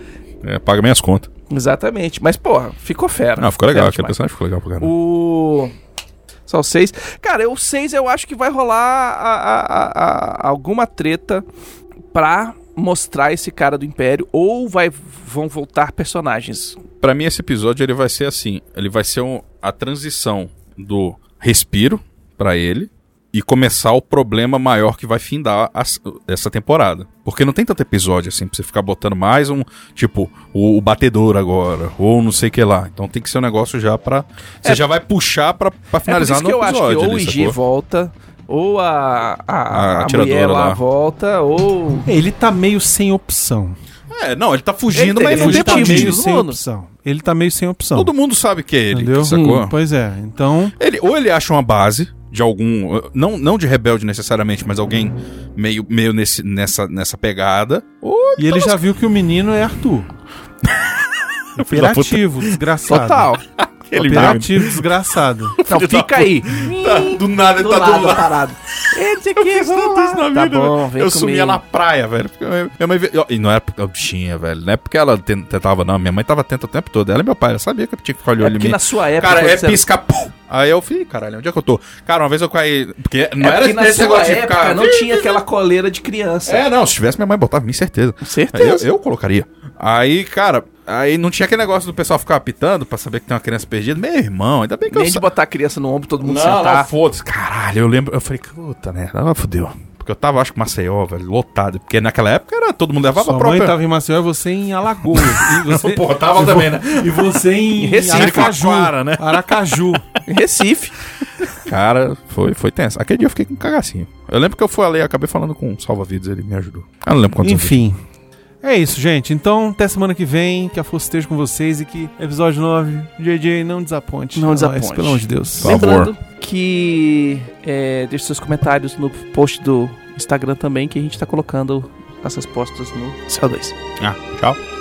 Speaker 7: É, paga minhas contas.
Speaker 3: Exatamente. Mas, porra, ficou fera.
Speaker 7: Ah, ficou legal,
Speaker 3: Fera
Speaker 7: aquele
Speaker 3: demais.
Speaker 7: personagem ficou legal pra caramba.
Speaker 3: O. Só o 6. Cara, o 6 eu acho que vai rolar a- a- a- a- alguma treta pra mostrar esse cara do Império ou vai, vão voltar personagens.
Speaker 7: Pra mim, esse episódio ele vai ser assim: ele vai ser um- a transição do respiro pra ele e começar o problema maior que vai findar as- essa temporada. Porque não tem tanto episódio assim pra você ficar botando mais um, tipo, o, o batedor agora, ou não sei o que lá. Então tem que ser um negócio já pra. Você já vai puxar pra, pra finalizar
Speaker 3: é por
Speaker 7: no
Speaker 3: isso que eu acho
Speaker 7: episódio.
Speaker 3: que ou o
Speaker 7: ali,
Speaker 3: IG
Speaker 7: sacou?
Speaker 3: volta, ou a, a,
Speaker 7: A
Speaker 3: a,
Speaker 7: atiradora
Speaker 3: mulher lá
Speaker 7: lá.
Speaker 3: volta, ou...
Speaker 2: Ele tá meio sem opção.
Speaker 7: É, não, ele tá fugindo,
Speaker 3: Ele-
Speaker 7: mas
Speaker 3: ele
Speaker 7: não
Speaker 2: ele
Speaker 3: fugiu
Speaker 7: tem
Speaker 2: tá
Speaker 3: motivo,
Speaker 2: meio
Speaker 7: motivo.
Speaker 2: sem
Speaker 3: mano.
Speaker 2: opção. Ele tá meio sem opção.
Speaker 7: Todo mundo sabe que é ele,
Speaker 2: entendeu?
Speaker 7: sacou?
Speaker 2: Hum, pois é. Então,
Speaker 7: Ele, ou ele acha uma base de algum. Não, não de rebelde necessariamente, mas alguém meio, meio nesse, nessa, nessa pegada. Ou
Speaker 2: e ele já viu que o menino é (laughs) Arthur. Imperativo, desgraçado.
Speaker 3: Total.
Speaker 7: ele
Speaker 2: Imperativo, desgraçado.
Speaker 3: Não,
Speaker 7: Filho da
Speaker 3: fica aí.
Speaker 7: tá, do nada
Speaker 10: Do lado, parado.
Speaker 3: Esse aqui, vamos lá.
Speaker 7: na
Speaker 3: Tá
Speaker 7: vida,
Speaker 3: bom,
Speaker 7: velho.
Speaker 3: vem
Speaker 7: eu sumia
Speaker 3: comigo. É
Speaker 7: na praia, velho. Porque Minha mãe veio- E não era porque. oh, Bichinha, velho. Não é porque ela ten- tentava, não. Minha mãe tava atenta o tempo todo. Ela e meu pai. Ela sabia que eu tinha que ficar
Speaker 3: É
Speaker 7: olhando em
Speaker 3: porque
Speaker 7: mim.
Speaker 3: na sua época...
Speaker 7: Cara,
Speaker 3: quando
Speaker 7: é
Speaker 3: você-
Speaker 7: pisca. pum. Aí eu falei, caralho, onde é que eu tô? Cara, uma vez eu caí. Porque não
Speaker 3: é
Speaker 7: era
Speaker 3: porque na
Speaker 7: esse
Speaker 3: sua
Speaker 7: negócio de
Speaker 3: época
Speaker 7: ficar.
Speaker 3: não tinha aquela coleira de criança.
Speaker 7: É, não, se tivesse minha mãe botava, em mim, certeza. Eu,
Speaker 3: Certeza.
Speaker 7: eu colocaria. Aí, cara, aí não tinha aquele negócio do pessoal ficar apitando pra saber que tem uma criança perdida. Meu irmão, ainda bem que
Speaker 3: Nem
Speaker 7: eu
Speaker 3: de
Speaker 7: sa-
Speaker 3: botar a criança no ombro, todo mundo
Speaker 7: Não, não,
Speaker 3: sentar.
Speaker 7: foda-se. Caralho, eu lembro. Eu falei, puta, né? Ah, fodeu. Porque eu tava, acho que Maceió, velho, lotado. Porque naquela época era todo mundo levava
Speaker 2: Sua
Speaker 7: a
Speaker 2: mãe
Speaker 7: própria.
Speaker 2: tava em Maceió e você em Alagoas. E
Speaker 7: (laughs)
Speaker 2: você,
Speaker 7: Pô, tava também, né?
Speaker 2: e você em,
Speaker 3: Em Recife,
Speaker 2: Aracaju.
Speaker 7: Taquara, né?
Speaker 2: Aracaju.
Speaker 3: Em Recife.
Speaker 7: Cara, foi, foi tenso. Aquele dia eu fiquei com um cagacinho. Eu lembro que eu fui ali e acabei falando com um salva-vidas, ele me ajudou. Eu não lembro quantos
Speaker 2: Enfim. É isso, gente. Então, até semana que vem. Que a força esteja com vocês e que episódio 9, JJ, não desaponte.
Speaker 3: Não
Speaker 2: a nós,
Speaker 3: desaponte.
Speaker 2: Pelo amor de Deus.
Speaker 7: Por favor.
Speaker 3: Lembrando que é, deixe seus comentários no post do Instagram também, que a gente tá colocando as respostas no CO2.
Speaker 7: Ah, tchau.